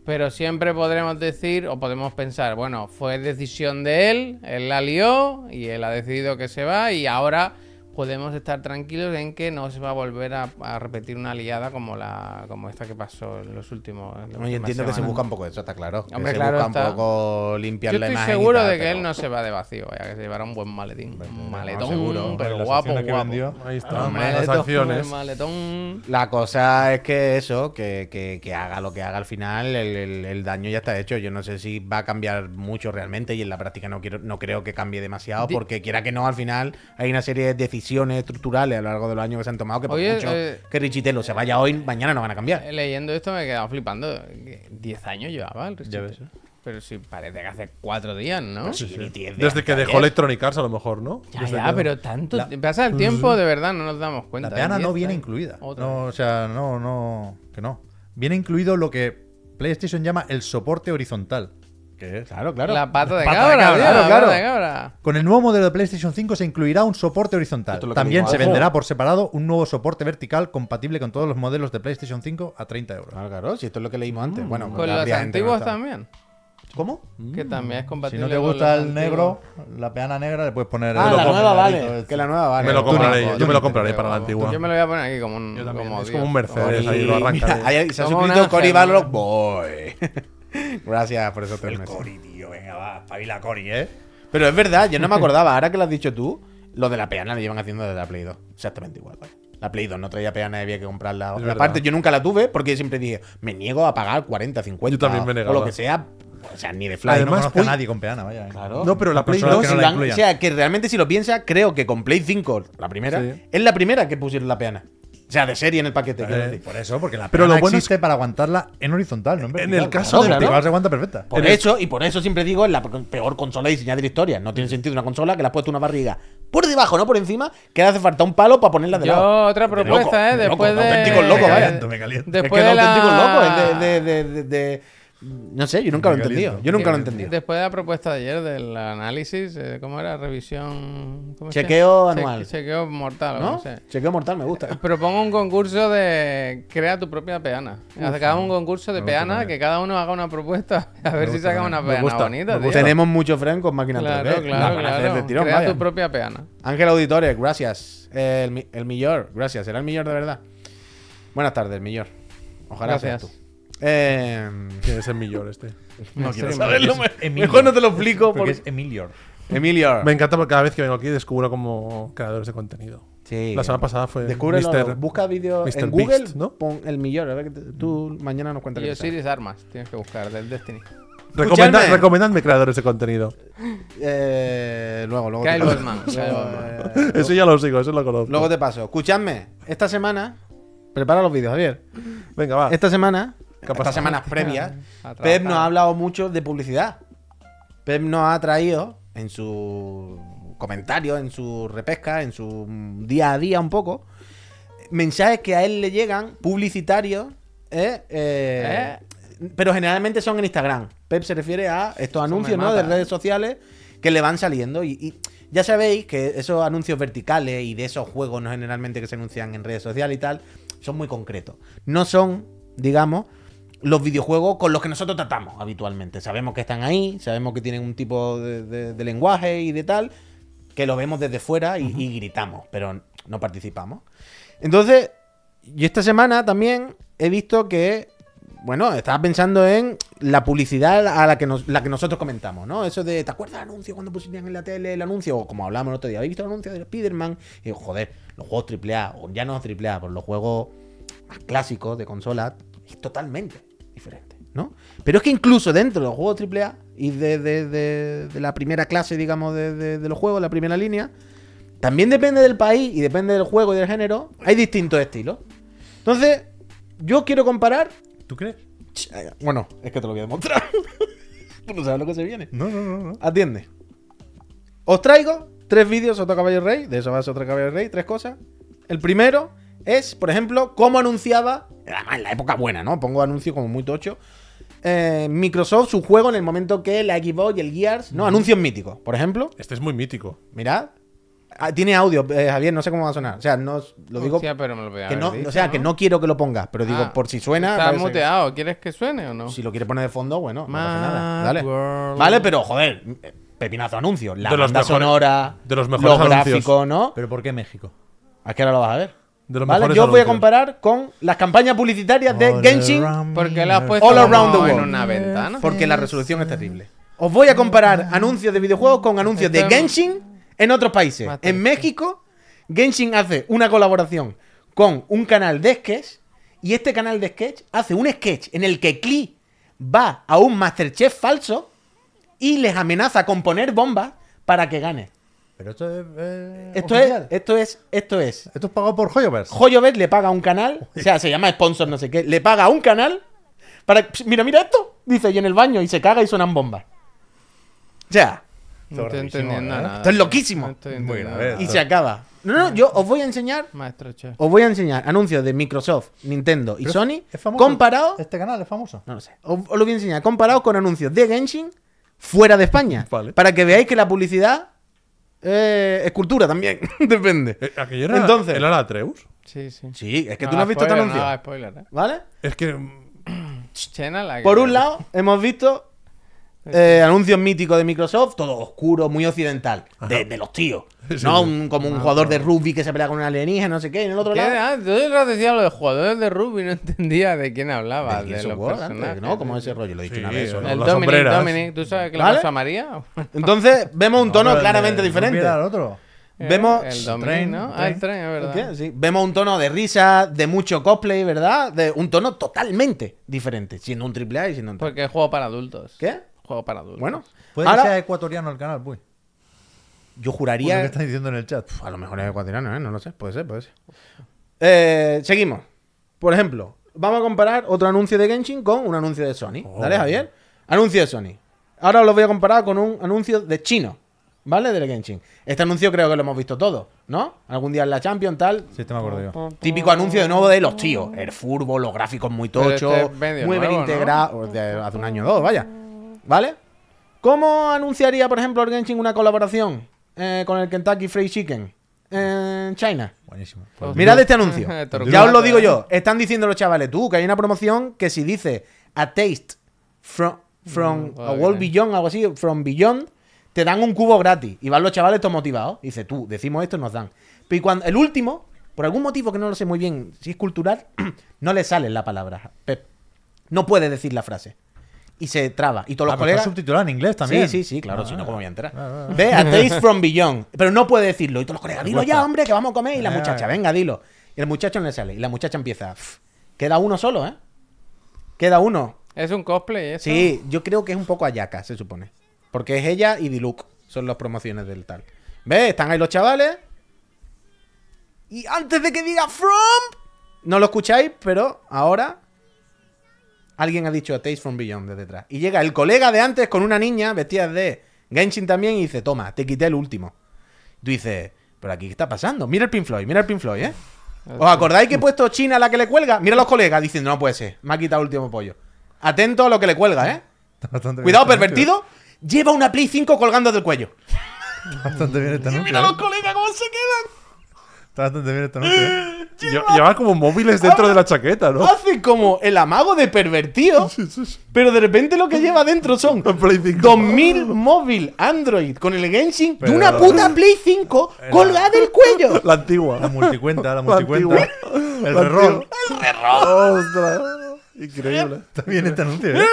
pero siempre podremos decir o podemos pensar, bueno, fue decisión de él, él la lió y él ha decidido que se va y ahora podemos estar tranquilos en que no se va a volver a, a repetir una liada como la como esta que pasó en los últimos. en las Yo últimas entiendo que se semanas. busca un poco eso, está claro. que Hombre, se claro, busca está. un poco limpiar Yo la estoy imagen. y seguro tal, de que pero- él no se va de vacío, vaya, que se llevará un buen maletín. Un maletón, seguro. pero Hombre, las guapo, acciones que guapo. vendió. Ahí está, Un hombre, maletón, las acciones. un maletón. La cosa es que eso, que, que- que haga lo que haga al final, el, el- el daño ya está hecho. Yo no sé si va a cambiar mucho realmente y en la práctica no, quiero, no creo que cambie demasiado, Di- porque quiera que no, al final hay una serie de decisiones estructurales a lo largo de los años que se han tomado que por Oye, mucho eh, que Richitelo se vaya hoy, mañana no van a cambiar. Eh, Leyendo esto me he quedado flipando. Que 10 años llevaba el Richie. ves. Pues Pero sí, parece que hace 4 días, ¿no? Unity es de Desde que antes. dejó Electronic Arts, a lo mejor, ¿no? Ya, Desde ya, que- pero tanto. La- ti- Pasa el tiempo, de verdad, no nos damos cuenta. La peana ¿eh? no 10 viene años. incluida. Otra No, vez. o sea, no, no, que no. Viene incluido lo que PlayStation llama el soporte horizontal. ¿Qué? Claro, claro. La pata de Pata de cabra, cabra, tío, claro, la claro. pata de cabra. Con el nuevo modelo de PlayStation 5 se incluirá un soporte horizontal. Esto es lo que También digo, se ojo. venderá por separado un nuevo soporte vertical compatible con todos los modelos de PlayStation 5 a 30 euros. Claro, claro, si esto es lo que leímos antes. Bueno, Mm, Con los habría gente que no antiguos estaba. también. ¿Cómo? Que también es Si compatible. no te con gusta los el antiguos. negro, la peana negra le puedes poner. Ah, el la ojo nueva moradito vale. ese. Que la nueva vale. Me lo Tú no, compraré, tú yo, no. me lo compraré para la antigua. Yo me lo voy a poner aquí como un. Yo también, como es Dios. como un Mercedes, ahí lo Cori- arranca. Mira, ahí se ha Como un suscrito Cory ángel. Balrog Boy. Gracias por esos tres El meses. Cori, tío, venga, va, espabila Cori, ¿eh? Pero es verdad, yo no me acordaba. Ahora que lo has dicho tú, lo de la peana lo llevan haciendo desde la Play 2. Exactamente igual, vaya. La Play 2 no traía peana, había que comprarla. Es verdad. Aparte, yo nunca la tuve porque siempre dije, me niego a pagar 40, 50 Yo también me o negaba. lo que sea. O sea, ni de fly. Claro, Además, no conozco uy. a nadie con peana, vaya. ¿eh? Claro. No, pero la Play Consolas 2 que no Si la la han- incluyan. o sea, que realmente si lo piensas, creo que con Play 5, la primera, Sí. es la primera que pusieron la peana. O sea, de serie en el paquete. quiero decir. Por eso, porque la Pero plana lo bueno es existe para aguantarla en horizontal, no en vertical. el caso Claro, de- vertical se aguanta perfecta. Por en el- eso, y por eso siempre digo, es la peor consola diseñada de la historia. No tiene sentido una consola que le has puesto una barriga por debajo, no por encima, que le hace falta un palo para ponerla de lado. Yo otra propuesta, loco, ¿eh? de loco, Después de de... auténticos locos, vaya. me caliento. Después es que de es auténtico la- loco, es de, de- de- de- de- No sé, yo nunca lo he Me caliento. entendido. Yo nunca lo he entendido. Después de la propuesta de ayer del análisis, eh, ¿cómo era? Revisión... ¿cómo es que? Chequeo Che- anual. Chequeo mortal, o ¿No? no sé. Chequeo mortal me gusta. Propongo un concurso de crea tu propia peana. Hagamos un concurso de peana que cada uno haga una propuesta a ver si saca una peana gusta, bonita, tío. Tenemos muchos frames con máquinas Claro, 3D. Las claro, van a hacer de claro. tirón, Crea vaya. tu propia peana. Ángel Auditores, gracias. Eh, El, mi- el millor, gracias. Será el millor de verdad. Buenas tardes, millor. Ojalá Gracias. seas tú. Eh, ¿Quién es el millón este? No quiero saberlo, Es Emilio. mejor no te lo explico. Porque Porque es Emilio. Emilio. Me encanta porque cada vez que vengo aquí descubro como creadores de contenido. Sí. La semana pasada fue Descúbrelo, Mr. busca vídeo Mr. en Google, Beast, ¿no? pon el millor. a ver que te- tú mañana nos cuentas Y qué te sale. Osiris Armas, tienes que buscar, del Destiny. Recomenda- Escuchadme. recomendadme creadores de contenido. Eh, luego, luego. Kyle te paso. Goldman, Kyle Luego, eh, Eso ya lo sigo, eso lo conozco. luego te paso. Escuchadme, esta semana. Prepara los vídeos, Javier. Venga, va. Esta semana, pasado? estas semanas previas, A trabajar. Pep nos ha hablado mucho de publicidad. Pep nos ha traído en su comentario, en su repesca, en su día a día un poco, mensajes que a él le llegan publicitarios, ¿eh? Eh, pero generalmente son en Instagram. Pep se refiere a estos anuncios ¿no? mata, de ¿eh? redes sociales que le van saliendo y, y ya sabéis que esos anuncios verticales y de esos juegos no generalmente que se anuncian en redes sociales y tal son muy concretos. No son, digamos, los videojuegos con los que nosotros tratamos habitualmente. Sabemos que están ahí, sabemos que tienen un tipo de, de- de lenguaje y de tal, que lo vemos desde fuera y, y gritamos, pero no participamos. Entonces, yo esta semana también he visto que, bueno, estaba pensando en la publicidad a la que, nos- la que nosotros comentamos, ¿no? Eso de, ¿te acuerdas del anuncio cuando pusieron en la tele el anuncio? O como hablamos el otro día, ¿habéis visto el anuncio de Spider-Man? Y, joder, los juegos AAA, o ya no AAA, por los juegos más clásicos de consola, es totalmente diferente, ¿no? Pero es que incluso dentro de los juegos AAA y de, de- de- de la primera clase, digamos, de, de- de los juegos, la primera línea, también depende del país y depende del juego y del género, hay distintos estilos. Entonces, yo quiero comparar. ¿Tú crees? Ch- eh, Bueno, es que te lo voy a demostrar. Tú no sabes lo que se viene. No, no, no. no. Atiende. Os traigo tres vídeos Soto Caballo Rey, de eso va Soto Caballo Rey, tres cosas. El primero es, por ejemplo, cómo anunciaba, además en la época buena, ¿no? Pongo anuncios como muy tocho. eh, Microsoft, su juego en el momento que la Xbox y el Gears, ¿no? Anuncios míticos, por ejemplo. Este es muy mítico. Mirad. Ah, tiene audio, eh, Javier, no sé cómo va a sonar. O sea, no os- lo digo. Hostia, pero me lo voy a que haber no, dicho, o sea, que no quiero que lo pongas, pero digo, Ah, por si suena. Está parece que- muteado, ¿quieres que suene o no? Si lo quiere poner de fondo, bueno, no pasa Mad nada. Dale. World. Vale, pero joder, eh, pepinazo anuncio. La De los banda mejores- sonora, de los mejores los anuncios. gráficos, ¿no? ¿Pero por qué México? Es que ahora lo vas a ver. De los vale, mejores yo voy a anuncios. comparar con las campañas publicitarias de Genshin ¿Por qué lo has puesto All around como the en world. una ventana? porque la resolución es terrible. Os voy a comparar anuncios de videojuegos con anuncios de Esto es- Genshin en otros países. Mátame. En México, Genshin hace una colaboración con un canal de sketch y este canal de sketch hace un sketch en el que Klee va a un Masterchef falso y les amenaza con poner bombas para que gane. Pero esto es. eh, Esto es, oficial. esto es, esto es. Esto es pagado por Hoyoverse. Joyobet le paga a un canal, o sea, se llama sponsor, no sé qué, le paga a un canal para. Mira, mira esto, dice, y en el baño, y se caga y suenan bombas. O sea, No estoy Zorrísimo, entendiendo ¿eh? nada. Esto es loquísimo. No estoy Muy entendiendo grave. nada. y se acaba. No, no, yo os voy a enseñar, Maestro Chef. os voy a enseñar anuncios de Microsoft, Nintendo y Pero Sony es famoso. comparado. Este canal es famoso. No lo sé. Os, os lo voy a enseñar, comparado con anuncios de Genshin fuera de España. Vale. Para que veáis que la publicidad eh, es cultura también. Depende. Eh, aquello era, Entonces- ¿era la Atreus? Sí, sí. Sí, es que No tú no has hagas visto este spoiler, anuncio. No, hagas spoiler, ¿eh? ¿Vale? Es que. mm, Chena la que- Por un lado, hemos visto eh, anuncios míticos de Microsoft, todo oscuro, muy occidental, de, de los tíos. ¿no? Un- como un jugador de rugby que se pelea con un alienígena, no sé Ah, pues qué, y en el otro ¿Qué? lado. Ah, todo el rato decía lo de jugadores de rugby, no entendía de quién ¿De hablaba. De, quién los supongo antes? personajes. ¿no? Como ese rollo, lo he dicho Sí, una Eh, vez. eso, ¿no? Las El Dominic, sombreras. Dominic, ¿tú sabes qué le ¿Vale? pasó a María? Entonces, vemos un tono Pero el claramente de- diferente. eh, Mira al otro. Eh, Vemos. El Dominic, tren, ¿no? el Ah, el tren. tren, es verdad. ¿Qué? Sí. Vemos un tono de risa, de mucho cosplay, ¿verdad? De un tono totalmente diferente, siendo un triple A y siendo un. Porque es juego para adultos. ¿Qué? Juego para adultos. Bueno, Puede ahora que sea ecuatoriano el canal, uy. yo Por lo que juraría. estás diciendo en el chat. Pf, A lo mejor es ecuatoriano, ¿eh? No lo sé, puede ser, puede ser. Eh, seguimos. Por ejemplo, vamos a comparar otro anuncio de Genshin con un anuncio de Sony. Oh. ¿Vale, Javier? Anuncio de Sony. Ahora lo voy a comparar con un anuncio de chino. ¿Vale? Del Genshin. Este anuncio creo que lo hemos visto todos, ¿no? Algún día en la Champions, tal. Sí, te me acuerdo yo. Típico anuncio de nuevo de los tíos. El furbo, los gráficos muy Pero tochos, este es medio muy bien nuevo, ¿no? integrados. o de Hace un año o dos, vaya. ¿Vale? ¿Cómo anunciaría, por ejemplo, el Genshin una colaboración eh, con el Kentucky Fried Chicken en China? Buenísimo. Ah, Pues Mirad no. este anuncio. Torcuato, ya os lo digo ¿eh? yo. Están diciendo los chavales, tú, que hay una promoción que si dice a taste from, from Mm, a vale. world beyond, algo así, from beyond, te dan un cubo gratis. Y van los chavales todos motivados. Dice, tú, decimos esto y nos dan. Pero y cuando, el último, por algún motivo que no lo sé muy bien, si es cultural, no le sale la palabra. Pep. No puede decir la frase. Y se traba. Y todos los Ah, pero está colegas. subtitulado en inglés también. Sí, sí, sí, claro, Ah, si no, ¿cómo voy a entrar? ah, De A Taste from Beyond. Pero no puede decirlo. Y todos los colegas, dilo ya, hombre, que vamos a comer. Y la Ah. muchacha, venga, dilo. Y el muchacho no le sale. Y la muchacha empieza. "Pff, Queda uno solo, ¿eh? Queda uno. Es un cosplay, eso. Sí, yo creo que es un poco Ayaka, se supone. Porque es ella y Diluc. Son las promociones del tal. ¿Ves? Están ahí los chavales. Y antes de que diga From. No lo escucháis, pero ahora. Alguien ha dicho a Taste from Beyond de detrás. Y llega el colega de antes con una niña vestida de Genshin también y dice: Toma, te quité el último. Tú dices: ¿Pero aquí qué está pasando? Mira el Pin Floyd, mira el Pin Floyd, ¿eh? ¿Os acordáis que he puesto China la que le cuelga? Mira a los colegas diciendo: No puede ser, me ha quitado el último pollo. Atento a lo que le cuelga, ¿eh? está bastante bien Cuidado, este anuncio. pervertido. Lleva una Play 5 colgando del cuello. Bastante bien este anuncio. Mira los ¿eh? colegas cómo se quedan. Está bastante bien este anuncio. ¿eh? Lle- Llevaba como móviles dentro de la chaqueta, ¿no? Ah, Hace como el amago de pervertido. Pero de repente lo que lleva dentro son Play 5. 2000 móvil Android con el Genshin de Pero- una puta Play 5 colgada del cuello. La antigua. La multicuenta, la La multicuenta. antigua. El La rerol. antigua. Ah, Ostras. Increíble. Está bien este anuncio, ¿eh?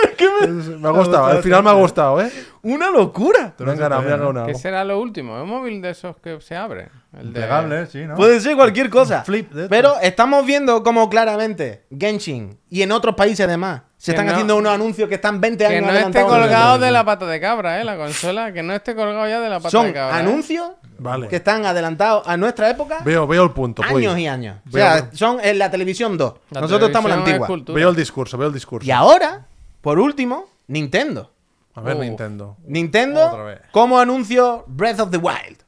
Me ha gustado. Al final me ha gustado, ¿eh? Una locura. Me han ganado, me han ganado. ¿Qué será lo último? ¿Un móvil de esos que se abre? El de... ¿eh? Plegable, sí, ¿no? Puede ser cualquier cosa. Flip de esto. Pero estamos viendo como claramente Genshin y en otros países además se Que están no- haciendo unos anuncios que están 20 años Que no esté adelantados. colgado de la pata de cabra, ¿eh? La consola. Que no esté colgado ya de la pata Son de cabra. ¿eh? anuncios Vale. que están adelantados a nuestra época Veo, veo el punto. voy. años y años. O Voy sea, a- son en la televisión 2. La Nosotros estamos en la televisión es antigua. cultura. Veo el discurso, veo el discurso. Y ahora, por último, Nintendo. A ver, Oh. Uf. Nintendo. Otra Nintendo, vez. como anuncio Breath of the Wild.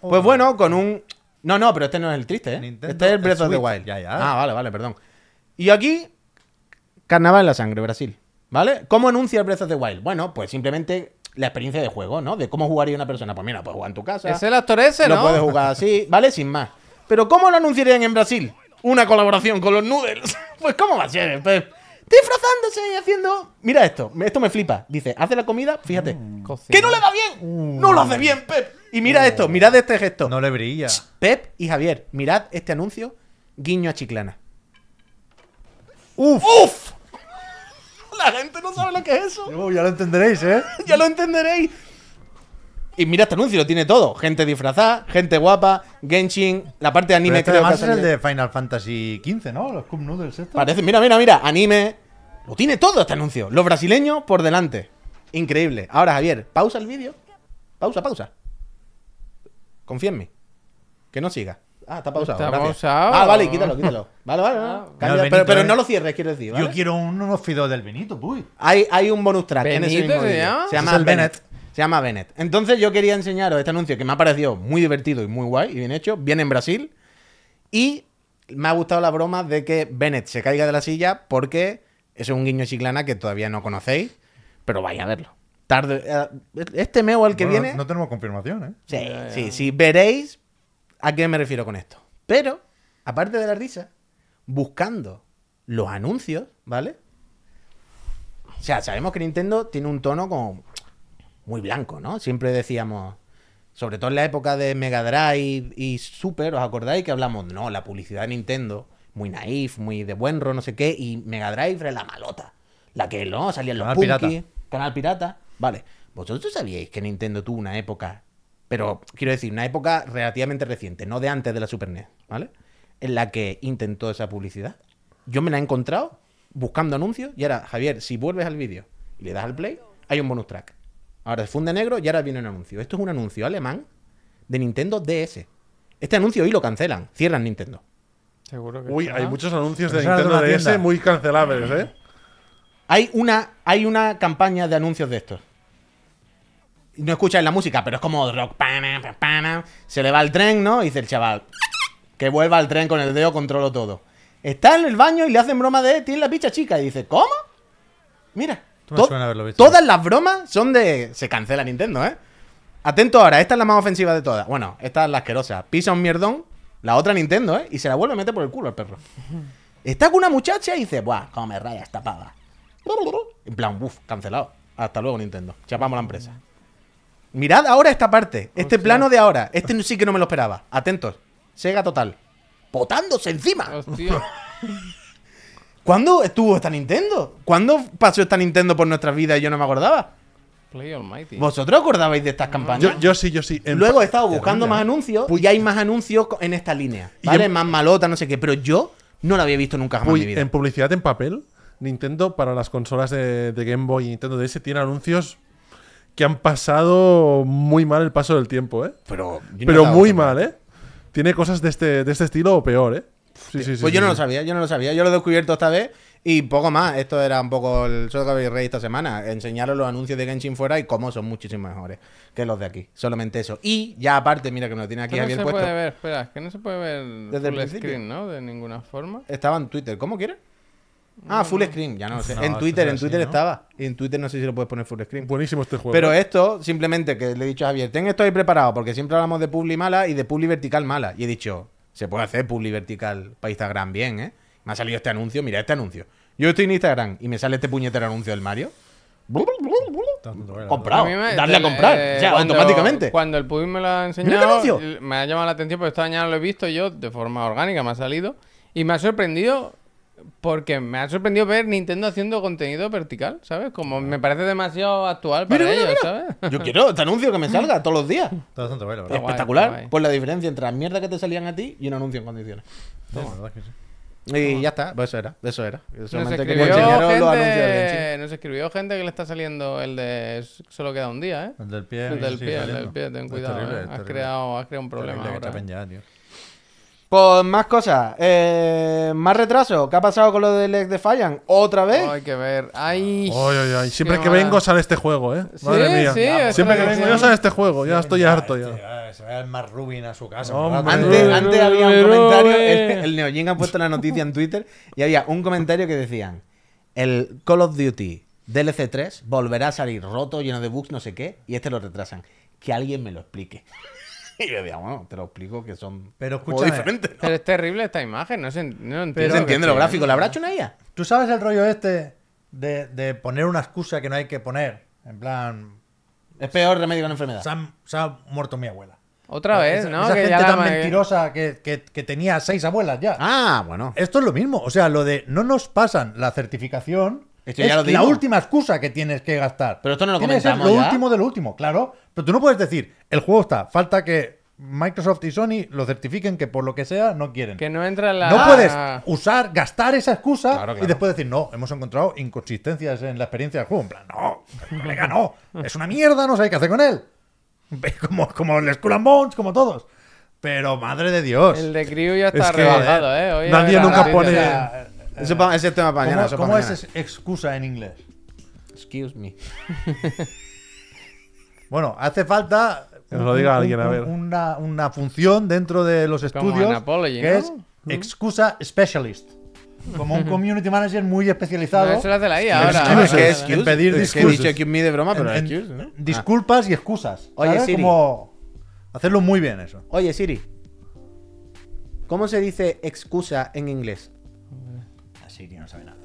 Pues bueno, con un. No, no, pero este no es el triste, ¿eh? Nintendo este es el Breath of the Switch. Wild. Ya, ya. Ah, vale, vale, perdón. Y aquí, Carnaval en la sangre, Brasil. ¿Vale? ¿Cómo anuncia el Breath of the Wild? Bueno, pues simplemente la experiencia de juego, ¿no? De cómo jugaría una persona. Pues mira, puedes jugar en tu casa. Es el actor ese, lo ¿no? puedes jugar así, ¿vale? Sin más. Pero ¿cómo lo anunciarían en Brasil? Una colaboración con los noodles. Pues ¿cómo va a ser? Pues, disfrazándose y haciendo... Mira esto, esto me flipa. Dice, hace la comida, fíjate. Cocina. Que Mm, no Mm. le va bien. No lo hace bien, Pep. Y mira esto, mirad este gesto. No le brilla. Pep y Javier, mirad este anuncio. Guiño a Chiclana. ¡Uf! ¡Uf! La gente no sabe lo que es eso. Oh, Luego ya lo entenderéis, ¿eh? Ya lo entenderéis. Y mira este anuncio, lo tiene todo. Gente disfrazada, gente guapa, Genshin, la parte de Pero anime este creo que ha además es el salido. de Final Fantasy XV, ¿no? Los Cup Noodles estos. Parece, mira, mira, mira, anime. Lo tiene todo este anuncio. Los brasileños por delante. Increíble. Ahora, Javier, pausa el vídeo. Pausa, pausa. Confía en mí. Que no siga. Ah, está pausado. Está gracias. pausado. Ah, vale, quítalo, quítalo. Vale, vale, vale. Ah. Cambia, Mira, el pero, Benito, pero eh. no lo cierres, quiero decir. ¿vale? Yo quiero unos fideos del Benito, uy. Hay, hay un bonus track en ese ¿Benito mismo se vídeo. llama? Se llama Es el Bennett. Bennett. Se llama Bennett. Entonces yo quería enseñaros este anuncio que me ha parecido muy divertido y muy guay y bien hecho. Viene en Brasil. Y me ha gustado la broma de que Bennett se caiga de la silla porque eso es un guiño chiclana que todavía no conocéis, pero vais a verlo. Tarde, eh, este mes o el que Bueno, viene... No tenemos confirmación, ¿eh? Sí, sí, sí. Veréis a qué me refiero con esto. Pero, aparte de la risa, buscando los anuncios, ¿vale? O sea, sabemos que Nintendo tiene un tono como muy blanco, ¿no? Siempre decíamos, sobre todo en la época de Mega Drive y Super, ¿os acordáis que hablamos? No, la publicidad de Nintendo, muy naif, muy de buen ro, no sé qué, y Mega Drive era la malota, la que no salían los Canal punkies, pirata. Canal Pirata. Vale, vosotros sabíais que Nintendo tuvo una época, pero quiero decir, una época relativamente reciente, no de antes de la Super NES, ¿vale? En la que intentó esa publicidad. Yo me la he encontrado buscando anuncios y ahora, Javier, si vuelves al vídeo y le das al play, hay un bonus track. Ahora se funde negro y ahora viene un anuncio. Esto es un anuncio alemán de Nintendo DS. Este anuncio hoy lo cancelan, cierran Nintendo. Seguro que Uy, está. hay muchos anuncios de Pensaba en Nintendo una DS tienda. muy cancelables, ¿eh? Hay una, hay una campaña de anuncios de estos. No escuchas la música, pero es como rock. pana, pa, pana. Se le va el tren, ¿no? Y dice el chaval, que vuelva al tren con el dedo, controlo todo. Está en el baño y le hacen broma de, tiene la picha chica. Y dice, ¿cómo? Mira, Esto me to- suena haberlo visto. todas las bromas son de... Se cancela Nintendo, ¿eh? Atento ahora, esta es la más ofensiva de todas. Bueno, esta es la asquerosa. Pisa un mierdón, la otra Nintendo, ¿eh? Y se la vuelve a meter por el culo al perro. Está con una muchacha y dice, ¡buah! Cómo me raya esta pava. En plan, uff, cancelado. Hasta luego, Nintendo. Chapamos la empresa. Mirad ahora esta parte, este plano de ahora. Este sí que no me lo esperaba. Atentos. Sega total. Potándose encima. Hostia. ¿Cuándo estuvo esta Nintendo? ¿Cuándo pasó esta Nintendo por nuestras vidas y yo no me acordaba? Play Almighty. Eh, ¿Vosotros acordabais de estas campañas? Yo, yo sí, yo sí. En Luego pa- he estado buscando más anuncios y hay más anuncios co- en esta línea. Y ¿Vale? en- Más malota, no sé qué. Pero yo no la había visto nunca jamás Uy, en mi vida. en publicidad en papel, Nintendo para las consolas de, de Game Boy y Nintendo DS tiene anuncios que han pasado muy mal el paso del tiempo, ¿eh? Pero, yo no Pero estaba muy acostumbrado. mal, ¿eh? Tiene cosas de este, de este estilo o peor, ¿eh? Sí, sí, sí, Pues yo sí, no lo sí. sabía, yo no lo sabía. Yo lo he descubierto esta vez y poco más. Esto era un poco el show que habéis reído esta semana. Enseñaros los anuncios de Genshin fuera y cómo son muchísimo mejores que los de aquí. Solamente eso. Y ya aparte, mira que me lo tiene Esto aquí no se Javier puesto. puede ver, espera, es que no se puede ver Desde el full principio. screen, ¿no? De ninguna forma. Estaba en Twitter. ¿Cómo quieres? Ah, Mm. full screen, ya no lo sé. No, en esto Twitter, será en así, Twitter ¿no? estaba. Y en Twitter no sé si lo puedes poner full screen. Buenísimo este juego. Pero ¿eh? esto, simplemente que le he dicho a Javier, ten esto ahí preparado, porque siempre hablamos de publi mala y de publi vertical mala. Y he dicho, se puede hacer publi vertical para Instagram bien, ¿eh? Me ha salido este anuncio, mira este anuncio. Yo estoy en Instagram y me sale este puñetero anuncio del Mario. Blu, blu, blu, blu. Comprado, mí me- darle a el- comprar, eh, ya, cuando- automáticamente. Cuando el pubis me lo ha qué enseñado, anuncio! l- me ha llamado la atención porque esta mañana lo he visto yo de forma orgánica, me ha salido. Y me ha sorprendido porque me ha sorprendido ver Nintendo haciendo contenido vertical, ¿sabes? Como me parece demasiado actual para Mira, mira, ellos, mira. ¿sabes? Yo quiero este anuncio que me salga todos los días. Está bastante guay, la verdad. Está guay, Espectacular. guay. Pues la diferencia entre las mierdas que te salían a ti y un anuncio en condiciones. Sí, la verdad es que sí. Y ya está, pues eso era, eso era. Nos Solamente quería escribió, enseñaros los anuncios del Genshin. gente, nos escribió gente que le está saliendo el de s- solo queda un día, ¿eh? El del pie. El sí, del sí, pie, el saliendo. del pie, ten Es cuidado. terrible, ¿eh? es has, terrible. creado, has creado un problema Terrible que ahora. chapen ya, tío. Pues más cosas. Eh, más retraso. ¿Qué ha pasado con lo del ex de Fallan? ¿Otra vez? Ay, Hay que ver. Ay, Ay, ay, ay. Siempre qué que mala. vengo sale este juego, ¿eh? Sí, Madre mía. sí, es Siempre que lo que vengo sea. yo sale este juego. Ya estoy harto ya. eh, Se va el más Rubin a su casa. Hombre. por rato. Antes, Rube, antes había un Rube, comentario. El, Rube. el Neojin ha puesto la noticia en Twitter y había un comentario que decían: El Call of Duty DLC 3 volverá a salir roto, lleno de bugs, no sé qué, y este lo retrasan. Que alguien me lo explique. y yo decía, bueno, te lo explico que son Pero eh, juegos escúchame. diferentes. Pero es terrible esta imagen, no se, no entiendo. No se que entiende lo esté gráfico. ¿La habrá hecho una IA? ¿Tú sabes el rollo este de, de poner una excusa que no hay que poner? En plan, Es peor remedio que una enfermedad. se ha, se ha muerto mi abuela. Otra vez, Esa- ¿no? Esa Que gente ya la tan ma- mentirosa que, que- que tenía seis abuelas ya. Ah, bueno. Esto es lo mismo. O sea, lo de no nos pasan la certificación Esto es ya lo la dimos. última excusa que tienes que gastar. Pero esto no lo Tiene que ser comentamos lo ya. último de lo último, claro. Pero tú no puedes decir, el juego está, falta que Microsoft y Sony lo certifiquen que por lo que sea no quieren. Que no entra en la. No puedes Ah. usar, gastar esa excusa Claro, claro. y después decir, no, hemos encontrado inconsistencias en la experiencia del juego. En plan, no, colega, no, es una mierda, no sé qué hacer con él. Como, como el Skull and Bones, como todos. Pero madre de Dios. El de Crew ya está Es que, rebajado, ¿eh? Hoy nadie era nunca la pone- noticia. Eso pa- ese es tema para mañana. eh, ¿Cómo, eso pa' cómo es mañana. es- excusa en inglés? Excuse me. Bueno, hace falta. Que nos lo diga alguien, a ver. Una, una función dentro de los Como estudios an apology, que ¿no? es excusa specialist. Como un community manager muy especializado. No, eso lo hace la IA Es que- ahora. es que- es que- Excuse. pedir Es que he dicho disculpas. excuse me de broma, en- Ah, pero en- excuse, ¿no? disculpas y excusas. Oye, ¿sabes? Siri. Como hacerlo muy bien eso. Ah. Oye, Siri. ¿Cómo se dice excusa en inglés? La Siri no sabe nada.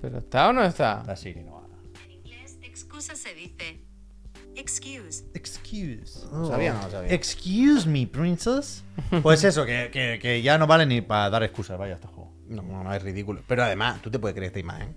¿Pero está o no está? La Siri no habla. En inglés, excusa se dice excuse. Excuse. ¿Sabía o no lo sabía? Excuse me, princess. Pues eso, que, que- que ya no vale ni para dar excusas, vaya, este juego. No, no, no, es ridículo. Pero además, tú te puedes creer esta imagen.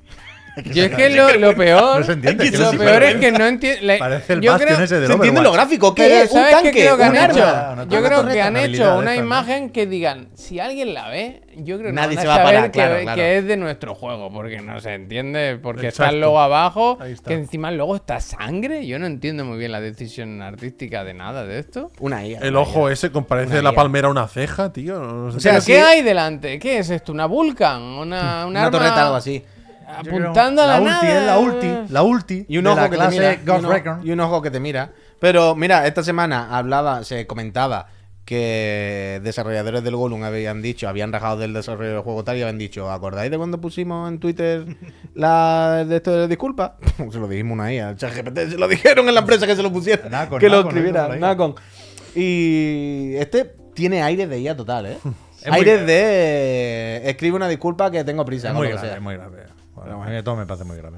Yo es que lo, lo peor. No se entiende, lo que no se peor es entiende. que no entiendo. Parece el Eh, yo Bastion creo, ese del Se entiende lo Overwatch. gráfico. pero ¿Qué es? ¿Un ¿sabes qué tanque? creo que han ¿Un hecho? arma? una yo creo torreta, que han una hecho habilidad una de estas, ¿no? imagen que digan, si alguien la ve, yo creo que Nadie no van se a va a saber parar, que, claro, claro. que es de nuestro juego, porque no se entiende, porque está Exacto. el logo abajo, Ahí está. que encima el logo está sangre. Yo no entiendo muy bien la decisión artística de nada de esto. Una IA. El una ojo IA. ese con- parece Una la IA. palmera una ceja, tío. No sé. O sea, Pero ¿qué sí- hay delante? ¿Qué es esto? ¿Una Vulcan? ¿Una, un Una arma torreta, algo así. Apuntando a la la, ulti, nada. es la ulti, la ulti. Y un de ojo la que clase te mira. Y Ghost un, ojo, Recon. y un ojo que te mira. Pero mira, esta semana hablaba, se comentaba que desarrolladores del Golum habían dicho, habían rajado del desarrollo del juego tal y habían dicho, ¿acordáis de cuando pusimos en Twitter la de esto de disculpa? se lo dijimos una IA, al ChatGPT, se lo dijeron en la empresa que se lo pusiera, Nacon, que lo Pues Nacon, ¿eh? escribiera, Nacon, Nacon. Y este tiene aire de IA total, ¿eh? muy aire grave. de escribe una disculpa que tengo prisa. Es con muy lo que grave, sea. es muy grave. Bueno, a mí todo me parece muy grave.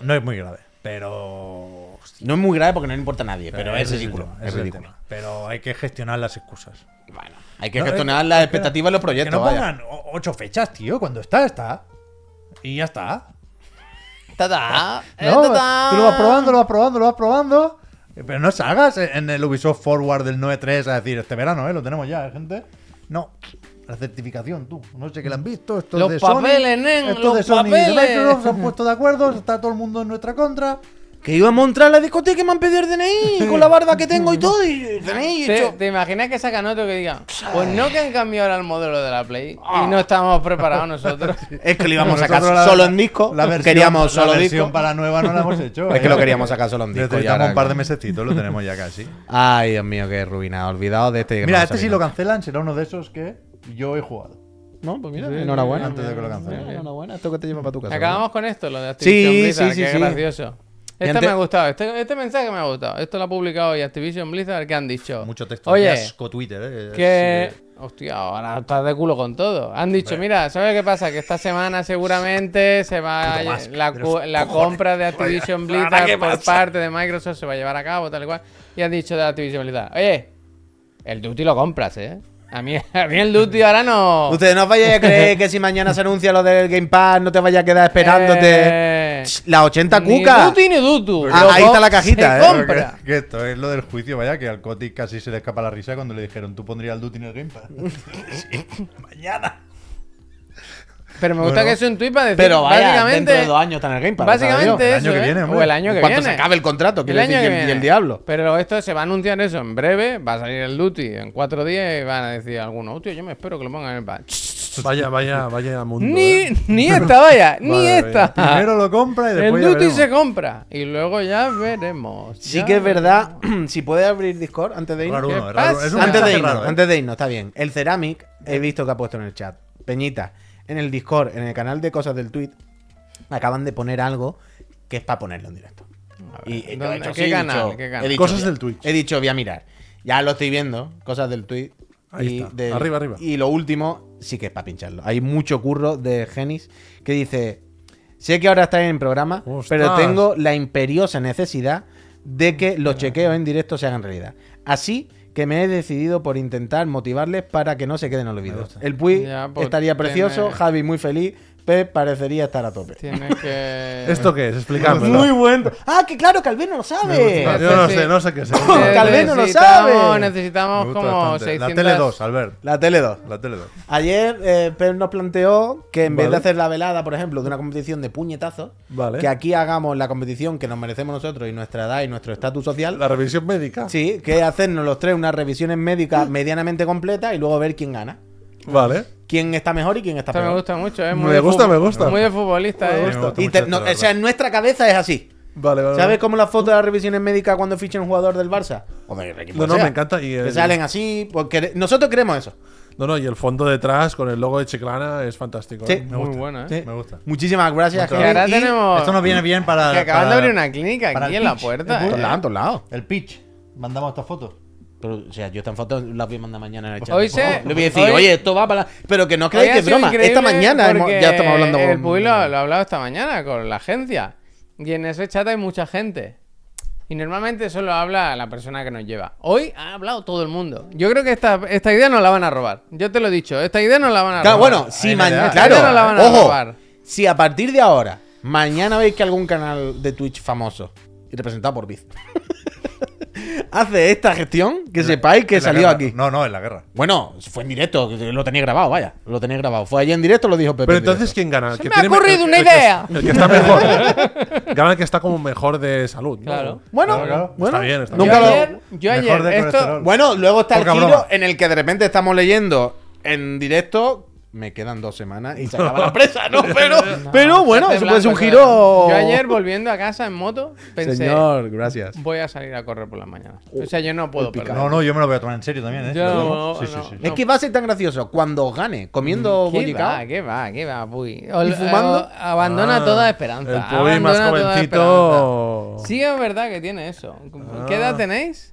No es muy grave, pero. No es muy grave porque no le importa a nadie, pero, es ese el ridículo. tema, ese Es el ridículo. tema. Pero hay que gestionar las excusas. Bueno, hay que No, gestionar eh, las que expectativas de los proyectos. que no vaya. pongan o- ocho fechas, tío. Cuando está, está. Y ya está. Tata, eh, No, tata. tú lo vas probando, lo vas probando, lo vas probando. Eh, Pero no salgas en en el Ubisoft Forward del 9.3 a decir, este verano, ¿eh? Lo tenemos ya, ¿eh, gente. No. La certificación, tú. No sé qué la han visto. Esto es Los de Sony, papeles, nen, Esto los de Sony y de papeles. Microsoft se han puesto de acuerdo. Está todo el mundo en nuestra contra. Que íbamos a entrar a la discoteca y me han pedido el DNI con la barba que tengo y todo. Y el DNI y ¿Te, yo- te imaginas que sacan otro que diga, pues no que han cambiado ahora el modelo de la Play Ah. y no estábamos preparados nosotros? Es que lo íbamos a sacar Nosotros la- solo en disco. La versión, queríamos la solo versión disco. para nueva no la hemos hecho. Es que ¿eh? lo queríamos sacar solo en disco. y Necesitamos ahora- un par de mesecitos, lo tenemos ya casi. Ay, Dios mío, qué ruina. Olvidado de este. que Mira, no este si sabía. lo cancelan será uno de esos que yo he jugado. No, pues mira, enhorabuena. Antes de que lo cancelen. Enhorabuena, esto que te lleva para tu casa. Acabamos con esto, lo de Activision Sí, Blizzard, sí, sí, que sí. gracioso. Este antes- me ha gustado, este, este mensaje me ha gustado. Esto lo ha publicado hoy Activision Blizzard, que han dicho. Mucho texto. Oye, Qué asco Twitter, ¿eh? que... Hostia, ahora estás de culo con todo. Han dicho, mira, ¿sabes qué pasa? Que esta semana seguramente se va Puto asco, la, pero cu- la compra de Activision Blizzard por parte de Microsoft se va a llevar a cabo, tal y cual. Y han dicho de Activision Blizzard, oye, el Duty lo compras, ¿eh? A mí, a mí el Duty ahora no... Ustedes no os vayáis a creer que si mañana se anuncia lo del Game Pass no te vayas a quedar esperándote. Eh, La 80 ni cuca. Duty ni Dutu. Ah, Lo ahí está la com- cajita, se ¿eh? Pero compra. Que, que esto es lo del juicio, vaya, que al Coti casi se le escapa la risa cuando le dijeron, tú pondrías el Duty en el Game Pass. Mañana. Pero me gusta Bueno. que es un tuit para decir, Pero vaya, básicamente... dentro de dos años está en el Game Pass. Básicamente El eso, año que ¿eh? viene, O hombre. el año que Cuando se viene. acabe el contrato, El quiere año decir, y el- que y viene. el diablo. Pero esto se va a anunciar eso en breve. Va a salir el Duty en cuatro días y van a decir algunos, hostia, yo me espero que lo pongan en el patch. Vaya, vaya, vaya mundo. Ni, ¿eh? ni esta, vaya, ni Madre esta. Primero lo compra y El después ya Duty veremos. se compra y luego ya veremos. Sí ya que es veremos. verdad, si puedes abrir Discord antes de irnos. Raro ¿Qué uno, raro- pasa? es un antes de mensaje irnos, raro, ¿eh? antes de irnos, está bien. El Ceramic he visto que ha puesto en el chat. Peñita, en el Discord, en el canal de cosas del tweet, acaban de poner algo que es para ponerlo en directo. Y eh, yo he ¿dónde- hecho qué así, he canal? dicho- ¿Qué canal? he dicho, Cosas voy a- del Twitch. He dicho, voy a mirar. Ya lo estoy viendo, cosas del tweet. Ahí y está, del- arriba, arriba. Y lo último, sí que es para pincharlo. Hay mucho curro de Genis que dice: Sé que ahora estáis en programa, pero Ostras. tengo la imperiosa necesidad de que los chequeos en directo se hagan realidad. Así que me he decidido por intentar motivarles para que no se queden olvidados. El Puy Ya, pues, estaría precioso, tiene- Javi muy feliz, Pep parecería estar a tope. Tienes que. ¿Esto qué es? Explícame. Muy bueno. Ah, que claro, que Albert no lo No, sabe. yo no Sí. sé, no sé qué es. Tal vez no lo Necesitamos- sabe. Me Necesitamos gusta como bastante. 600. La Tele 2, Albert. La Tele 2. La Tele 2. Ayer eh, Pep nos planteó que en vez de Vale. hacer la velada, por ejemplo, de una competición de puñetazos, Vale. que aquí hagamos la competición que nos merecemos nosotros y nuestra edad y nuestro estatus social. La revisión médica. Sí, que hacernos los tres unas revisiones Mm. médicas medianamente completas y luego ver quién gana. Vale. Quién está mejor y quién está Esto me peor. gusta mucho, ¿eh? Me Muy de gusta, fútbol- me gusta. Muy de futbolista, Me ¿eh? gusta. Y mucho te- esto, no, la o sea, verdad. en nuestra cabeza es así. Vale, vale. ¿Sabes cómo la foto de las revisiones médicas cuando fichan un jugador del Barça? O del equipo No, no, que sea. me encanta y Que el- salen así. Porque nosotros queremos eso. No, no, y el fondo detrás con el logo de Chiclana es fantástico. Sí. ¿eh? Me Muy bueno, ¿eh? Sí. Me gusta. Muchísimas gracias, Que ahora Javi, y- tenemos. Esto nos viene bien para. Que acaban de para- abrir una clínica para aquí el en la pitch. puerta. Es En todos eh. lados, en todos lados. El pitch. Mandamos estas fotos. Pero, o sea, yo estas fotos las voy a mandar mañana en el chat. Hoy se- Le voy a decir, hoy- oye, esto va para. la-". Pero que no creáis Hoy que ha es sido broma. Esta increíble mañana hemos- porque ya estamos hablando El con- Puy lo, lo ha hablado esta mañana con la agencia. Y en ese chat hay mucha gente. Y normalmente solo habla la persona que nos lleva. Hoy ha hablado todo el mundo. Yo creo que esta, esta idea nos la van a robar. Yo te lo he dicho, esta idea nos la van a Claro, robar. bueno, si Ah, Ahí me mañana. da. Claro, Mañana la van a ojo. robar. Si a partir de ahora Mañana veis que algún canal de Twitch famoso y representado por Biz hace esta gestión, que sepáis que En la salió guerra. aquí. No, no, en la guerra. Bueno, fue en directo, que lo tenía grabado, vaya. Lo tenía grabado. Fue allí en directo, lo dijo Pepe. Pero en entonces, directo. ¿quién gana? ¿El Se que me ha tiene- ocurrido el- una el que- idea. El que está mejor. gana el que está como mejor de salud. ¿no? Claro. Bueno, Claro, claro. bueno, Está bien, está nunca yo lo- ayer, yo Mejor ayer, de esto, colesterol. Bueno, luego está Poca el giro broma. en el que de repente estamos leyendo en directo. Me quedan dos semanas y se acaba la presa, ¿no? Pero, pero bueno, Pepe eso puede ser un Blanco, giro. Yo ayer volviendo a casa en moto pensé, Señor, gracias. voy a salir a correr por las mañanas. O sea, yo no puedo perder. No, no, yo me lo voy a tomar en serio también, ¿eh? Yo Lo no, digo. sí, sí, no. sí. Es que va a ser tan gracioso cuando Mm, gane, comiendo ¿Qué bollicao. va, qué va, qué va, Puy? Ol- ¿Y fumando? eh, abandona Ah, toda esperanza. El Puy más abandona toda jovencito. esperanza. Sí, es verdad que tiene eso. ¿Qué edad tenéis?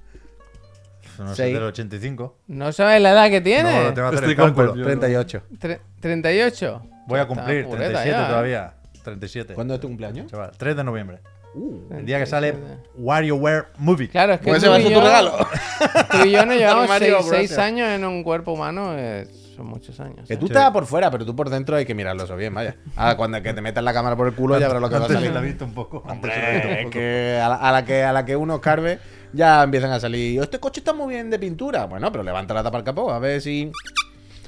Pues No Sí. sé, del 85. No sabes la edad que Eh. tiene. No, lo tengo que hacer Estoy el cálculo. confundido. 38. Tre- 38. Voy a Está cumplir pureta 37 ya, ¿eh? todavía. 37. ¿Cuándo Uh, es tu cumpleaños? Chaval, 3 de noviembre. el día que sale WarioWare Movie. Claro, es que Pues tú ese va a y ser tu yo- regalo. Tú y yo nos llevamos Mario, seis, gracias. seis años en un cuerpo humano, eh, son muchos años. Que ¿eh? tú estás por fuera, pero tú por dentro hay que mirarlo eso bien, vaya. Ah, cuando que te metas la cámara por el culo ya verás lo que va a Antes se salir. la he visto un poco. Antes se la he visto un Hombre, es poco. que a la, a la que a la que uno carve ya empiezan a salir. Este coche está muy bien de pintura. Bueno, pero levanta la tapa al capó, a ver si.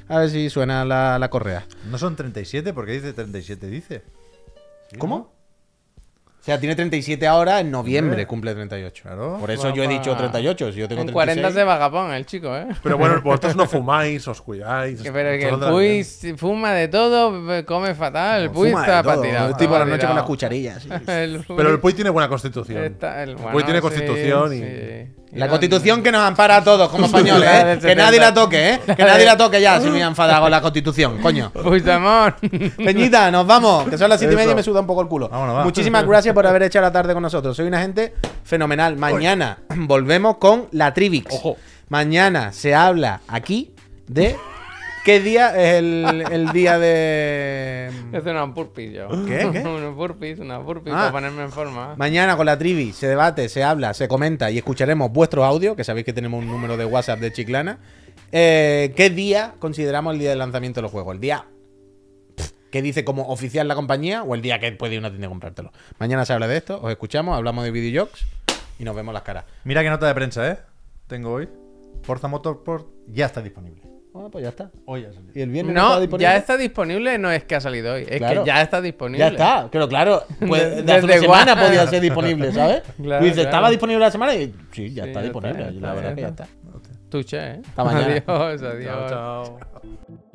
A ver si suena la, la correa. No son 37, porque dice 37, dice. ¿Cómo? O sea, tiene 37 ahora, en noviembre cumple 38. Claro. Por eso yo he Guapa. dicho 38, si yo tengo En 40 se 36. va a Japón el chico, ¿eh? Pero bueno, vosotros no fumáis, os cuidáis. Que, pero que todo el de la Puy vida. si- fuma de todo, be- come fatal, el Puy Fuma de está todo, patinado. Estoy por la noche con las cucharillas. sí. Pero el Puy tiene buena constitución. El Puy tiene constitución y- La constitución que nos ampara a todos como españoles, La del ¿eh? Que nadie 70. la toque, ¿eh? Que nadie la toque ya, si me he enfadado con la constitución, coño. Puigdemont. Peñita, nos vamos, que son las siete y Eso. media y me suda un poco el culo. Vámonos, va. Muchísimas gracias por haber hecho la tarde con nosotros. Soy una gente fenomenal. Mañana volvemos con la Trivix. Ojo. Mañana se habla aquí de qué día es el, el día de. Es una burpee yo. ¿Qué? ¿Qué? Una burpee, una burpee Ah. para ponerme en forma. Mañana con la trivi se debate, se habla, se comenta y escucharemos vuestros audios, que sabéis que tenemos un número de WhatsApp de Chiclana. Eh, ¿Qué día consideramos el día del lanzamiento de los juegos? ¿El día pff, que dice como oficial la compañía o el día que puede ir a una tienda a comprártelo? Mañana se habla de esto, os escuchamos, hablamos de videojuegos y nos vemos las caras. Mira qué nota de prensa, ¿eh? Tengo hoy. Forza Motorsport ya está disponible. Bueno, pues ya está. Hoy ha salido. ¿Y el viernes No, está disponible? ya está disponible, no es que ha salido hoy, es Claro. que ya está disponible. Ya está, pero claro, pues, de hace Desde una semana guau. podía ser disponible, ¿sabes? Claro, Tú dices, claro. estaba disponible la semana y sí, ya Sí, está ya disponible. está, ya la está, verdad ya que ya está. está. Tuche, ¿eh? mañana. Adiós, adiós. Chao, chao.